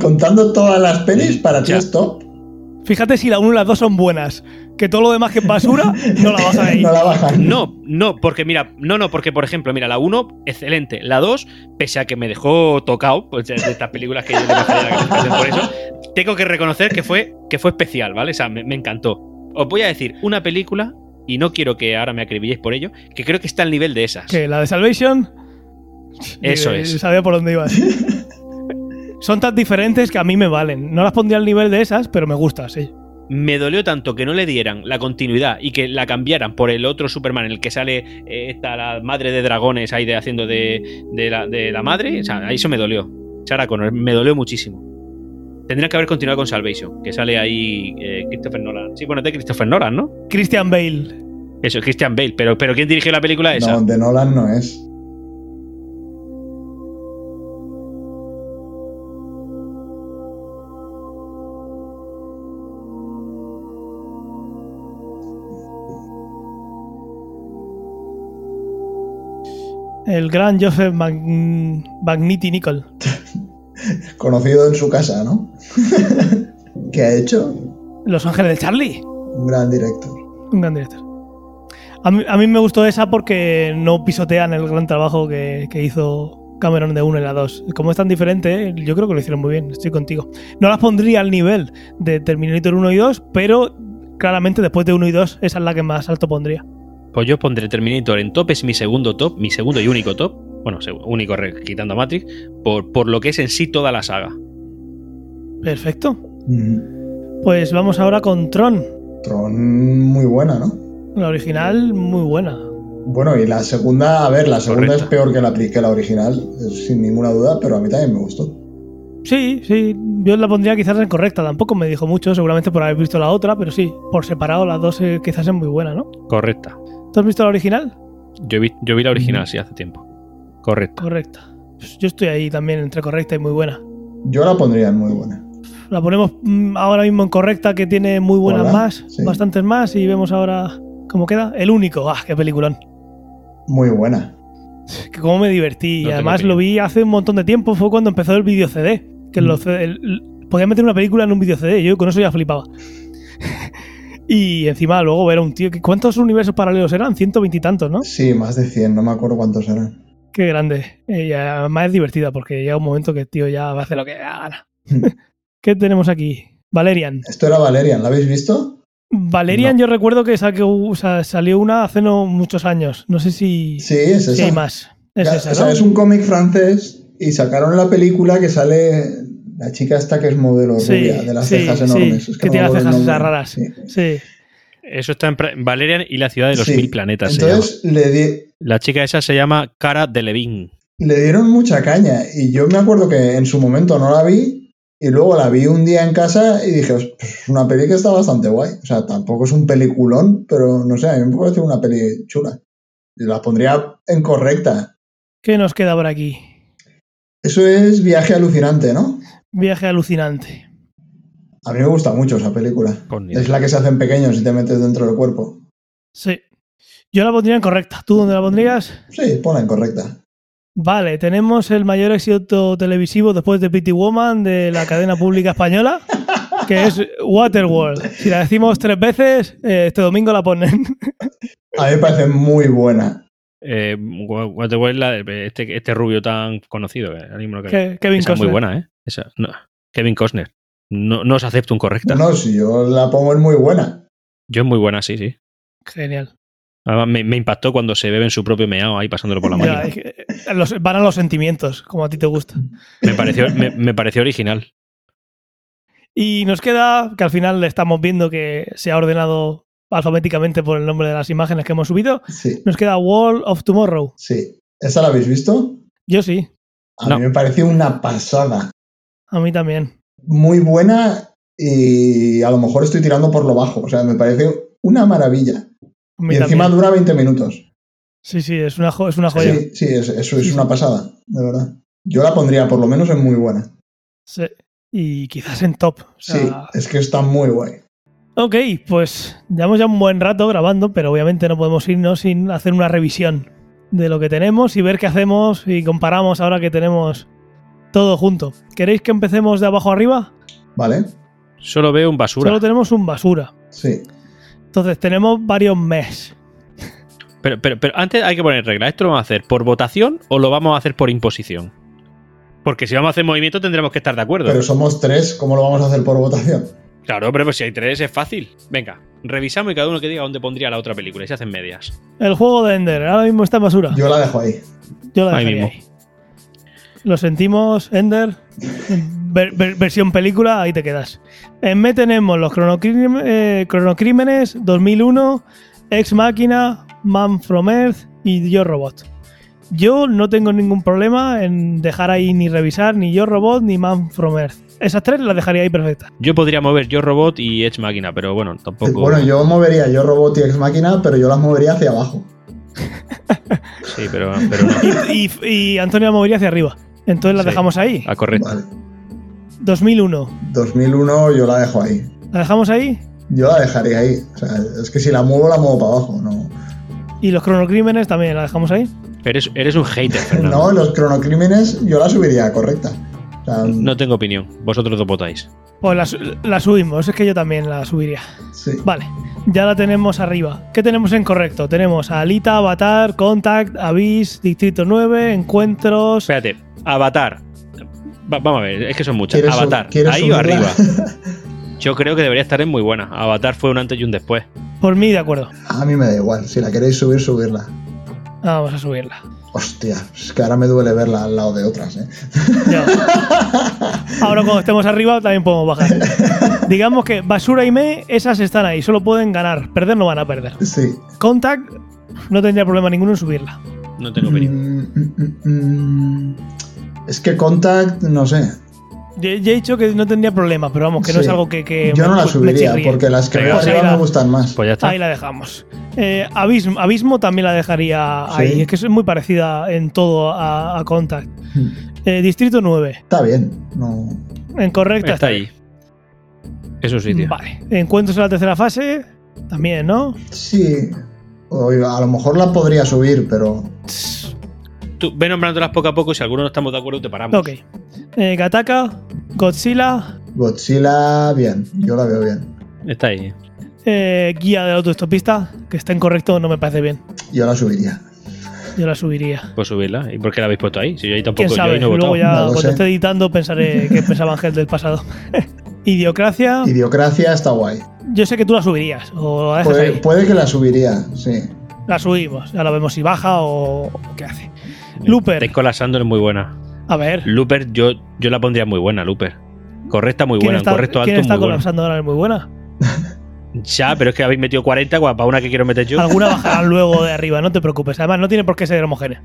D: Contando todas las pelis, para ti
C: Ya.
D: es top.
B: Fíjate si la 1 y las 2son buenas, que todo lo demás que es basura no la bajan ahí.
D: no la bajan.
C: No, no, porque mira, no, no, porque por ejemplo, mira, la 1, excelente. La 2, pese a que me dejó tocado, pues de, de estas películas que yo no me sabía la calificación por eso, tengo que reconocer que fue, que fue especial, ¿vale? O sea, me, me encantó. Os voy a decir una película, y no quiero que ahora me acribilléis por ello, que creo que está al nivel de esas.
B: Que la de Salvation.
C: Eso
B: Eh,
C: es.
B: Sabía por dónde ibas. Son tan diferentes que a mí me valen. No las pondría al nivel de esas, pero me gusta, sí.
C: Me dolió tanto que no le dieran la continuidad y que la cambiaran por el otro Superman en el que sale eh, esta, la madre de dragones ahí de, haciendo de, de la, de la madre. O sea, ahí eso me dolió. Sarah Connor, me dolió muchísimo. Tendría que haber continuado con Salvation, que sale ahí eh, Christopher Nolan. Sí, bueno, es de Christopher Nolan, ¿no?
B: Christian Bale.
C: Eso, Christian Bale. Pero, pero ¿quién dirigió la película esa?
D: No, de Nolan no es.
B: El gran Joseph Mag- Magniti Nicol.
D: Conocido en su casa, ¿no? ¿Qué ha hecho?
B: Los Ángeles de Charlie.
D: Un gran director.
B: Un gran director. A mí, a mí me gustó esa porque no pisotean el gran trabajo que, que hizo Cameron de 1 y la 2. Como es tan diferente, yo creo que lo hicieron muy bien, estoy contigo. No las pondría al nivel de Terminator 1 y 2, pero claramente después de 1 y 2 esa es la que más alto pondría.
C: Pues yo pondré Terminator en top, es mi segundo top, mi segundo y único top. Bueno, seg- único re- quitando a Matrix, por, por lo que es en sí toda la saga.
B: Perfecto.
D: Mm.
B: Pues vamos ahora con Tron.
D: Tron muy buena, ¿no?
B: La original, muy buena.
D: Bueno, y la segunda, a ver, la segunda
C: Correcto.
D: es peor que la, pri- que la original, sin ninguna duda, pero a mí también me gustó.
B: Sí, sí, yo la pondría quizás en correcta. Tampoco me dijo mucho, seguramente por haber visto la otra, pero sí, por separado las dos eh, quizás es muy buena, ¿no?
C: Correcta.
B: ¿Tú has visto la original?
C: Yo vi, yo vi la original, sí, hace tiempo. Correcto.
B: Correcta. Pues Yo estoy ahí también entre correcta y muy buena.
D: Yo la pondría en muy buena.
B: La ponemos mm, ahora mismo en correcta, que tiene muy buenas
D: Hola,
B: más,
D: sí.
B: bastantes más, y vemos ahora cómo queda. El único, ah, qué peliculón.
D: Muy buena.
B: Que cómo me divertí.
C: No
B: y
C: tengo
B: además
C: opinión.
B: lo vi hace un montón de tiempo, fue cuando empezó el video CD. Que
D: Mm.
B: los CD el- el- podía meter una película en un video CD, yo con eso ya flipaba. y encima luego ver a un tío. que- ¿Cuántos universos paralelos eran? 120 y tantos, ¿no?
D: Sí, más de 100, no me acuerdo cuántos eran.
B: Qué grande. Eh, y además es divertida porque llega un momento que el tío ya hace lo que gana. ¿Qué tenemos aquí? Valerian.
D: Esto era Valerian, ¿la habéis visto?
B: Valerian,
C: No.
B: yo recuerdo que sa- que u- sa- salió una hace no muchos años. No sé si,
D: Sí, es
B: si
D: esa.
B: hay más. Es
D: Ya,
B: esa,
D: o sea,
B: ¿no?
D: es un cómic francés y sacaron la película que sale la chica esta que es modelo
B: Sí,
D: rubia, de las
B: sí,
D: cejas
B: sí,
D: enormes. Es
B: que
D: no me
B: tiene las
D: acuerdo el
B: cejas esas
D: nombre.
B: raras.
D: Sí.
B: Sí.
C: Eso está en pra- Valerian y la ciudad de los
D: Sí.
C: mil planetas. se
D: Entonces le, di-
C: llama. La chica esa se llama Cara Delevingne.
D: le dieron mucha caña y yo me acuerdo que en su momento no la vi y luego la vi un día en casa y dije, "Pues, es una peli que está bastante guay. O sea, tampoco es un peliculón, pero no sé, a mí me parece una peli chula. Y La pondría en correcta.
B: ¿Qué nos queda por aquí?
D: Eso es viaje alucinante, ¿no?
B: Viaje alucinante.
D: A mí me gusta mucho esa película.
C: Con ni
D: Es
C: idea.
D: la que se hacen pequeños y te metes dentro del cuerpo.
B: Sí. Yo la pondría en correcta. ¿Tú dónde la pondrías?
D: Sí, ponla en correcta.
B: Vale, tenemos el mayor éxito televisivo después de Pretty Woman de la cadena pública española, que es Waterworld. Si la decimos tres veces, eh, este domingo la ponen.
D: A mí me parece muy buena.
C: Eh, Wa- Waterworld, la de- este, este rubio tan conocido. eh, ahora mismo no creo.
B: Ke- Kevin
C: Esa es muy
B: Costner.
C: buena, ¿eh? Esa, no. Kevin Costner. No, no os acepto un correcta.
D: No, si yo la pongo en muy buena.
C: Yo es muy buena, sí, sí.
B: Genial.
C: Además, me, me impactó cuando se beben su propio meao ahí pasándolo por la
B: Ya,
C: máquina.
B: es que, eh, los- van a los sentimientos, como a ti te gusta.
C: Me pareció, me, me pareció original.
B: Y nos queda que al final estamos viendo que se ha ordenado alfabéticamente por el nombre de las imágenes que hemos subido.
D: Sí,
B: Nos queda Wall of Tomorrow.
D: sí. ¿Esa la habéis visto?
B: Yo sí,
D: A
C: No.
D: mí me pareció una pasada.
B: a mí también.
D: Muy buena y a lo mejor estoy tirando por lo bajo. O sea, me parece una maravilla.
B: A mí
D: Y encima
B: también.
D: dura 20 minutos.
B: Sí, sí, es una, jo- es una joya.
D: Sí, sí, es- eso es una pasada, de verdad. Yo la pondría por lo menos en muy buena.
B: Sí. Y quizás en top. o sea,
D: Sí, es que está muy guay.
B: Ok, pues llevamos ya un buen rato grabando, pero obviamente no podemos irnos sin hacer una revisión de lo que tenemos y ver qué hacemos y comparamos ahora que tenemos todo junto. ¿Queréis que empecemos de abajo arriba?
D: ¿Vale?
C: Solo veo un basura.
B: Solo tenemos un basura.
D: Sí.
B: Entonces tenemos varios mes.
C: Pero, pero, pero antes hay que poner reglas. ¿Esto lo vamos a hacer por votación o lo vamos a hacer por imposición? Porque si vamos a hacer movimiento tendremos que estar de acuerdo.
D: Pero somos tres, ¿cómo lo vamos a hacer por votación?
C: Claro, pero pues si hay tres es fácil. Venga, revisamos y cada uno que diga dónde pondría la otra película y se hacen medias.
B: El juego de Ender, ahora mismo está en basura.
D: Yo la dejo ahí.
B: Yo la
C: Ahí
B: dejaría ahí.
C: mismo.
B: Lo sentimos, Ender. Ver- ver- versión película, ahí te quedas. En M tenemos los cronocrim- eh, cronocrímenes 2001, Ex Máquina, Man from Earth y Yo Robot. Yo no tengo ningún problema en dejar ahí ni revisar ni Yo Robot ni Man from Earth. Esas tres las dejaría ahí perfectas.
C: Yo podría mover Yo Robot y Edge Máquina, pero bueno, tampoco.
D: Bueno, yo movería yo robot y ex máquina, pero yo las movería hacia abajo.
C: Sí, pero, pero no.
B: Y, y- y Antonio la movería hacia arriba. Entonces las
C: Sí.
B: dejamos ahí.
C: A correcto.
D: Vale.
B: 2001.
D: 2001 yo la dejo ahí.
B: ¿La dejamos ahí?
D: Yo la dejaría ahí. O sea, es que si la muevo, la muevo para abajo. No,
B: Y los cronocrímenes también, ¿la dejamos ahí?
C: Eres, eres un hater, Fernando.
D: no los cronocrímenes yo la subiría a correcta. O sea,
C: No tengo opinión. Vosotros dos votáis.
B: Pues la, su- la subimos, es que yo también la subiría.
D: sí.
B: Vale, ya la tenemos arriba. ¿Qué tenemos en correcto? Tenemos a Alita, Avatar, Contact, Abyss, Distrito 9, Encuentros.
C: Espérate, Avatar. Va- vamos a ver, es que son muchas.
D: ¿Quieres su-
C: Avatar,
D: quieres
C: ahí o
D: subirla?
C: arriba. Yo creo que debería estar en muy buena. Avatar fue un antes y un después.
B: Por mí, de acuerdo.
D: A mí me da igual. Si la queréis subir, subirla.
B: Ah, Vamos a subirla.
D: Hostia, es que ahora me duele verla al lado de otras. ¿eh?
B: Ya. Ahora, cuando estemos arriba, también podemos bajar. Digamos que Basura y Me, esas están ahí, solo pueden ganar. Perder no van a perder.
D: Sí.
B: Contact, no tendría problema ninguno en subirla.
C: No tengo opinión.
D: Mm, mm, mm, mm. Es que Contact, no sé.
B: Ya ya he dicho que no tendría problema, pero vamos, que no
D: Sí.
B: es algo que. que
D: Yo
B: me-
D: no la
B: Eh, me
D: subiría
B: chirríe.
D: porque las que
C: Venga,
D: veo
B: pues ahí
D: arriba
B: la-
D: me gustan más.
C: Pues ya está.
B: Ahí la dejamos. Eh, abismo, Abismo también la dejaría
D: Sí.
B: ahí. Es que es muy parecida en todo a, a Contact.
D: Mm,
B: Eh, Distrito 9.
D: Está bien. No.
B: En correcta.
C: Está ahí. Es un sitio.
B: Vale. Encuentros en la tercera fase. También, ¿no?
D: Sí. O a lo mejor la podría subir, pero
B: Tss,
C: Tú ve nombrándolas poco a poco y si alguno no estamos de acuerdo te paramos.
B: Ok. Eh, Gataka, Godzilla,
D: Godzilla, bien. Yo la veo bien.
C: Está ahí.
B: eh, Guía del autoestopista, que está incorrecto, no me parece bien.
D: Yo la subiría.
B: Yo la subiría.
C: Pues subirla. ¿Y por qué la habéis puesto ahí? Si yo ahí tampoco
B: ¿Quién
C: yo ahí
B: sabe?
C: no he
B: Luego
C: votado.
B: ya
D: No lo
B: cuando
D: sé.
B: esté editando pensaré qué pensaba Ángel del pasado. Idiocracia,
D: Idiocracia está guay.
B: yo sé que tú la subirías o la
C: Ah,
B: dejas
C: Pues
D: Puede,
B: ahí.
D: puede que la subiría, sí.
B: La subimos, ya la vemos si baja o o qué hace. Looper.
C: Estáis colapsando, es muy buena.
B: A ver,
C: Looper, yo, yo la pondría muy buena, Looper. Correcta, muy
B: ¿quién
C: buena.
B: está,
C: correcto,
B: quién
C: alto,
B: está
C: muy buena.
B: colapsando ahora? Es muy buena.
C: Ya, pero es que habéis metido 40 guapa, una que quiero meter yo.
B: Alguna bajará luego de arriba, no te preocupes. Además, no tiene por qué ser homogénea.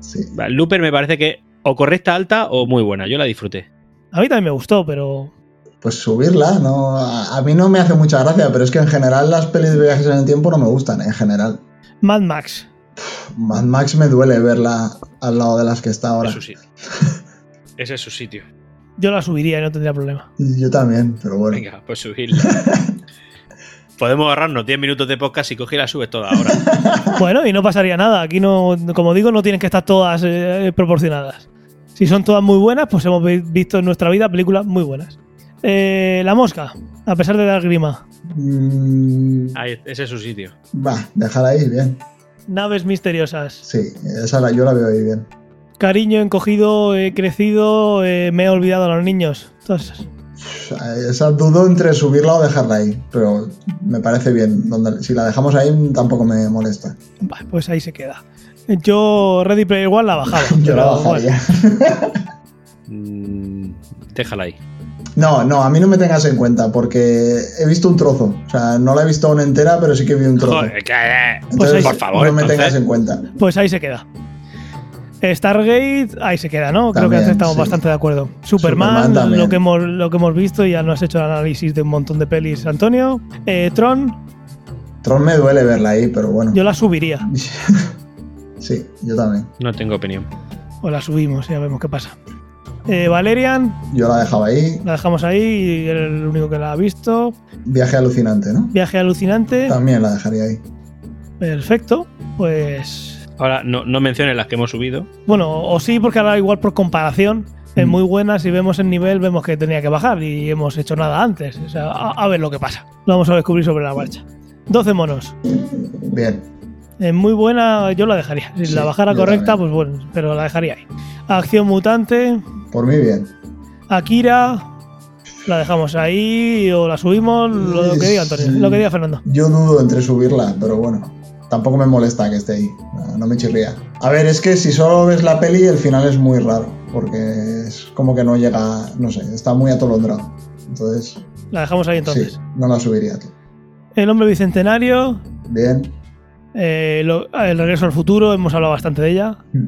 D: sí.
C: Va, Looper me parece que o correcta alta o muy buena. Yo la disfruté.
B: A mí también me gustó, pero
D: Pues subirla, no, a, a mí no me hace mucha gracia, pero es que en general las pelis de viajes en el tiempo no me gustan, en general.
B: Mad Max.
D: Mad Max me duele verla al lado de las que está ahora.
C: Eso sí. Ese es su sitio.
B: Yo la subiría y no tendría problema.
D: Yo también, pero bueno.
C: Venga, pues subirla. Podemos ahorrarnos 10 minutos de podcast y cogí y la subes toda ahora.
B: Bueno, y no pasaría nada. Aquí no, como digo, no tienen que estar todas eh, proporcionadas. Si son todas muy buenas, pues hemos vi- visto en nuestra vida películas muy buenas. Eh, la mosca, a pesar de dar grima.
D: Mm,
C: Ahí, ese es su sitio.
D: Va, déjala ahí, bien.
B: Naves misteriosas.
D: Sí, esa la, yo la veo ahí bien.
B: Cariño encogido, he crecido, eh, me he olvidado a los niños. Todas esas.
D: Esa dudo entre subirla o dejarla ahí, pero me parece bien. Donde, si la dejamos ahí tampoco me molesta.
B: Vale, pues ahí se queda. Yo Ready Player One la bajaba.
D: Yo la
B: pero
D: bajaría.
B: bueno.
C: Mm, déjala ahí.
D: No, no, a mí no me tengas en cuenta porque he visto un trozo. O sea, no la he visto aún entera, pero sí que vi un trozo.
C: Joder, que- eh,
D: Entonces,
C: por favor,
D: no me
C: entonces.
D: tengas en cuenta.
B: Pues ahí se queda. Stargate, ahí se queda, ¿no? Creo
D: También,
B: que estamos
D: sí.
B: bastante de acuerdo. Superman,
D: Superman también.
B: lo, que hemos, lo que hemos visto, ya no has hecho el análisis de un montón de pelis, Antonio. Eh, Tron,
D: Tron me duele verla ahí, pero bueno.
B: yo la subiría.
D: sí, yo también.
C: No tengo opinión.
B: O la subimos, ya vemos qué pasa. Eh, Valerian,
D: Yo la dejaba ahí.
B: la dejamos ahí, y eres el único que la ha visto.
D: Viaje alucinante, ¿no?
B: Viaje alucinante,
D: También la dejaría ahí.
B: perfecto. Pues
C: Ahora, no, no menciones las que hemos subido.
B: Bueno, o sí, porque ahora igual por comparación
D: Mm.
B: es muy buena. Si vemos el nivel, vemos que tenía que bajar y hemos hecho nada antes. O sea, a, a ver lo que pasa. Lo vamos a descubrir sobre la marcha. 12 monos.
D: Bien.
B: Es muy buena, yo la dejaría. Si
D: Sí,
B: la bajara
D: yo
B: correcta,
D: también.
B: pues bueno, pero la dejaría ahí. Acción mutante,
D: Por mí, bien.
B: Akira, la dejamos ahí o la subimos, lo que diga Antonio, lo que diga Fernando.
D: Yo dudo entre subirla, pero bueno. Tampoco me molesta que esté ahí. No, no me chirría. A ver, es que si solo ves la peli, el final es muy raro. Porque es como que no llega. No sé, está muy atolondrado. Entonces,
B: La dejamos ahí entonces.
D: sí, no la subiría. tú.
B: El hombre bicentenario,
D: Bien.
B: eh, lo- el regreso al futuro, hemos hablado bastante de ella.
D: Mm,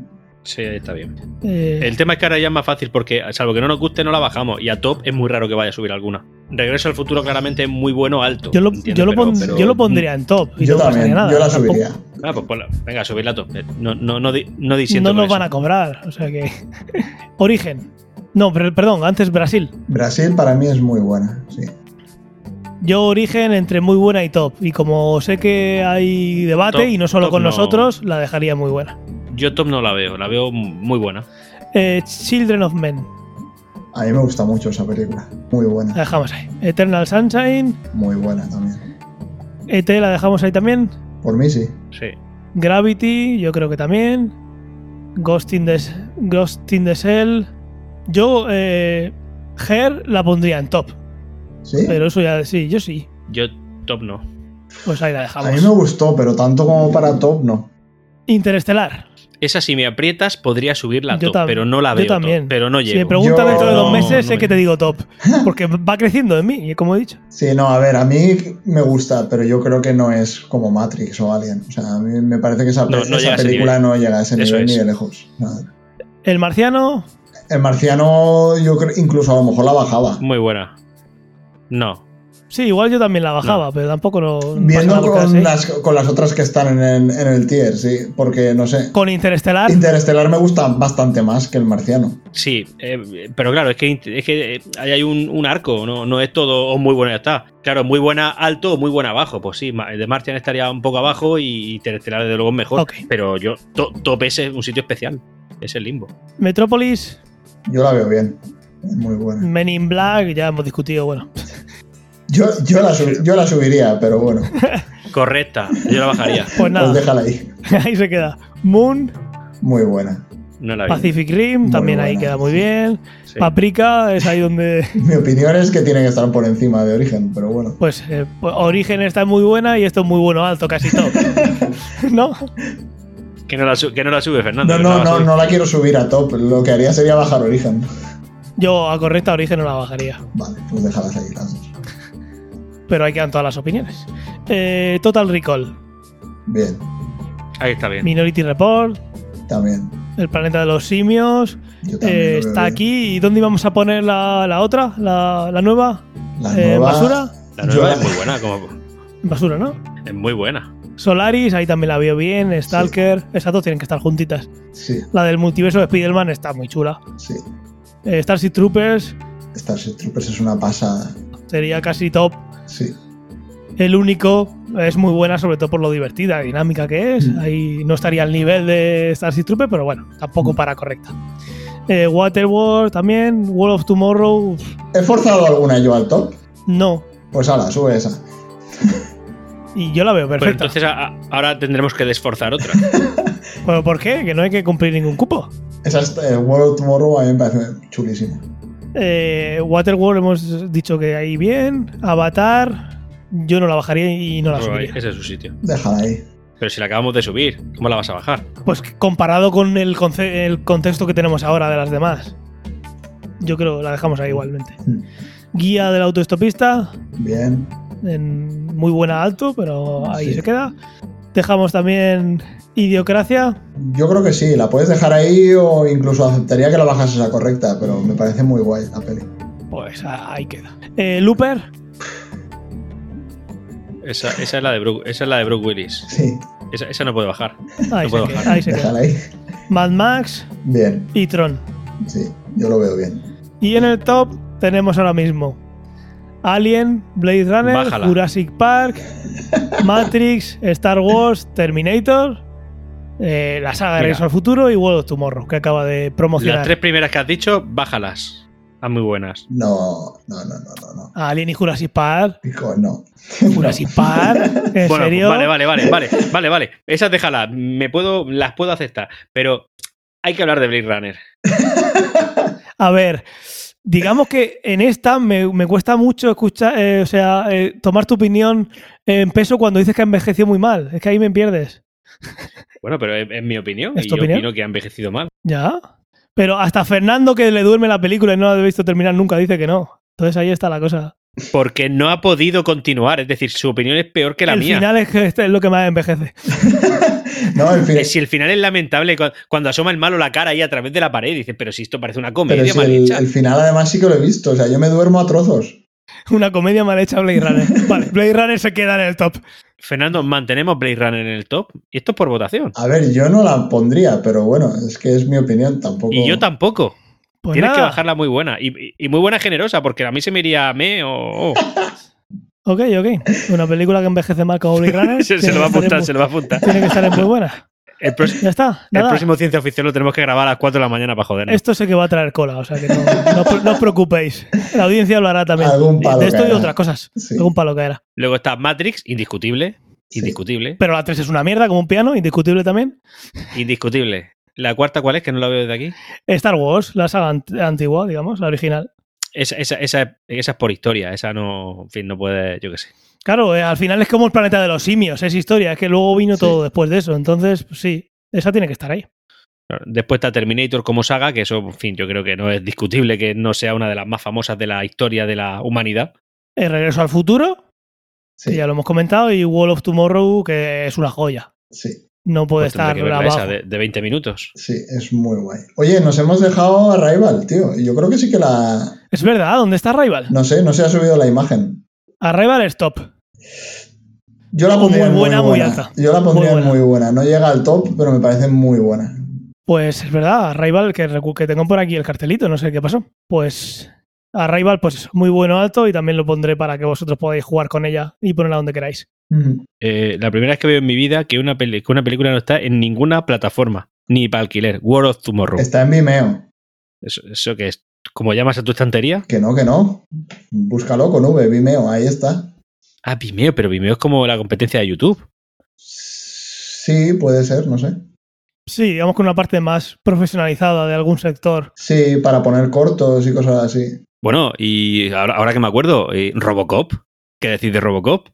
C: Sí, está bien.
B: Eh,
C: El tema es que ahora ya es más fácil porque, salvo que no nos guste, no la bajamos. Y a top es muy raro que vaya a subir alguna. Regreso al futuro claramente es muy bueno alto.
B: Yo lo,
C: ¿entiendes?
B: yo, lo
C: Pero-
B: pon-
C: pero-
B: yo lo pondría en top. Y
D: yo
B: no pasaría
D: también.
B: nada.
D: yo la
B: Tampoco-
D: subiría.
C: Ah, pues ponla. Venga, subidla a top. Eh, No, no, no, di- no
B: no
C: disiento con
B: nos van
C: eso.
B: a cobrar. O sea que. Origen. No, pero- perdón, antes Brasil.
D: Brasil para mí es muy buena. Sí.
B: Yo origen entre muy buena y top. Y como sé que hay debate,
C: Top-
B: y no solo
C: top
B: con
C: no.
B: nosotros, la dejaría muy buena.
C: Yo top no la veo. La veo muy buena.
B: Eh, Children of Men.
D: A mí me gusta mucho esa película. Muy
B: La
D: buena.
B: dejamos ahí. Eternal Sunshine.
D: Muy buena también.
B: ET la dejamos ahí también.
D: Por mí sí.
C: Sí.
B: Gravity, yo creo que también. Ghost in the, Ghost in the Shell. Yo, eh, Her la pondría en top.
D: Sí.
B: Pero eso ya sí, yo sí.
C: Yo top no.
B: Pues ahí la
D: A mí me
B: dejamos.
D: gustó, pero tanto como para top, no.
B: Interestelar.
C: Esa si me aprietas podría subirla a
B: Yo
C: top,
B: tam-
C: pero no la
B: yo
C: veo.
B: también.
C: top, pero no llego.
B: Si me preguntan
D: Yo-
B: dentro de dos
D: No,
B: meses, sé
C: no
B: que
C: llego.
B: te digo top. Porque va creciendo en mí, como he dicho.
D: Sí, no, a ver, a mí me gusta, pero yo creo que no es como Matrix o Alien. O sea, a mí me parece que esa,
C: No, no
D: esa
C: llega a ese
D: película
C: nivel.
D: no llega a ese
C: Eso
D: nivel ni
C: es.
D: de lejos. Nada.
B: El marciano,
D: El marciano, yo creo, incluso a lo mejor la bajaba.
C: Muy buena. No.
B: sí, igual yo también la bajaba, pero tampoco lo. no
D: Viendo
B: pasaba por casa, ¿eh?
D: con las, con las otras que están en, en el tier, sí, porque no sé.
B: Con Interestelar,
D: Interestelar me gusta bastante más que el marciano.
C: Sí, eh, pero claro, es que, es que eh, ahí hay un, un arco, no, no es todo o muy buena ya está. Claro, muy buena alto o muy buena abajo, pues sí, ma- de Martian estaría un poco abajo y Interestelar desde luego es mejor,
B: Ok.
C: pero yo, to- Top ese es un sitio especial, es el limbo.
B: Metrópolis,
D: Yo la veo bien. Es muy buena.
B: Men in Black, ya hemos discutido, bueno.
D: Yo, yo, la, sub- yo la subiría, pero bueno,
C: Correcta, yo la bajaría.
B: Pues
D: pues
B: nada,
D: déjala ahí.
B: ahí se queda. Moon,
D: muy buena.
C: No la vi.
B: Pacific Rim
D: Muy
B: también ahí
D: buena,
B: queda muy
D: sí.
B: bien.
C: Sí.
B: Paprika es ahí donde.
D: Mi opinión es que tiene que estar por encima de origen, pero bueno.
B: Pues eh, pues, Origen está muy buena y esto es muy bueno, alto casi todo. ¿No?
C: Que no la, su- que no la sube, Fernando.
D: No,
C: que
D: no,
C: la
D: no,
C: sube.
D: no la quiero subir a top. Lo que haría sería bajar origen.
B: Yo a correcta Origen no la bajaría.
D: Vale, pues déjalas ahí las dos.
B: Pero ahí quedan todas las opiniones. Eh, Total Recall,
D: Bien,
C: Ahí está bien.
B: Minority Report,
D: también.
B: El planeta de los simios.
D: Yo también
B: eh,
D: lo veo
B: está
D: bien.
B: aquí. ¿Y dónde íbamos a poner la, la otra? ¿La, la nueva?
D: La
B: Eh,
D: nueva-
B: ¿Basura?
C: La nueva
D: Yo-
C: es muy buena. Como,
B: Basura, ¿no?
C: es muy buena.
B: Solaris, ahí también la veo bien. Stalker, esas dos tienen que estar juntitas.
D: Sí,
B: La del multiverso de Spider-Man está muy chula.
D: sí.
B: Eh, Starship Troopers
D: Starship Troopers es una pasada.
B: sería casi top.
D: Sí,
B: El único es muy buena, sobre todo por lo divertida y dinámica que es.
D: Mm.
B: Ahí no estaría al nivel de Starship Troopers, pero bueno, tampoco
C: Mm.
B: para correcta. Eh, Waterworld también, World of Tomorrow,
D: ¿He forzado alguna yo al top?
B: no.
D: Pues ahora, sube esa.
B: Y yo la veo
C: Pero
B: perfecta.
C: Pues entonces a- a- ahora tendremos que desforzar otra.
B: ¿Pero por qué? Que no hay que cumplir ningún cupo.
D: Esa es eh, World of Tomorrow a mí me parece chulísima.
B: Eh, Waterworld hemos dicho que ahí bien. Avatar, yo no la bajaría y no la
C: Pero ahí-
B: subiría.
C: ese es su sitio.
D: Déjala ahí.
C: Pero si la acabamos de subir, ¿cómo la vas a bajar?
B: Pues comparado con el, conce- el contexto que tenemos ahora de las demás, yo creo que la dejamos ahí igualmente.
D: Mm.
B: Guía del autoestopista,
D: Bien.
B: en muy buena alto, pero ahí
D: Sí.
B: se queda. Dejamos también Idiocracia.
D: Yo creo que sí, la puedes dejar ahí o incluso aceptaría que la bajases a correcta, pero me parece muy guay la peli.
B: Pues a- ahí queda. Eh, Looper,
C: Esa, esa es la de Brooke, esa es la de Brooke Willis.
D: Sí,
C: Esa, esa no puede bajar.
B: ahí,
C: No
B: se,
C: puedo
B: queda,
C: bajar.
B: ahí se queda.
D: déjala ahí.
B: Mad Max
D: Bien,
B: y Tron.
D: sí, yo lo veo bien.
B: Y en el top tenemos ahora mismo Alien, Blade Runner,
C: Bájala.
B: Jurassic Park, Matrix, Star Wars, Terminator, eh, la saga de
C: Mira.
B: Regreso al Futuro y World of Tomorrow, que acaba de promocionar.
C: Las tres primeras que has dicho, bájalas. Están muy buenas.
D: No, no, no, no, no, no.
B: Alien y Jurassic Park.
D: Hijo, no.
B: Jurassic Park, en
C: Bueno,
B: serio.
C: vale, vale, vale, vale, vale, vale. Esas déjalas. Me puedo, las puedo aceptar. Pero hay que hablar de Blade Runner.
B: A ver, digamos que en esta me, me cuesta mucho escuchar, eh, o sea, eh, tomar tu opinión en peso cuando dices que ha envejecido muy mal. Es que ahí me pierdes.
C: Bueno, pero es, es mi opinión.
B: ¿Es
C: y
B: tu
C: yo
B: opinión?
C: opino que ha envejecido mal.
B: Ya. Pero hasta Fernando, que le duerme la película y no la he visto terminar nunca, dice que no. Entonces ahí está la cosa.
C: Porque no ha podido continuar. Es decir, su opinión es peor que la
B: el
C: mía.
B: final es, que este es lo que más envejece.
D: No, en fin.
C: Eh, Si el final es lamentable, cu- cuando asoma el malo la cara ahí a través de la pared, dices, pero si esto parece una
D: Pero
C: comedia
D: si
C: mal
D: el,
C: hecha.
D: el final además sí que lo he visto, o sea, yo me duermo a trozos.
B: Una comedia mal hecha Blade Runner. Vale, Blade Runner se queda en el top.
C: Fernando, mantenemos Blade Runner en el top. Y esto es por votación.
D: A ver, yo no la pondría, pero bueno, es que es mi opinión tampoco.
C: Y yo tampoco.
B: Pues
C: Tienes
B: nada.
C: que bajarla muy buena. Y, y- y muy buena generosa, porque a mí se me iría a me o. o.
B: Ok, ok. Una película que envejece mal como Blade Runner.
C: se, se
B: tiene
C: lo va a
B: que estar en
C: apuntar,
B: mu-
C: se lo va a apuntar.
B: Tiene que estar en muy buena.
C: El, pro- el
B: Ya está. Nada.
C: próximo Ciencia Oficial lo tenemos que grabar a las 4 de la mañana para jodernos.
B: Esto sé que va a traer cola, o sea que no, no os pre- no os preocupéis. La audiencia hablará también.
D: Algún palo
B: de esto y
D: caerá.
B: otras cosas.
D: Sí.
B: Algún palo caerá.
C: Luego está Matrix, indiscutible.
D: Sí.
C: Indiscutible.
B: Pero la 3 es una mierda, como un piano, indiscutible también.
C: Indiscutible. ¿La cuarta cuál es? Que no la veo desde aquí.
B: Star Wars, la saga ant- antigua, digamos, la original.
C: Esa, esa, esa, esa es por historia. Esa no. En fin, no puede. Yo qué sé.
B: Claro, eh, al final es como el planeta de los simios, es historia, es que luego vino
D: Sí.
B: todo después de eso. Entonces, pues sí, esa tiene que estar ahí.
C: Claro, Después está Terminator como saga, que eso, en fin, yo creo que no es discutible que no sea una de las más famosas de la historia de la humanidad.
B: El regreso al futuro, que
D: Sí,
B: ya lo hemos comentado, y Wall of Tomorrow, que es una joya.
D: sí,
B: No puede
C: Pues tendré
B: estar
C: que verla
B: abajo.
C: esa de, de 20 minutos.
D: sí, es muy guay. Oye, nos hemos dejado a Rival, tío. y Yo creo que sí que la.
B: Es verdad, ¿dónde está Arrival?
D: No sé, no se ha subido la imagen.
B: Arrival es top.
D: Yo la
B: Muy
D: pondría en
B: buena, muy
D: muy buena.
B: alta.
D: Yo la pondría
B: Muy
D: en muy buena. No llega al top, pero me parece muy buena.
B: Pues es verdad, Arrival, que, recu- que tengo por aquí el cartelito, no sé qué pasó. Pues Arrival, pues eso, muy bueno alto y también lo pondré para que vosotros podáis jugar con ella y ponerla donde queráis.
D: Ujú.
C: Eh, la primera vez que veo en mi vida que una, peli- que una película no está en ninguna plataforma, ni para alquiler. World of Tomorrow.
D: Está en Vimeo.
C: Eso, eso que es, como llamas a tu estantería.
D: Que no, que no. Búscalo con V, Vimeo, ahí está.
C: Ah, Vimeo, pero Vimeo es como la competencia de YouTube.
D: Sí, puede ser, no sé.
B: Sí, vamos con una parte más profesionalizada de algún sector.
D: Sí, para poner cortos y cosas así.
C: Bueno, y ahora, ahora que me acuerdo, eh, Robocop. ¿Qué decís de Robocop?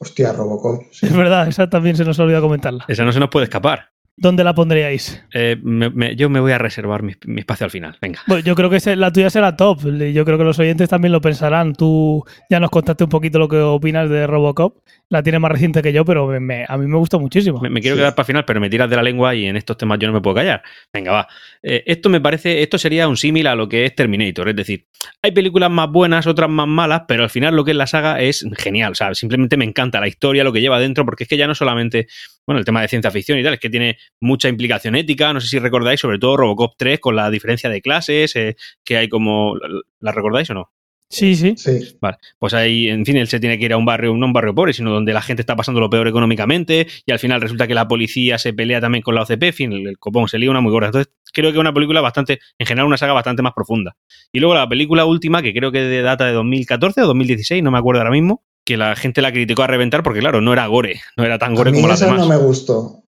D: Hostia, Robocop. sí.
B: Es verdad, esa también se nos olvidó comentarla.
C: Esa no se nos puede escapar.
B: ¿Dónde la pondríais?
C: Eh, me- me- yo me voy a reservar mi, mi espacio al final. Venga.
B: Bueno, yo creo que se- la tuya será top. Yo creo que los oyentes también lo pensarán. Tú ya nos contaste un poquito lo que opinas de Robocop. La tienes más reciente que yo, pero me- me- a mí me gustó muchísimo.
C: Me, me quiero
D: Sí.
C: quedar para el final, pero me tiras de la lengua y en estos temas yo no me puedo callar. Venga, va. Eh, esto me parece, esto sería un símil a lo que es Terminator. Es decir, hay películas más buenas, otras más malas, pero al final lo que es la saga es genial. O sea, simplemente me encanta la historia, lo que lleva dentro, porque es que ya no solamente, bueno, el tema de ciencia ficción y tal, es que tiene mucha implicación ética. No sé si recordáis, sobre todo Robocop 3, con la diferencia de clases, eh, que hay como. ¿La recordáis o no?
B: Sí, sí.
D: Sí,
C: Vale, pues ahí, en fin, él se tiene que ir a un barrio, no un barrio pobre, sino donde la gente está pasando lo peor económicamente y al final resulta que la policía se pelea también con la OCP, en fin, el, el copón se lía una muy gorda. Entonces, creo que es una película bastante, en general, una saga bastante más profunda. Y luego la película última, que creo que de- data de 2014 o 2016, no me acuerdo ahora mismo, que la gente la criticó a reventar porque, claro, no era gore, no era tan gore
D: a mí
C: como las
D: esa
C: demás.
D: no me gustó.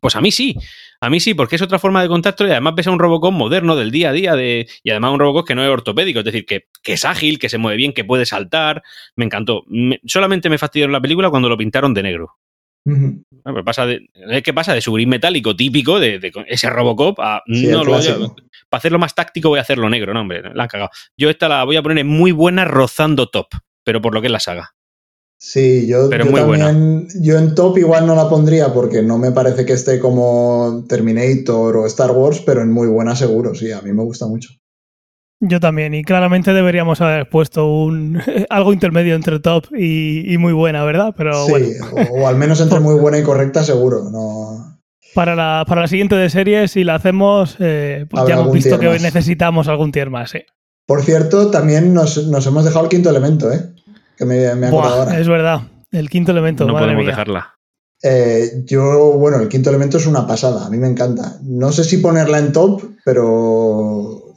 C: Pues a mí sí, a mí sí, porque es otra forma de contacto y además ves a un Robocop moderno del día a día de, y además un Robocop que no es ortopédico, es decir, que, que es ágil, que se mueve bien, que puede saltar. Me encantó. Me- solamente me fastidió la película cuando lo pintaron de negro.
D: Ujú.
C: Ah, pues pasa de- es que pasa de su gris metálico típico de, de ese Robocop a
D: Sí,
C: no
D: el
C: lo voy a-
D: clásico.
C: para hacerlo más táctico voy a hacerlo negro, no hombre, la han cagado. Yo esta la voy a poner en muy buena rozando top, pero por lo que es la saga.
D: Sí, yo,
C: Pero
D: yo
C: muy buena.
D: también, yo en top igual no la pondría porque no me parece que esté como Terminator o Star Wars, pero en muy buena seguro, sí, a mí me gusta mucho.
B: Yo también. Y claramente deberíamos haber puesto un algo intermedio entre top y, y muy buena, ¿verdad? Pero
D: sí,
B: bueno,
D: o, o al menos entre muy buena y correcta seguro, no.
B: para la, para la siguiente de series, si la hacemos, eh, pues
D: Habrá
B: ya hemos
D: algún
B: visto
D: tier
B: que
D: más.
B: necesitamos algún tier más. sí.
D: Por cierto, también nos, nos hemos dejado el quinto elemento, ¿eh? Que me, me he acordado
B: Buah,
D: ahora.
B: es verdad. El quinto elemento,
C: no
B: madre
C: podemos
B: mía.
C: dejarla.
D: Eh, yo, bueno, el quinto elemento es una pasada, a mí me encanta. No sé si ponerla en top, pero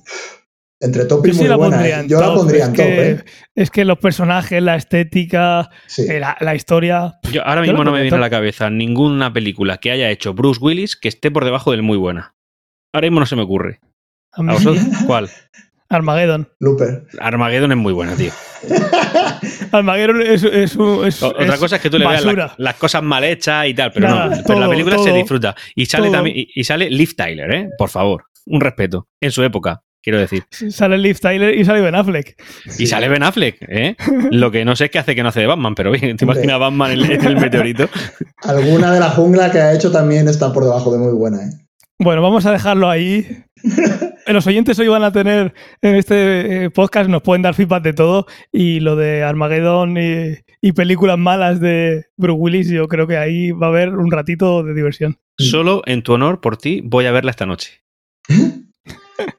D: entre top y
B: Yo sí
D: muy
B: la
D: buena.
B: pondría
D: ¿eh?
B: en
D: yo la
B: top,
D: pondría
B: es
D: en top,
B: que-
D: ¿eh?
B: Es que los personajes, la estética,
D: Sí.
B: eh, la, la historia.
C: Yo ahora
B: Yo lo
C: mismo no me
B: comento.
C: viene a la cabeza ninguna película que haya hecho Bruce Willis que esté por debajo del muy buena. Ahora mismo no se me ocurre.
B: a mí-
C: ¿A vosotros cuál?
B: Armageddon.
D: Looper.
C: Armageddon es muy buena, tío.
B: Armageddon es, es un- es-
C: O- Otra
B: es
C: cosa es que tú le veas
B: basura.
C: las, las cosas mal hechas y tal, pero
B: Nada,
C: no. pero la
B: todo,
C: película se
B: todo,
C: disfruta. Y sale
B: todo.
C: también, y, y sale Liv Tyler, ¿eh? Por favor. Un respeto. En su época, quiero decir.
B: Sale Liv Tyler y sale Ben Affleck.
C: Y sale Ben Affleck, ¿eh? Lo que no sé es qué hace que no hace de Batman, pero bien, te
D: Hombre.
C: imaginas a Batman en el, en el meteorito.
D: Alguna de la jungla que ha hecho también está por debajo de muy buena, ¿eh?
B: Bueno, vamos a dejarlo ahí. Los oyentes hoy van a tener en este eh, podcast, nos pueden dar feedback de todo. Y lo de Armageddon y, y películas malas de Bruce Willis, yo creo que ahí va a haber un ratito de diversión.
C: Solo en tu honor, por ti, voy a verla esta noche.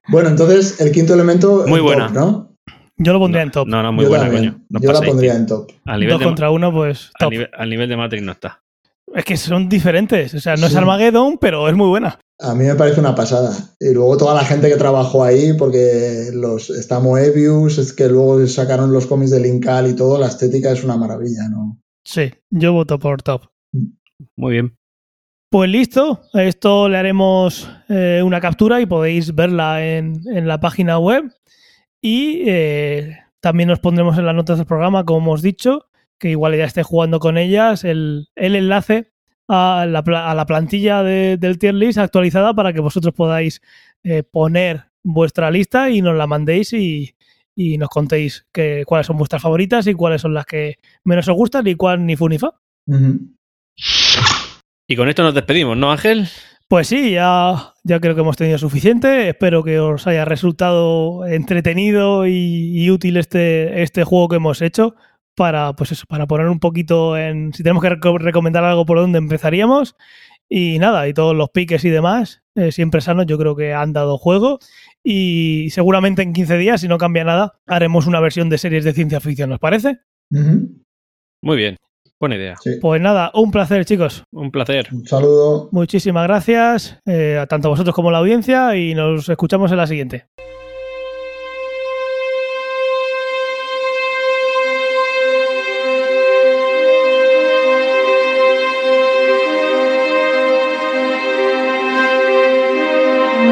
D: Bueno, entonces el quinto elemento.
C: Muy
D: en
C: buena.
D: top, ¿no?
B: Yo lo pondría
C: No,
B: en top.
C: No, no, muy
D: Yo
C: buena,
D: también.
C: coño. No
D: Yo la
C: paséis,
D: pondría
C: tío.
D: en top.
C: Al nivel
B: Dos
C: de-
B: contra uno, pues
C: Al
B: top.
C: nivel, al nivel de Matrix no está.
B: Es que son diferentes. O sea, no es
D: Sí.
B: Armageddon, pero es muy buena.
D: A mí me parece una pasada. Y luego toda la gente que trabajó ahí, porque los está Moebius, es que luego sacaron los cómics de Linkal y todo, la estética es una maravilla, ¿no?
B: Sí, yo voto por top.
C: Muy bien.
B: Pues listo, a esto le haremos eh, una captura y podéis verla en, en la página web. Y eh, también nos pondremos en las notas del programa, como hemos dicho, que igual ya esté jugando con ellas, el, el enlace a la, pla- a la plantilla de- del tier list actualizada para que vosotros podáis eh, poner vuestra lista y nos la mandéis y, y nos contéis que, cuáles son vuestras favoritas y cuáles son las que menos os gustan y cuál ni fu ni fa.
D: Ujú.
C: Y con esto nos despedimos, ¿no, Ángel?
B: Pues sí, ya, ya creo que hemos tenido suficiente. Espero que os haya resultado entretenido y, y útil este, este juego que hemos hecho para, pues eso, para poner un poquito en... Si tenemos que reco- recomendar algo por dónde empezaríamos. Y nada, y todos los piques y demás, eh, siempre sanos, yo creo que han dado juego. Y seguramente en 15 días, si no cambia nada, haremos una versión de series de ciencia ficción, ¿nos parece?
D: Ujú.
C: Muy bien. Buena idea.
D: Sí.
B: Pues nada, un placer chicos.
C: Un placer.
D: Un saludo.
B: Muchísimas gracias, eh, a tanto a vosotros como a la audiencia, y nos escuchamos en la siguiente.
E: Thank you.